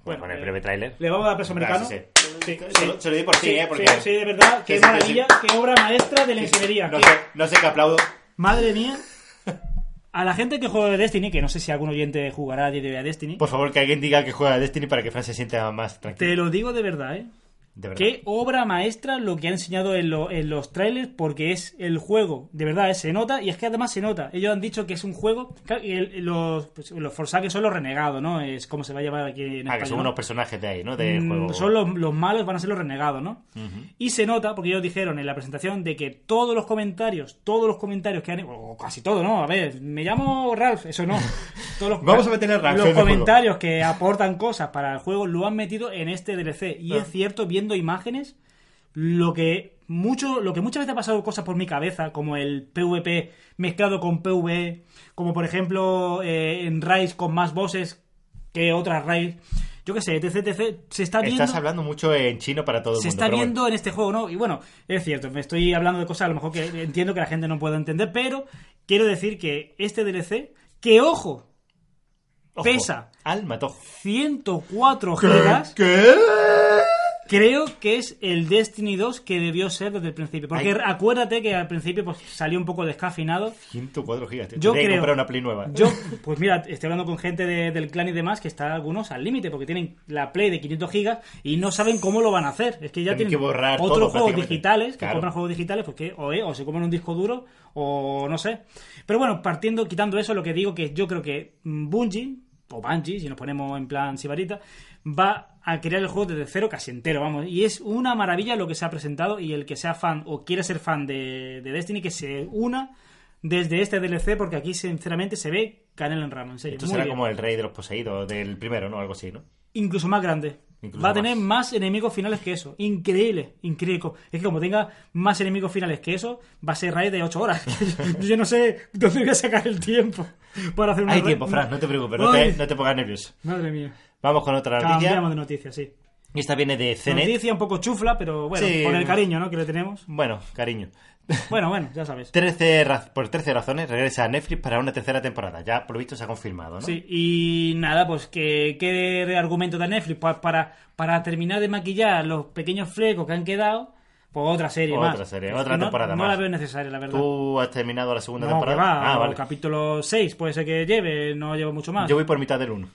Bueno, con el eh, breve tráiler. Le vamos a dar peso americano. Ah, sí, Sí, Se lo- se lo di por ti, Sí, ¿eh? Porque- sí, sí, de verdad, Sí, qué sí, sí, maravilla, qué obra maestra de la ingeniería. No qué- sé, no sé qué aplaudo. Madre mía. A la gente que juega de Destiny, que no sé si algún oyente jugará a día de hoy a Destiny, Por favor, que alguien diga que juega a Destiny para que Fran se sienta más te tranquilo. lo digo de verdad, ¿eh? De verdad. Qué obra maestra lo que han enseñado en, lo- en los trailers, porque es el juego, de verdad, ¿eh? se nota, y es que además se nota. Ellos han dicho que es un juego. claro, y el- los, pues, los Forsaken son los renegados, ¿no? Es como se va a llamar aquí en Ah, España, que son ¿no? unos personajes de ahí, ¿no? Del Mm, juego. Son los, los malos, van a ser los renegados, ¿no? Y se nota, porque ellos dijeron en la presentación de que todos los comentarios, todos los comentarios que han. O casi todo, ¿no? A ver, me llamo Ralph, eso no. Todos los- Vamos a meter a Ralph en Los el juego. comentarios que aportan cosas para el juego lo han metido en este DLC. Y Ah. es cierto, viendo imágenes, lo que. Mucho, lo que muchas veces ha pasado cosas por mi cabeza, como el PvP mezclado con PvE, como por ejemplo eh, en Rise con más bosses que otras Rise, yo qué sé, etc, etc. Se está viendo Estás hablando mucho en chino para todo el se mundo. está pero bueno. viendo en este juego, ¿no? Y bueno, es cierto, me estoy hablando de cosas a lo mejor que entiendo que la gente no puede entender, pero quiero decir que este DLC, que ojo, Ojo, pesa Al matojo. 104 gigas, ¿Qué? creo que es el Destiny 2 que debió ser desde el principio. Porque Ay. acuérdate que al principio pues, salió un poco descafinado. 104 gigas. tío. Yo Tendría que creo- comprar una Play nueva. Yo, pues mira, estoy hablando con gente de- del clan y demás que está algunos al límite porque tienen la Play de 500 gigas y no saben cómo lo van a hacer. Es que ya Tienen tienen, que borrar todo, otros juegos prácticamente. digitales, que Claro. compran juegos digitales porque o, eh, o se comen un disco duro o no sé. Pero bueno, partiendo, quitando eso, lo que digo que yo creo que mm, Bungie o Bungie, si nos ponemos en plan sibarita, va a crear el juego desde cero casi entero, vamos. Y es una maravilla lo que se ha presentado y el que sea fan o quiera ser fan de, de Destiny que se una desde este DLC porque aquí sinceramente se ve canela en rama, en serio. Esto muy será bien. como el rey de los poseídos, del primero, ¿no? Algo así, ¿no? Incluso más grande. Incluso Va a más. tener más enemigos finales que eso. Increíble, increíble. Es que como tenga más enemigos finales que eso, va a ser raid de 8 horas. Yo ya no sé dónde voy a sacar el tiempo para hacer una Hay raid. tiempo, Fran, no te preocupes, no te, Ay, no te pongas nervioso. Madre mía. Vamos con otra noticia. Cambiamos de noticia, sí. Y esta viene de CNET. Noticia un poco chufla, pero bueno, Sí. por el cariño ¿no? que le tenemos. Bueno, cariño. Bueno, bueno, ya sabes. 13 raz- por 13 razones regresa a Netflix para una tercera temporada. Ya por lo visto se ha confirmado, ¿no? Sí, y nada, pues que qué argumento de Netflix Pa- para, para terminar de maquillar los pequeños flecos que han quedado, pues otra serie Otra más. serie, otra No- temporada no más. la veo necesaria, la verdad. ¿Tú has terminado la segunda no, temporada? que va, ah, o vale. capítulo 6 puede ser que lleve, no llevo mucho más. Yo voy por mitad del 1.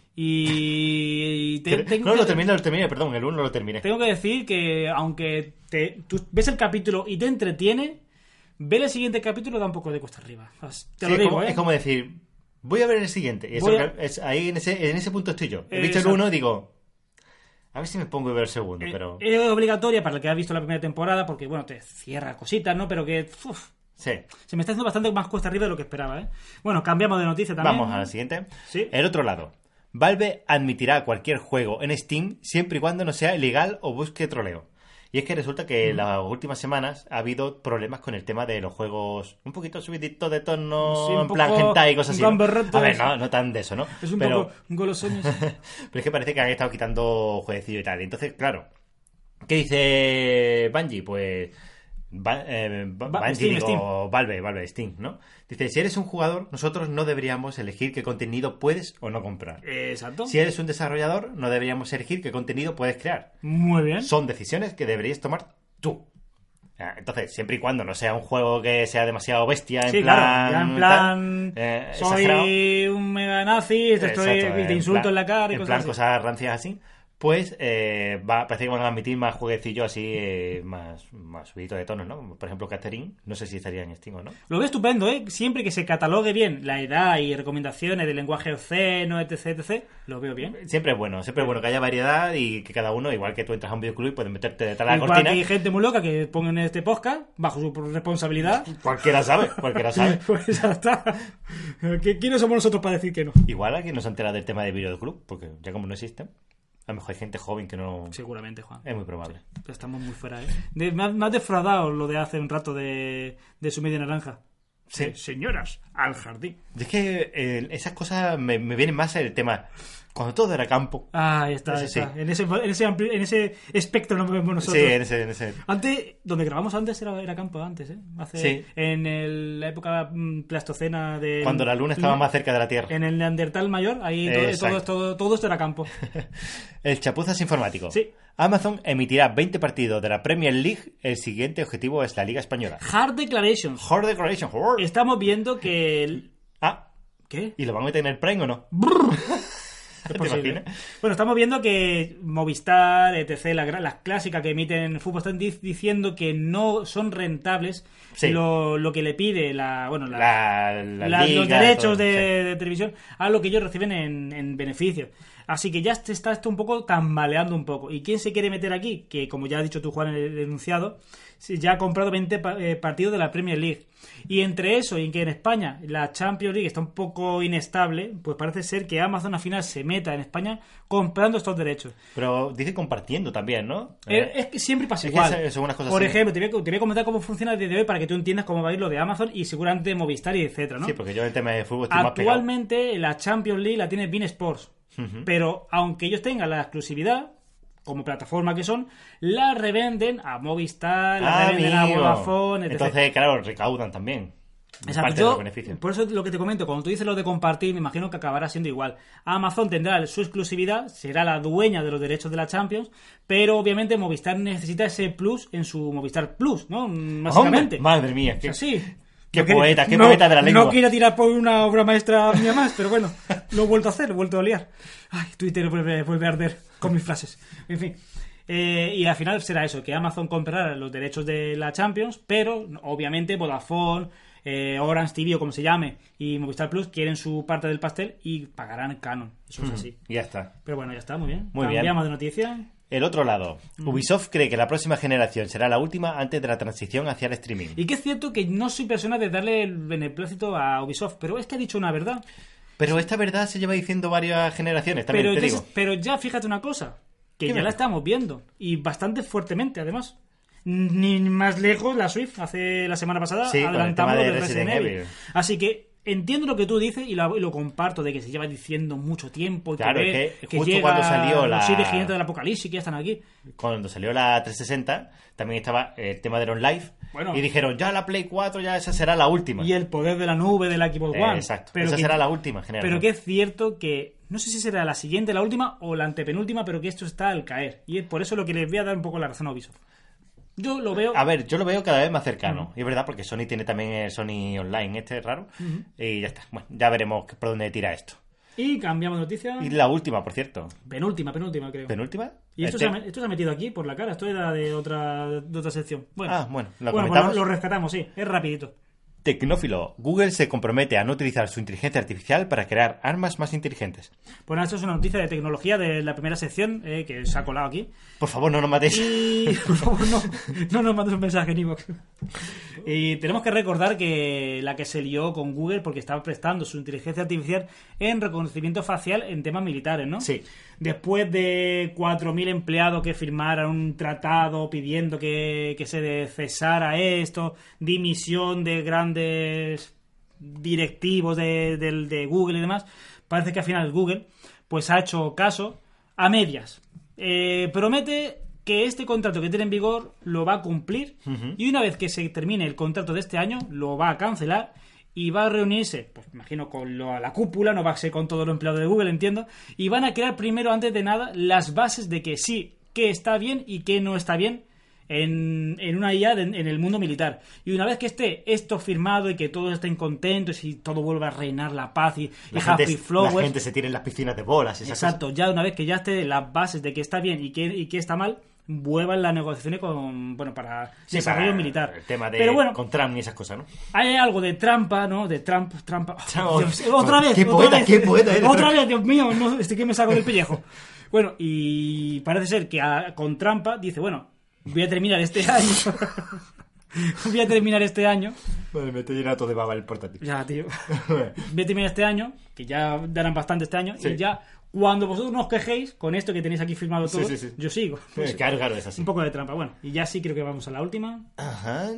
Y, y te- tengo, No, que, lo terminé, lo terminé, perdón, el 1 lo terminé. tengo que decir que aunque te, tú ves el capítulo y te entretiene, ver el siguiente capítulo da un poco de cuesta arriba. As- Te Sí, lo es, digo, como, ¿eh? es como decir, voy a ver el siguiente. Y eso Voy a- que- es- ahí en ese, en ese punto estoy yo. He Eh, visto el exacto. 1 y digo, a ver si me pongo a ver el segundo, Eh, pero... Es obligatoria para el que ha visto la primera temporada porque, bueno, te cierra cositas, ¿no? Pero que... uf, Sí. se me está haciendo bastante más cuesta arriba de lo que esperaba, ¿eh? Bueno, cambiamos de noticia también. Vamos a Eh, la siguiente. Sí. El otro lado. Valve admitirá cualquier juego en Steam siempre y cuando no sea ilegal o busque troleo. Y es que resulta que Mm. en las últimas semanas ha habido problemas con el tema de los juegos un poquito subiditos de tono, Sí, un en plan poco hentai y cosas así. ¿no? gamberretos. A ver, no, no tan de eso, ¿no? Es un Pero- poco golosón. pero es que parece que han estado quitando jueguecillo y tal. Entonces, claro, ¿qué dice Bungie? Pues. Ba- eh, Ba- Ba- Bungie, Steam, digo, Steam. Valve, Valve, Steam, ¿no? Dice: si eres un jugador, nosotros no deberíamos elegir qué contenido puedes o no comprar. Exacto. Si eres un desarrollador, no deberíamos elegir qué contenido puedes crear. Muy bien. Son decisiones que deberías tomar tú. Ah, Entonces, siempre y cuando no sea un juego que sea demasiado bestia, en sí, plan. claro, ya en plan, tal, eh, exagerado. soy un mega nazi, te, estoy, Exacto, y te insulto plan- en la cara y en cosas plan así. cosas rancias así. Pues eh, va, parece que van a admitir más jueguecillos así, eh, más, más subidito de tono, ¿no? Por ejemplo, Catherine, no sé si estaría en Steam o no. Lo veo estupendo, ¿eh? Siempre que se catalogue bien la edad y recomendaciones del lenguaje obsceno, etc, etc, lo veo bien. Siempre es bueno, siempre es bueno que haya variedad y que cada uno, igual que tú entras a un videoclub y puedes meterte detrás de la Igual cortina. que hay gente muy loca que ponga en este podcast, bajo su responsabilidad, Cualquiera sabe, cualquiera sabe. pues ya está. ¿Qué- ¿Quiénes somos nosotros para decir que no? Igual alguien no se ha enterado del tema del videoclub, porque ya como no existen, a lo mejor hay gente joven que no... Seguramente, Juan. Es muy probable. Ya Estamos muy fuera, ¿eh? De- me, ha- me ha defraudado lo de hace un rato de, de su media naranja. Sí. Se- señoras, al jardín. Y Es que eh, esas cosas me, me vienen más el tema. Cuando todo era campo. Ah, ahí está, Ese ahí está. sí. En, ese, en, ese ampli- en ese espectro nos movemos nosotros. Sí, en ese, en ese Antes, donde grabamos antes era, era campo antes, ¿eh? Hace, Sí. En el- la época mm, plastocena de... Cuando la luna estaba más cerca de la Tierra. En el Neandertal mayor, ahí todo- todo, Exacto. todo, todo esto era campo. El chapuzas informático. Sí. Amazon emitirá 20 partidos de la Premier League. El siguiente objetivo es la Liga Española. Hard Declarations. Hard Declaration. Hard. Estamos viendo que el- Ah, ¿Qué? ¿Y lo van a meter en el Prime o no? Es ¿Te posible. imaginas? Bueno, estamos viendo que Movistar, etc., la gra- las clásicas que emiten fútbol, están di- diciendo que no son rentables Sí. lo, lo que le pide la, bueno, la- La, la la- los liga, derechos todo, de, sí. de televisión a lo que ellos reciben en, en beneficio. Así que ya se está esto un poco tambaleando un poco. ¿Y quién se quiere meter aquí? Que como ya has dicho tú, Juan, en el enunciado, se- ya ha comprado 20 pa- eh, partidos de la Premier League. Y entre eso y que en España la Champions League está un poco inestable, pues parece ser que Amazon al final se meta en España comprando estos derechos. Pero dice compartiendo también, ¿no? Eh, Es que siempre pasa Es que igual. son- son unas cosas Por así. ejemplo, te voy, a, te voy a comentar cómo funciona desde hoy para que tú entiendas cómo va a ir lo de Amazon y seguramente Movistar y etcétera, ¿no? Sí, porque yo en el tema de fútbol estoy más Actualmente la Champions League la tiene Bean Sports, Ujú. pero aunque ellos tengan la exclusividad como plataforma que son, la revenden a Movistar, pegado. la revenden a Ah, Amigo. Vodafone, etc. Entonces, claro, recaudan también. Exacto, Parte yo- pues, de los beneficios. por eso lo que te comento, cuando tú dices lo de compartir, me imagino que acabará siendo igual. Amazon tendrá su exclusividad, será la dueña de los derechos de la Champions, pero obviamente Movistar necesita ese plus en su Movistar Plus, ¿no? Básicamente. Hombre, madre mía, O sea, qué, sí. qué No quería- poeta, qué no- poeta de la lengua. No quiero tirar por una obra maestra mía más, pero bueno, lo he vuelto a hacer, lo he vuelto a liar. Ay, Twitter vuelve, vuelve a arder con mis frases. En fin. Eh, y al final será eso, que Amazon comprará los derechos de la Champions, pero obviamente Vodafone, eh, Orange TV o como se llame, y Movistar Plus quieren su parte del pastel y pagarán Canon. Eso es así. Ya está. Pero bueno, ya está, muy bien. Mm. Muy bien. Cambiamos de noticia. El otro lado. Ubisoft cree que la próxima generación será la última antes de la transición hacia el streaming. Y que es cierto que no soy persona de darle el beneplácito a Ubisoft, pero es que ha dicho una verdad. Pero esta verdad se lleva diciendo varias generaciones, también pero, te ya, digo. se- pero ya fíjate una cosa, que ¿Qué ya me la dices? estamos viendo, y bastante fuertemente además. Ni más lejos la Swift, hace la semana pasada Sí, con el adelantamos tema lo de de Resident Resident Evil. Evil. Así que entiendo lo que tú dices y lo, y lo comparto, de que se lleva diciendo mucho tiempo. y Claro, que, es ve que justo cuando salió la- Los siete gigantes del apocalipsis que ya están aquí. Cuando salió la 360, también estaba el tema de los live. Bueno. y dijeron, ya la Play 4, ya esa será la última. Y el poder de la nube del Xbox Eh, One. exacto. Pero esa que- será la última generación. Pero que es cierto que no sé si será la siguiente, la última o la antepenúltima, pero que esto está al caer. Y es por eso lo que les voy a dar un poco la razón a Ubisoft. Yo lo veo. A ver, yo lo veo cada vez más cercano. Y es verdad, porque Sony tiene también el Sony Online, este es raro. Y ya está. Bueno, ya veremos que- por dónde tira esto. Y cambiamos de noticia. Y la este- última, por cierto. Penúltima, penúltima, creo. ¿Penúltima? y esto El se, ha, tema- me- esto se ha metido aquí por la cara. Esto era de otra, de otra sección. Bueno, Ah, bueno, ¿lo pues comentamos? lo, lo rescatamos, sí. Es rapidito. Tecnófilo. Google se compromete a no utilizar su inteligencia artificial para crear armas más inteligentes. Pues nada, esto es una noticia de tecnología de la primera sección eh, que se ha colado aquí. Por favor, no nos matéis. Y por favor, no, no nos mandes un mensaje en iVoox. Y tenemos que recordar que la que se lió con Google porque estaba prestando su inteligencia artificial en reconocimiento facial en temas militares, ¿no? Sí. Después de 4.000 empleados que firmaran un tratado pidiendo que, que se cesara esto, dimisión de grandes directivos de, del- de Google y demás, parece que al final Google pues ha hecho caso a medias. Eh, promete que este contrato que tiene en vigor lo va a cumplir y una vez que se termine el contrato de este año lo va a cancelar y va a reunirse, pues me imagino con lo- la cúpula, no va a ser con todos los empleados de Google, entiendo, y van a crear primero, antes de nada, las bases de que sí, que está bien y que no está bien en, en una IA de- en el mundo militar. Y una vez que esté esto firmado y que todos estén contentos y todo vuelva a reinar la paz y, y La Happy gente, la Flowers, gente se tira en las piscinas de bolas. y esas Exacto, ya una vez que ya esté las bases de que está bien y que, y que está mal, vuelvan las negociaciones con, bueno, para Sí, desarrollo para militar. El tema de Pero bueno, con Trump y esas cosas, ¿no? hay algo de trampa, ¿no? De Trump, trampa. Trump. Dios, otra vez, Qué otra poeta, vez. qué poeta eres, Otra Trump. vez, Dios mío, no, este que me saco del pellejo. Bueno, y parece ser que a- con trampa dice, bueno, voy a terminar este año. voy a terminar este año. Vale, me estoy llenando de baba el portátil. Ya, tío. Voy a terminar este año, que ya darán bastante este año, Sí. y ya cuando vosotros nos quejéis con esto que tenéis aquí firmado Sí, todo, sí, sí. yo sigo. claro, claro, es así. Un poco de trampa. Bueno, y ya sí creo que vamos a la última. Ajá.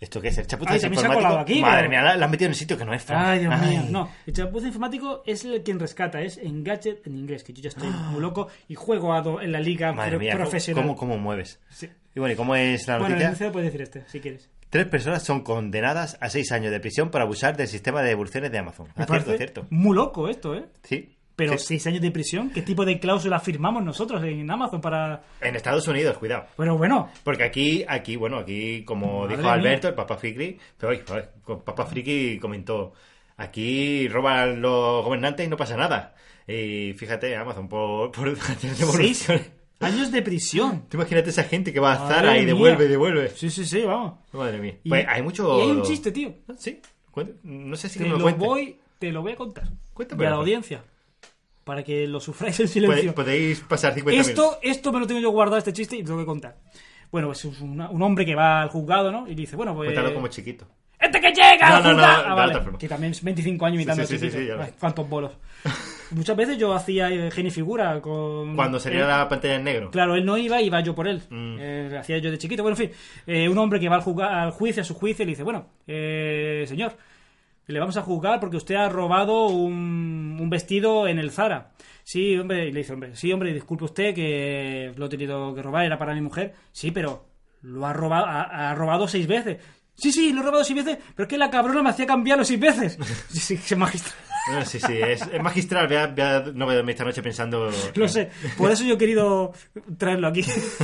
¿Esto qué es? ¿El chapuza Ay, es también se ha informático? colado aquí, Madre pero- mía, la, la han metido en un sitio que no es Fran. Ay, Dios mío. Ay. No, el chapuz informático es el quien rescata, es en gadget en inglés, que yo ya estoy muy loco y juego a do- en la liga Madre pro- mía, ¿cómo- profesional. ¿cómo, ¿cómo mueves? Sí. Y bueno, ¿y cómo es la Bueno, el noticia? Ah, enunciado puedes decir este, si quieres. Tres personas son condenadas a seis años de prisión por abusar del sistema de devoluciones de Amazon. Me Ah, cierto, parece cierto. Muy loco esto, ¿eh? Sí. Pero sí. seis años de prisión, ¿qué tipo de cláusula firmamos nosotros en Amazon para...? En Estados Unidos, cuidado. Pero bueno, Porque aquí, aquí, bueno, aquí, como Madre dijo mía. Alberto, el Papá Friki, pero, ay, ay, con Papá Friki comentó, Aquí roban los gobernantes y no pasa nada. Y fíjate, Amazon, por, por hacer devoluciones. Años de prisión. Tú imagínate esa gente que va a Madre Zara y mía. devuelve y devuelve. Sí, sí, sí, vamos. Madre mía. Y- Pues hay mucho. Y hay un chiste, tío. Sí, cuenta- no sé si Te no lo, lo cuente. voy, te lo voy a contar. Cuéntame, Y a la Rafa. audiencia. Para que lo sufráis en Puede- silencio. Podéis pasar 50 minutos. esto, esto me lo tengo yo guardado, este chiste, y te lo voy a contar. Bueno, pues es una- un hombre que va al juzgado, ¿no? Y dice, bueno, pues... Cuéntalo como chiquito. ¡Este que llega! No, al no, no, juzgado! de Ah, vale, otra forma. Que también es 25 años imitando sí, sí, a chiquito. sí, ya lo Ay, sé. ¿Cuántos bolos? Muchas veces yo hacía eh, genio y figura con... Cuando sería eh, la pantalla en negro. Claro, él no iba, iba yo por él. Mm. Eh, lo hacía yo de chiquito. Bueno, en fin, eh, un hombre que va al, juzga- al juicio, a su juicio, y le dice, bueno, eh, señor, le vamos a juzgar porque usted ha robado un, un vestido en el Zara. Sí, hombre, y le dice, hombre, sí, hombre, disculpe usted que lo he tenido que robar, era para mi mujer. Sí, pero lo ha robado, ha, ha robado seis veces. Sí, sí, lo he robado seis veces, pero es que la cabrona me hacía cambiarlo seis veces. Sí, sí, qué magistral. No, sí, sí, es, es magistral. Vea, vea, no voy a dormir esta noche pensando. Lo sé, por eso yo he querido traerlo aquí,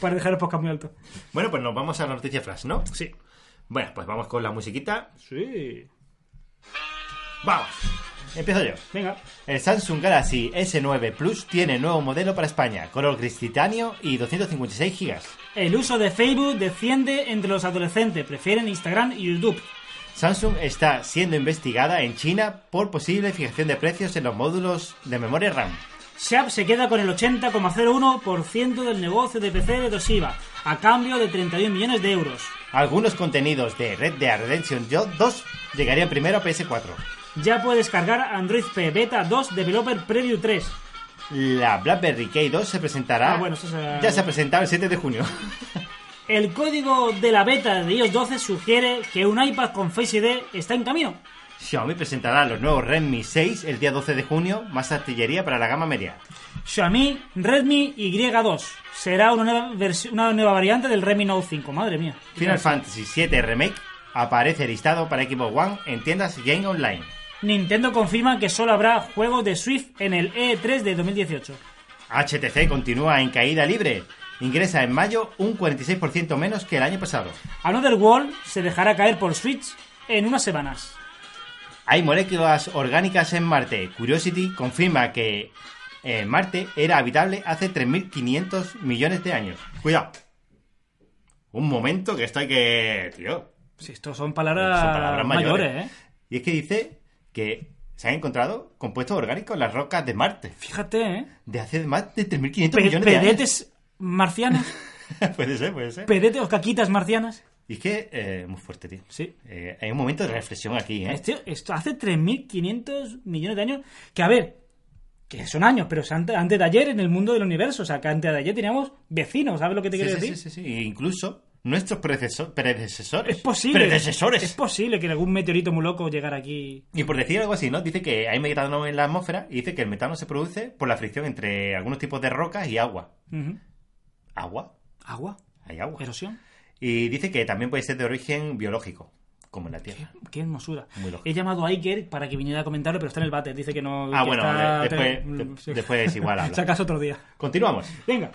para dejar el podcast muy alto. Bueno, pues nos vamos a la noticia flash, ¿no? Sí. Bueno, pues vamos con la musiquita. Sí. ¡Vamos! Empiezo yo. Venga. El Samsung Galaxy S9 Plus tiene nuevo modelo para España, color gris titanio y 256 GB. El uso de Facebook desciende entre los adolescentes. Prefieren Instagram y YouTube. Samsung está siendo investigada en China por posible fijación de precios en los módulos de memoria RAM. Sharp se queda con el 80,01% del negocio de PC de Toshiba, a cambio de 31 millones de euros. Algunos contenidos de Red Dead Redemption 2 llegarían primero a PS4. Ya puede descargar Android P Beta 2 Developer Preview 3. La BlackBerry K2 se presentará. Ah, bueno, eso será- Ya se ha presentado el 7 de junio. El código de la beta de iOS 12 sugiere que un iPad con Face ID está en camino. Xiaomi presentará los nuevos Redmi 6 el día 12 de junio, más artillería para la gama media. Xiaomi Redmi Y2 será una nueva, versi- una nueva variante del Redmi Note 5. Madre mía. Final Fantasy VII Remake aparece listado para Xbox One en tiendas Game Online. Nintendo confirma que solo habrá juegos de Swift en el E3 de 2018. HTC continúa en caída libre. Ingresa en mayo un 46% menos que el año pasado. Another World se dejará caer por Switch en unas semanas. Hay moléculas orgánicas en Marte. Curiosity confirma que eh, Marte era habitable hace 3.500 millones de años. Cuidado. Un momento que esto hay que... Tío. Si esto son palabras, Son palabras mayores, mayores. ¿eh? Y es que dice que se han encontrado compuestos orgánicos en las rocas de Marte. Fíjate, ¿eh? De hace más de 3.500 Pe- millones de años. pedetes marcianos, puede ser, puede ser. pedetes o caquitas marcianas. Y es que... eh, muy fuerte, tío. Sí. Eh, hay un momento de reflexión aquí, ¿eh? Este- esto hace 3.500 millones de años. Que a ver, que son años, pero es ante- antes, de ayer en el mundo del universo. O sea, que antes de ayer teníamos vecinos, ¿sabes lo que te Sí, quiero sí, decir? sí, sí, sí. E incluso nuestros predecesor- predecesores. Es posible. Predecesores. Es posible que algún meteorito muy loco llegara aquí Y por decir algo así, ¿no? Dice que hay metano en la atmósfera y dice que el metano se produce por la fricción entre algunos tipos de rocas y agua. Ujú. ¿Agua? Agua, Hay agua. erosión. Y dice que también puede ser de origen biológico, como en la Tierra. Qué hermosura. Muy lógico. He llamado a Iker para que viniera a comentarlo, pero está en el bate. Dice que no. Ah, que bueno, está- eh, después- pero- de- después igual habla. Sacas otro día. Continuamos. Venga.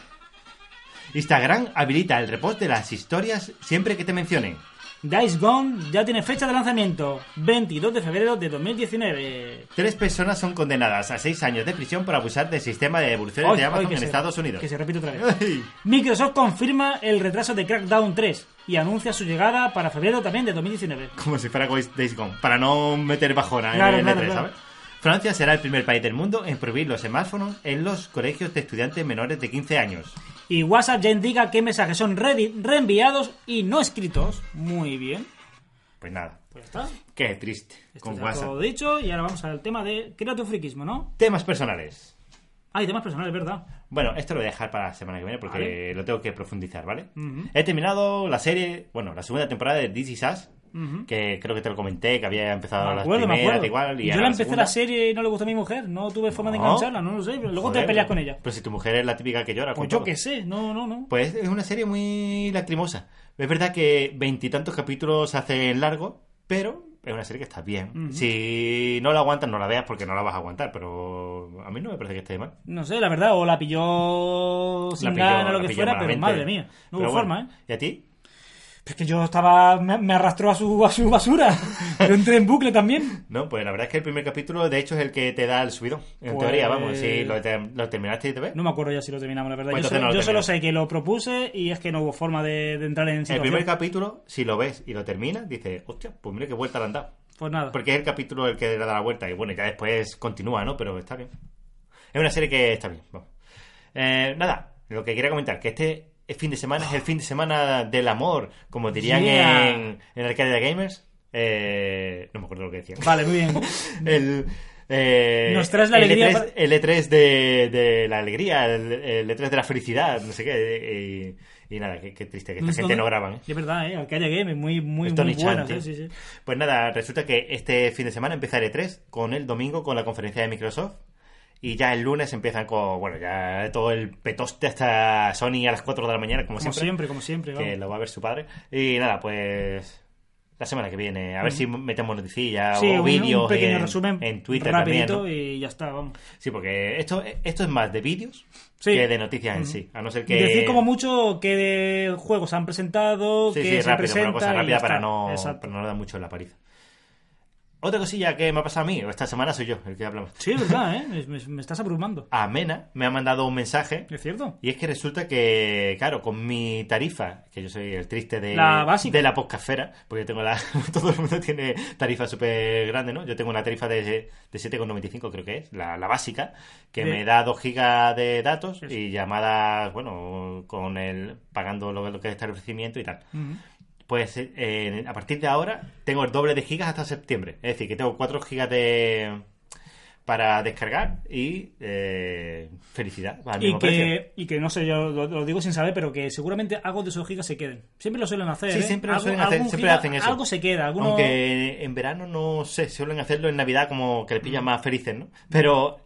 Instagram habilita el repost de las historias siempre que te mencionen. Dice Gone ya tiene fecha de lanzamiento: 22 de febrero de 2019. Tres personas son condenadas a seis años de prisión por abusar del sistema de devoluciones Hoy- de hoy Amazon que en se- Estados Unidos. Que se repite otra vez. Ay. Microsoft confirma el retraso de Crackdown 3 y anuncia su llegada para febrero también de 2019. Como si fuera Ghost Days Gone, para no meter bajona Claro, en el claro, E3, claro. ¿sabes? Francia será el primer país del mundo en prohibir los smartphones en los colegios de estudiantes menores de 15 años. Y WhatsApp ya indica qué mensajes son re- reenviados y no escritos. Muy bien. Pues nada, Pues ya está. qué triste Esto con está WhatsApp. todo dicho y ahora vamos al tema de crea tu friquismo, ¿no? Temas personales. Hay temas personales, ¿verdad? Bueno, esto lo voy a dejar para la semana que viene porque Vale. lo tengo que profundizar, ¿vale? Ujú. He terminado la serie, bueno, la segunda temporada de This Is Us, que creo que te lo comenté, que había empezado me la acuerdo, me primera, acuerdo. da igual. Y Yo ahora la empecé segunda. la serie y no le gustó a mi mujer. No tuve forma de No. engancharla, no lo sé. Pero luego Joder, te peleas con ella. Pero si tu mujer es la típica que llora. con Pues yo todo. qué sé, no, no, no. Pues es una serie muy lacrimosa. Es verdad que veintitantos capítulos se hacen largo, pero es una serie que está bien. Si no la aguantas, no la veas porque no la vas a aguantar, pero a mí no me parece que esté mal. No sé, la verdad, o la pilló sin La pilló- ganas o la Pues lo que pilló fuera, pero malamente. madre mía, no Pero hubo bueno, forma, ¿eh? ¿Y a ti? Pero es que yo estaba. Me, me arrastró a su, a su basura. Yo entré en bucle también. No, pues la verdad es que el primer capítulo, de hecho, es el que te da el subidón. En Pues- teoría, vamos, si lo, te- lo terminaste y te ves. No me acuerdo ya si lo terminamos, la verdad. Pues yo entonces solo, no lo yo solo terminamos. sé que lo propuse y es que no hubo forma de, de entrar en el situación. primer capítulo, si lo ves y lo terminas, dices, hostia, pues mira qué vuelta le han dado. Pues nada. Porque es el capítulo el que le da la vuelta y bueno, ya después continúa, ¿no? Pero está bien. Es una serie que está bien, vamos. Eh, nada, lo que quería comentar, que este fin de semana es el fin de semana del amor, como dirían Yeah. en, en Arcadia Gamers. Eh, no me acuerdo lo que decían. Vale, muy bien. El, eh, Nos traes la alegría El E3, para- el E3 de, de la alegría, el, el E3 de la felicidad, no sé qué. eh, Y, y nada, qué, qué triste que esta gente no graban. ¿eh? Es verdad, ¿eh? Arcadia Game es muy, muy, muy Es Tony Chan, buena. tío. Sí, sí, sí. Pues nada, resulta que este fin de semana empieza el E3 con el domingo con la conferencia de Microsoft. Y ya el lunes empiezan con, bueno, ya todo el petoste hasta Sony a las 4 de la mañana, como, Como siempre, siempre, como siempre. que vamos. lo va a ver su padre. Y nada, pues la semana que viene, a ver si metemos noticias Sí, o un, un vídeos pequeño en, resumen en Twitter rapidito también. ¿no? y ya está, vamos. Sí, porque esto, esto es más de vídeos Sí. que de noticias en sí. A no ser que. Decir como mucho qué juegos han presentado, Sí, qué sí, se rápido, presenta una cosa y rápida ya para está. no, Exacto. para no dar mucho en la paliza. Otra cosilla que me ha pasado a mí, esta semana soy yo el que hablamos. Sí, es verdad, ¿eh? Me- me- me estás abrumando. Amena me ha mandado un mensaje ¿Es cierto? y es que resulta que, claro, con mi tarifa, que yo soy el triste de La básica. de la poscafera, porque yo tengo la. Todo el mundo tiene tarifa súper grande, ¿no? Yo tengo una tarifa de, de 7,95, creo que es, la, la básica, que De- me da 2 gigas de datos Eso. y llamadas, bueno, con el pagando lo, lo que es establecimiento y tal. Ujú. Pues eh, eh, a partir de ahora tengo el doble de gigas hasta septiembre. Es decir, que tengo 4 gigas de para descargar y eh, felicidad al Y mismo precio. que, y que no sé, yo lo, lo digo sin saber, pero que seguramente algo de esos gigas se queden. Siempre lo suelen hacer. Sí, ¿eh? siempre lo Algo- suelen hacer, algún siempre giga- hacen eso. Algo se queda, alguno. Aunque en verano no sé, suelen hacerlo en Navidad como que les Mm. pillan más felices, ¿no? Pero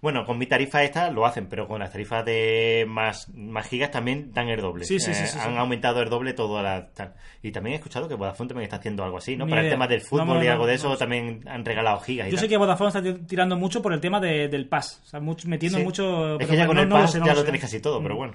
bueno, con mi tarifa esta lo hacen, pero con las tarifas de más, más gigas también dan el doble. Eh, Sí, sí, sí, sí, han sí. aumentado el doble todo la tal. Y también he escuchado que Vodafone también está haciendo algo así, ¿no? Ni Para el idea. tema del No, fútbol no, y no, algo de eso no sé. también han regalado gigas. Y Yo tal. sé que Vodafone está ti- tirando mucho por el tema de- del pass. O sea, mucho- metiendo Sí. mucho. Es pero que bueno, ya con no- el no lo pass sé, no ya lo lo sé. tenéis casi todo, pero bueno.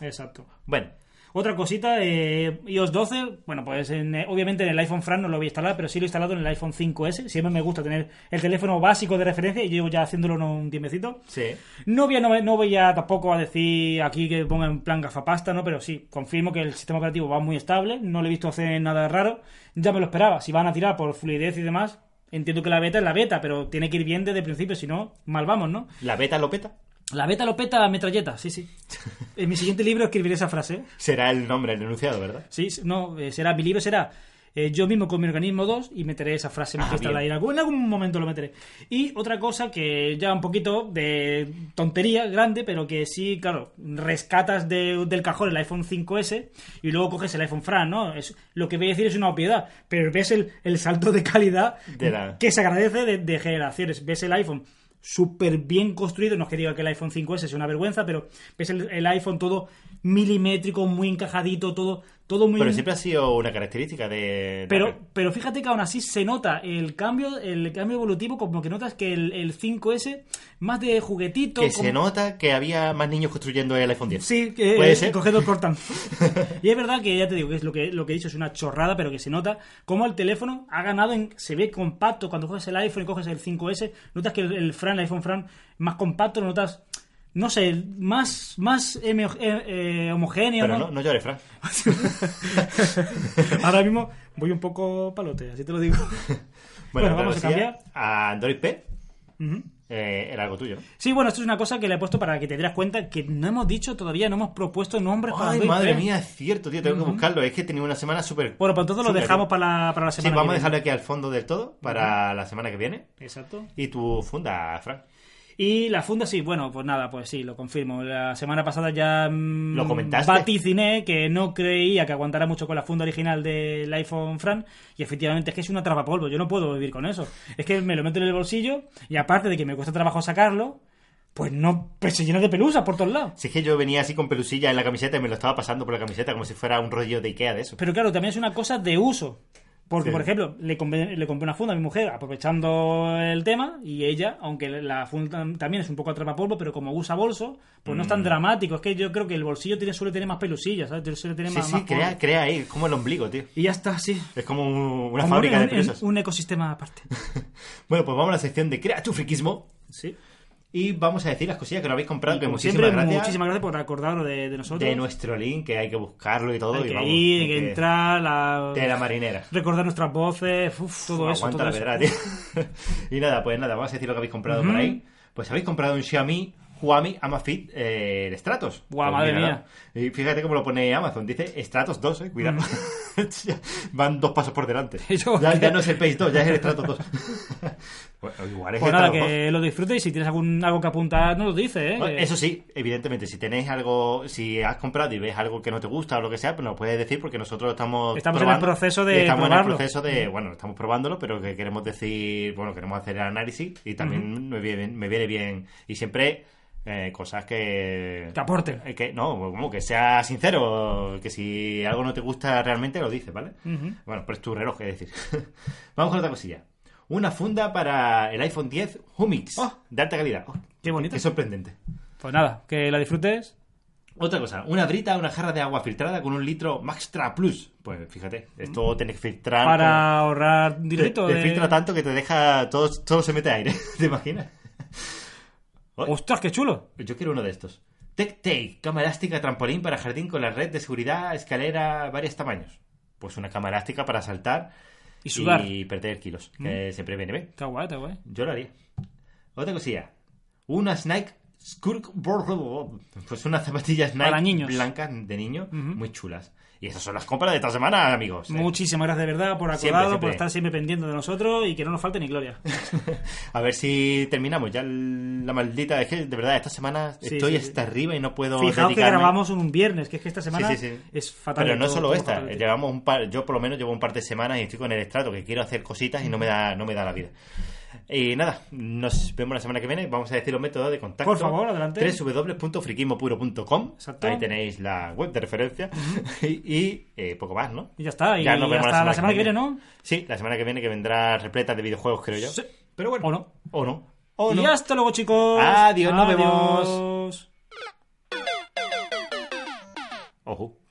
Exacto. Bueno, Otra cosita, eh, iOS 12, bueno, pues en, eh, obviamente en el iPhone Fran no lo voy a instalar, pero sí lo he instalado en el iPhone 5S. Siempre me gusta tener el teléfono básico de referencia y llevo ya haciéndolo un tiempecito. sí. No voy, a, no, no voy a tampoco a decir aquí que ponga en plan gafapasta, ¿no? Pero sí, confirmo que el sistema operativo va muy estable, no lo he visto hacer nada raro, ya me lo esperaba. Si van a tirar por fluidez y demás, entiendo que la beta es la beta, pero tiene que ir bien desde el principio, si no, mal vamos, ¿no? ¿La beta lo peta? La beta lo peta a metralleta, sí, sí. En mi siguiente libro escribiré esa frase. ¿eh? Será el nombre, el enunciado, ¿verdad? Sí, no, eh, será mi libro, será eh, yo mismo con mi organismo 2 y meteré esa frase Ah, que está bien. ahí. En algún, en algún momento lo meteré. Y otra cosa que ya un poquito de tontería grande, pero que sí, claro, rescatas de- del cajón el iPhone 5S y luego coges el iPhone Fran, ¿no? Es, lo que voy a decir es una obviedad, pero ves el, el salto de calidad De la- que se agradece de, de generaciones. Ves el iPhone súper bien construido, no es que diga que el iPhone 5S es una vergüenza, pero ves el, el iPhone todo milimétrico, muy encajadito, todo, todo muy... Pero siempre ha sido una característica de... de Pero, Apple. pero fíjate que aún así se nota el cambio, el cambio evolutivo, como que notas que el, el 5S, más de juguetito. Que como- se nota que había más niños construyendo el iPhone 10. Sí, que Puede eh, ser. cogiendo el cortan. y es verdad que ya te digo que es lo que lo que he dicho es una chorrada, pero que se nota cómo el teléfono ha ganado en se ve compacto cuando coges el iPhone y coges el 5S, notas que el, el Fran, el iPhone Fran más compacto, lo notas no sé, más más heme- eh, eh, homogéneo, Pero ¿no? no, no llores, Frank. Ahora mismo voy un poco palote, así te lo digo. Bueno, otra vamos a cosilla, cambiar. A Android P Ujú. eh, era algo tuyo. ¿no? Sí, bueno, esto es una cosa que le he puesto para que te dieras cuenta que no hemos dicho todavía, no hemos propuesto nombres para Ay, Android madre P. mía, es cierto, tío. Tengo que buscarlo. Es que he tenido una semana súper... Bueno, pues entonces lo súper dejamos bien. para la, para la Sí, semana. vamos a que dejarlo viene. aquí al fondo del todo para la semana que viene. Exacto. Y tu funda, Frank. Y la funda, sí, bueno, pues nada, pues sí, lo confirmo. La semana pasada ya mm, ¿Lo comentaste? vaticiné que no creía que aguantara mucho con la funda original del iPhone Fran. Y efectivamente es que es una trapapolvo, yo no puedo vivir con eso. Es que me lo meto en el bolsillo y aparte de que me cuesta trabajo sacarlo, pues no, pues se llena de pelusas por todos lados. Si es que yo venía así con pelusilla en la camiseta y me lo estaba pasando por la camiseta como si fuera un rollo de Ikea de eso. Pero claro, también es una cosa de uso. Porque, Sí. por ejemplo, le compré, le compré una funda a mi mujer aprovechando el tema y ella, aunque la funda también es un poco atrapapolvo, pero como usa bolso, pues no es Mm. tan dramático. Es que yo creo que el bolsillo tiene, suele tener más pelusillas, ¿sabes? Suele tener Sí, más, sí, más crea, polvo. crea ahí, es como el ombligo, tío. Y ya está, sí. Es como un- una Como fábrica un- de un- pelusas. Un ecosistema aparte. Bueno, pues vamos a la sección de Crea tu friquismo Sí. y vamos a decir las cosillas que lo habéis comprado, Y que como muchísimas siempre, gracias. muchísimas gracias por acordaros de, de nosotros. De nuestro link, que hay que buscarlo y todo. Hay y que vamos, ir, hay hay que que- entrar, la- De la marinera. recordar nuestras voces, uf, todo eso. todo Aguanta la eso. verdad, tío. y nada, pues nada, vamos a decir lo que habéis comprado por ahí. Pues habéis comprado un Xiaomi Huami Amafit eh, el Stratos. Guau, Pues madre mira, mía. ¿no? Y fíjate cómo lo pone Amazon. Dice Stratos 2, eh, cuidado. Mm. Van dos pasos por delante. Yo- ya, ya no es el Pace 2, ya es el Stratos 2. Bueno, igual es Pues el nada, Stratos 2. que lo disfrutes y si tienes algún, algo que apuntar, nos lo dices, ¿eh? Bueno, Que- Eso sí, evidentemente, si tenéis algo, si has comprado y ves algo que no te gusta o lo que sea, pues nos puedes decir porque nosotros estamos Estamos en el proceso de y estamos en probarlo. Mm. el proceso de, bueno, estamos probándolo, pero que queremos decir, bueno, queremos hacer el análisis y también me, viene, me viene bien y siempre eh, cosas que Que aporten. eh, que no, como que sea sincero, que si algo no te gusta realmente lo dices, ¿vale? Ujú. Bueno, pero es tu reloj, es decir. Vamos con otra cosilla. Una funda para el iPhone 10 Humix Oh. de alta calidad. Oh, Qué bonito. Qué sorprendente. Pues nada, que la disfrutes. Otra cosa, una brita, una jarra de agua filtrada con un litro Maxtra Plus. Pues fíjate, esto tienes que filtrar. con- Mm. Para ahorrar eh. Te, directo. te de- filtra tanto que te deja. Todo, todo se mete aire, ¿te imaginas? ¿eh? ¡Ostras, qué chulo! Yo quiero uno de estos. Tech Take, cama elástica, trampolín para jardín con la red de seguridad, escalera, varios tamaños. Pues una cama elástica para saltar Y sudar. Mm. y perder kilos, que siempre viene bien. Está guay, está guay. Yo lo haría. Otra cosilla. Una Nike Skirk Pues unas zapatillas Nike Para niños. blancas de niño, muy chulas. Y esas son las compras de esta semana, amigos. ¿eh? Muchísimas gracias de verdad por acordado, Siempre, siempre. por estar siempre pendiente de nosotros y que no nos falte ni gloria. A ver si terminamos ya el- la maldita. Es que de verdad, esta semana Sí, estoy sí, hasta arriba y no puedo. Fijaos que dedicarme. grabamos un viernes, que es que esta semana Sí, sí, sí. es fatal. Pero no todo, solo todo esta, fatal. llevamos un par, yo por lo menos llevo un par de semanas y estoy con el estrato que quiero hacer cositas y no me da, no me da la vida. Y nada, nos vemos la semana que viene, vamos a decir los métodos de contacto. Por favor, adelante. www.friquismopuro.com. Exacto. Ahí tenéis la web de referencia y, y, eh, poco más, ¿no? Y ya está, y Ya nos vemos hasta la semana que viene, ¿no? Sí, la semana que viene que vendrá repleta de videojuegos, creo yo. Sí. Pero bueno, O no. O no. O Y Oh, no. hasta luego, chicos. Adiós, nos Adiós. Ojo.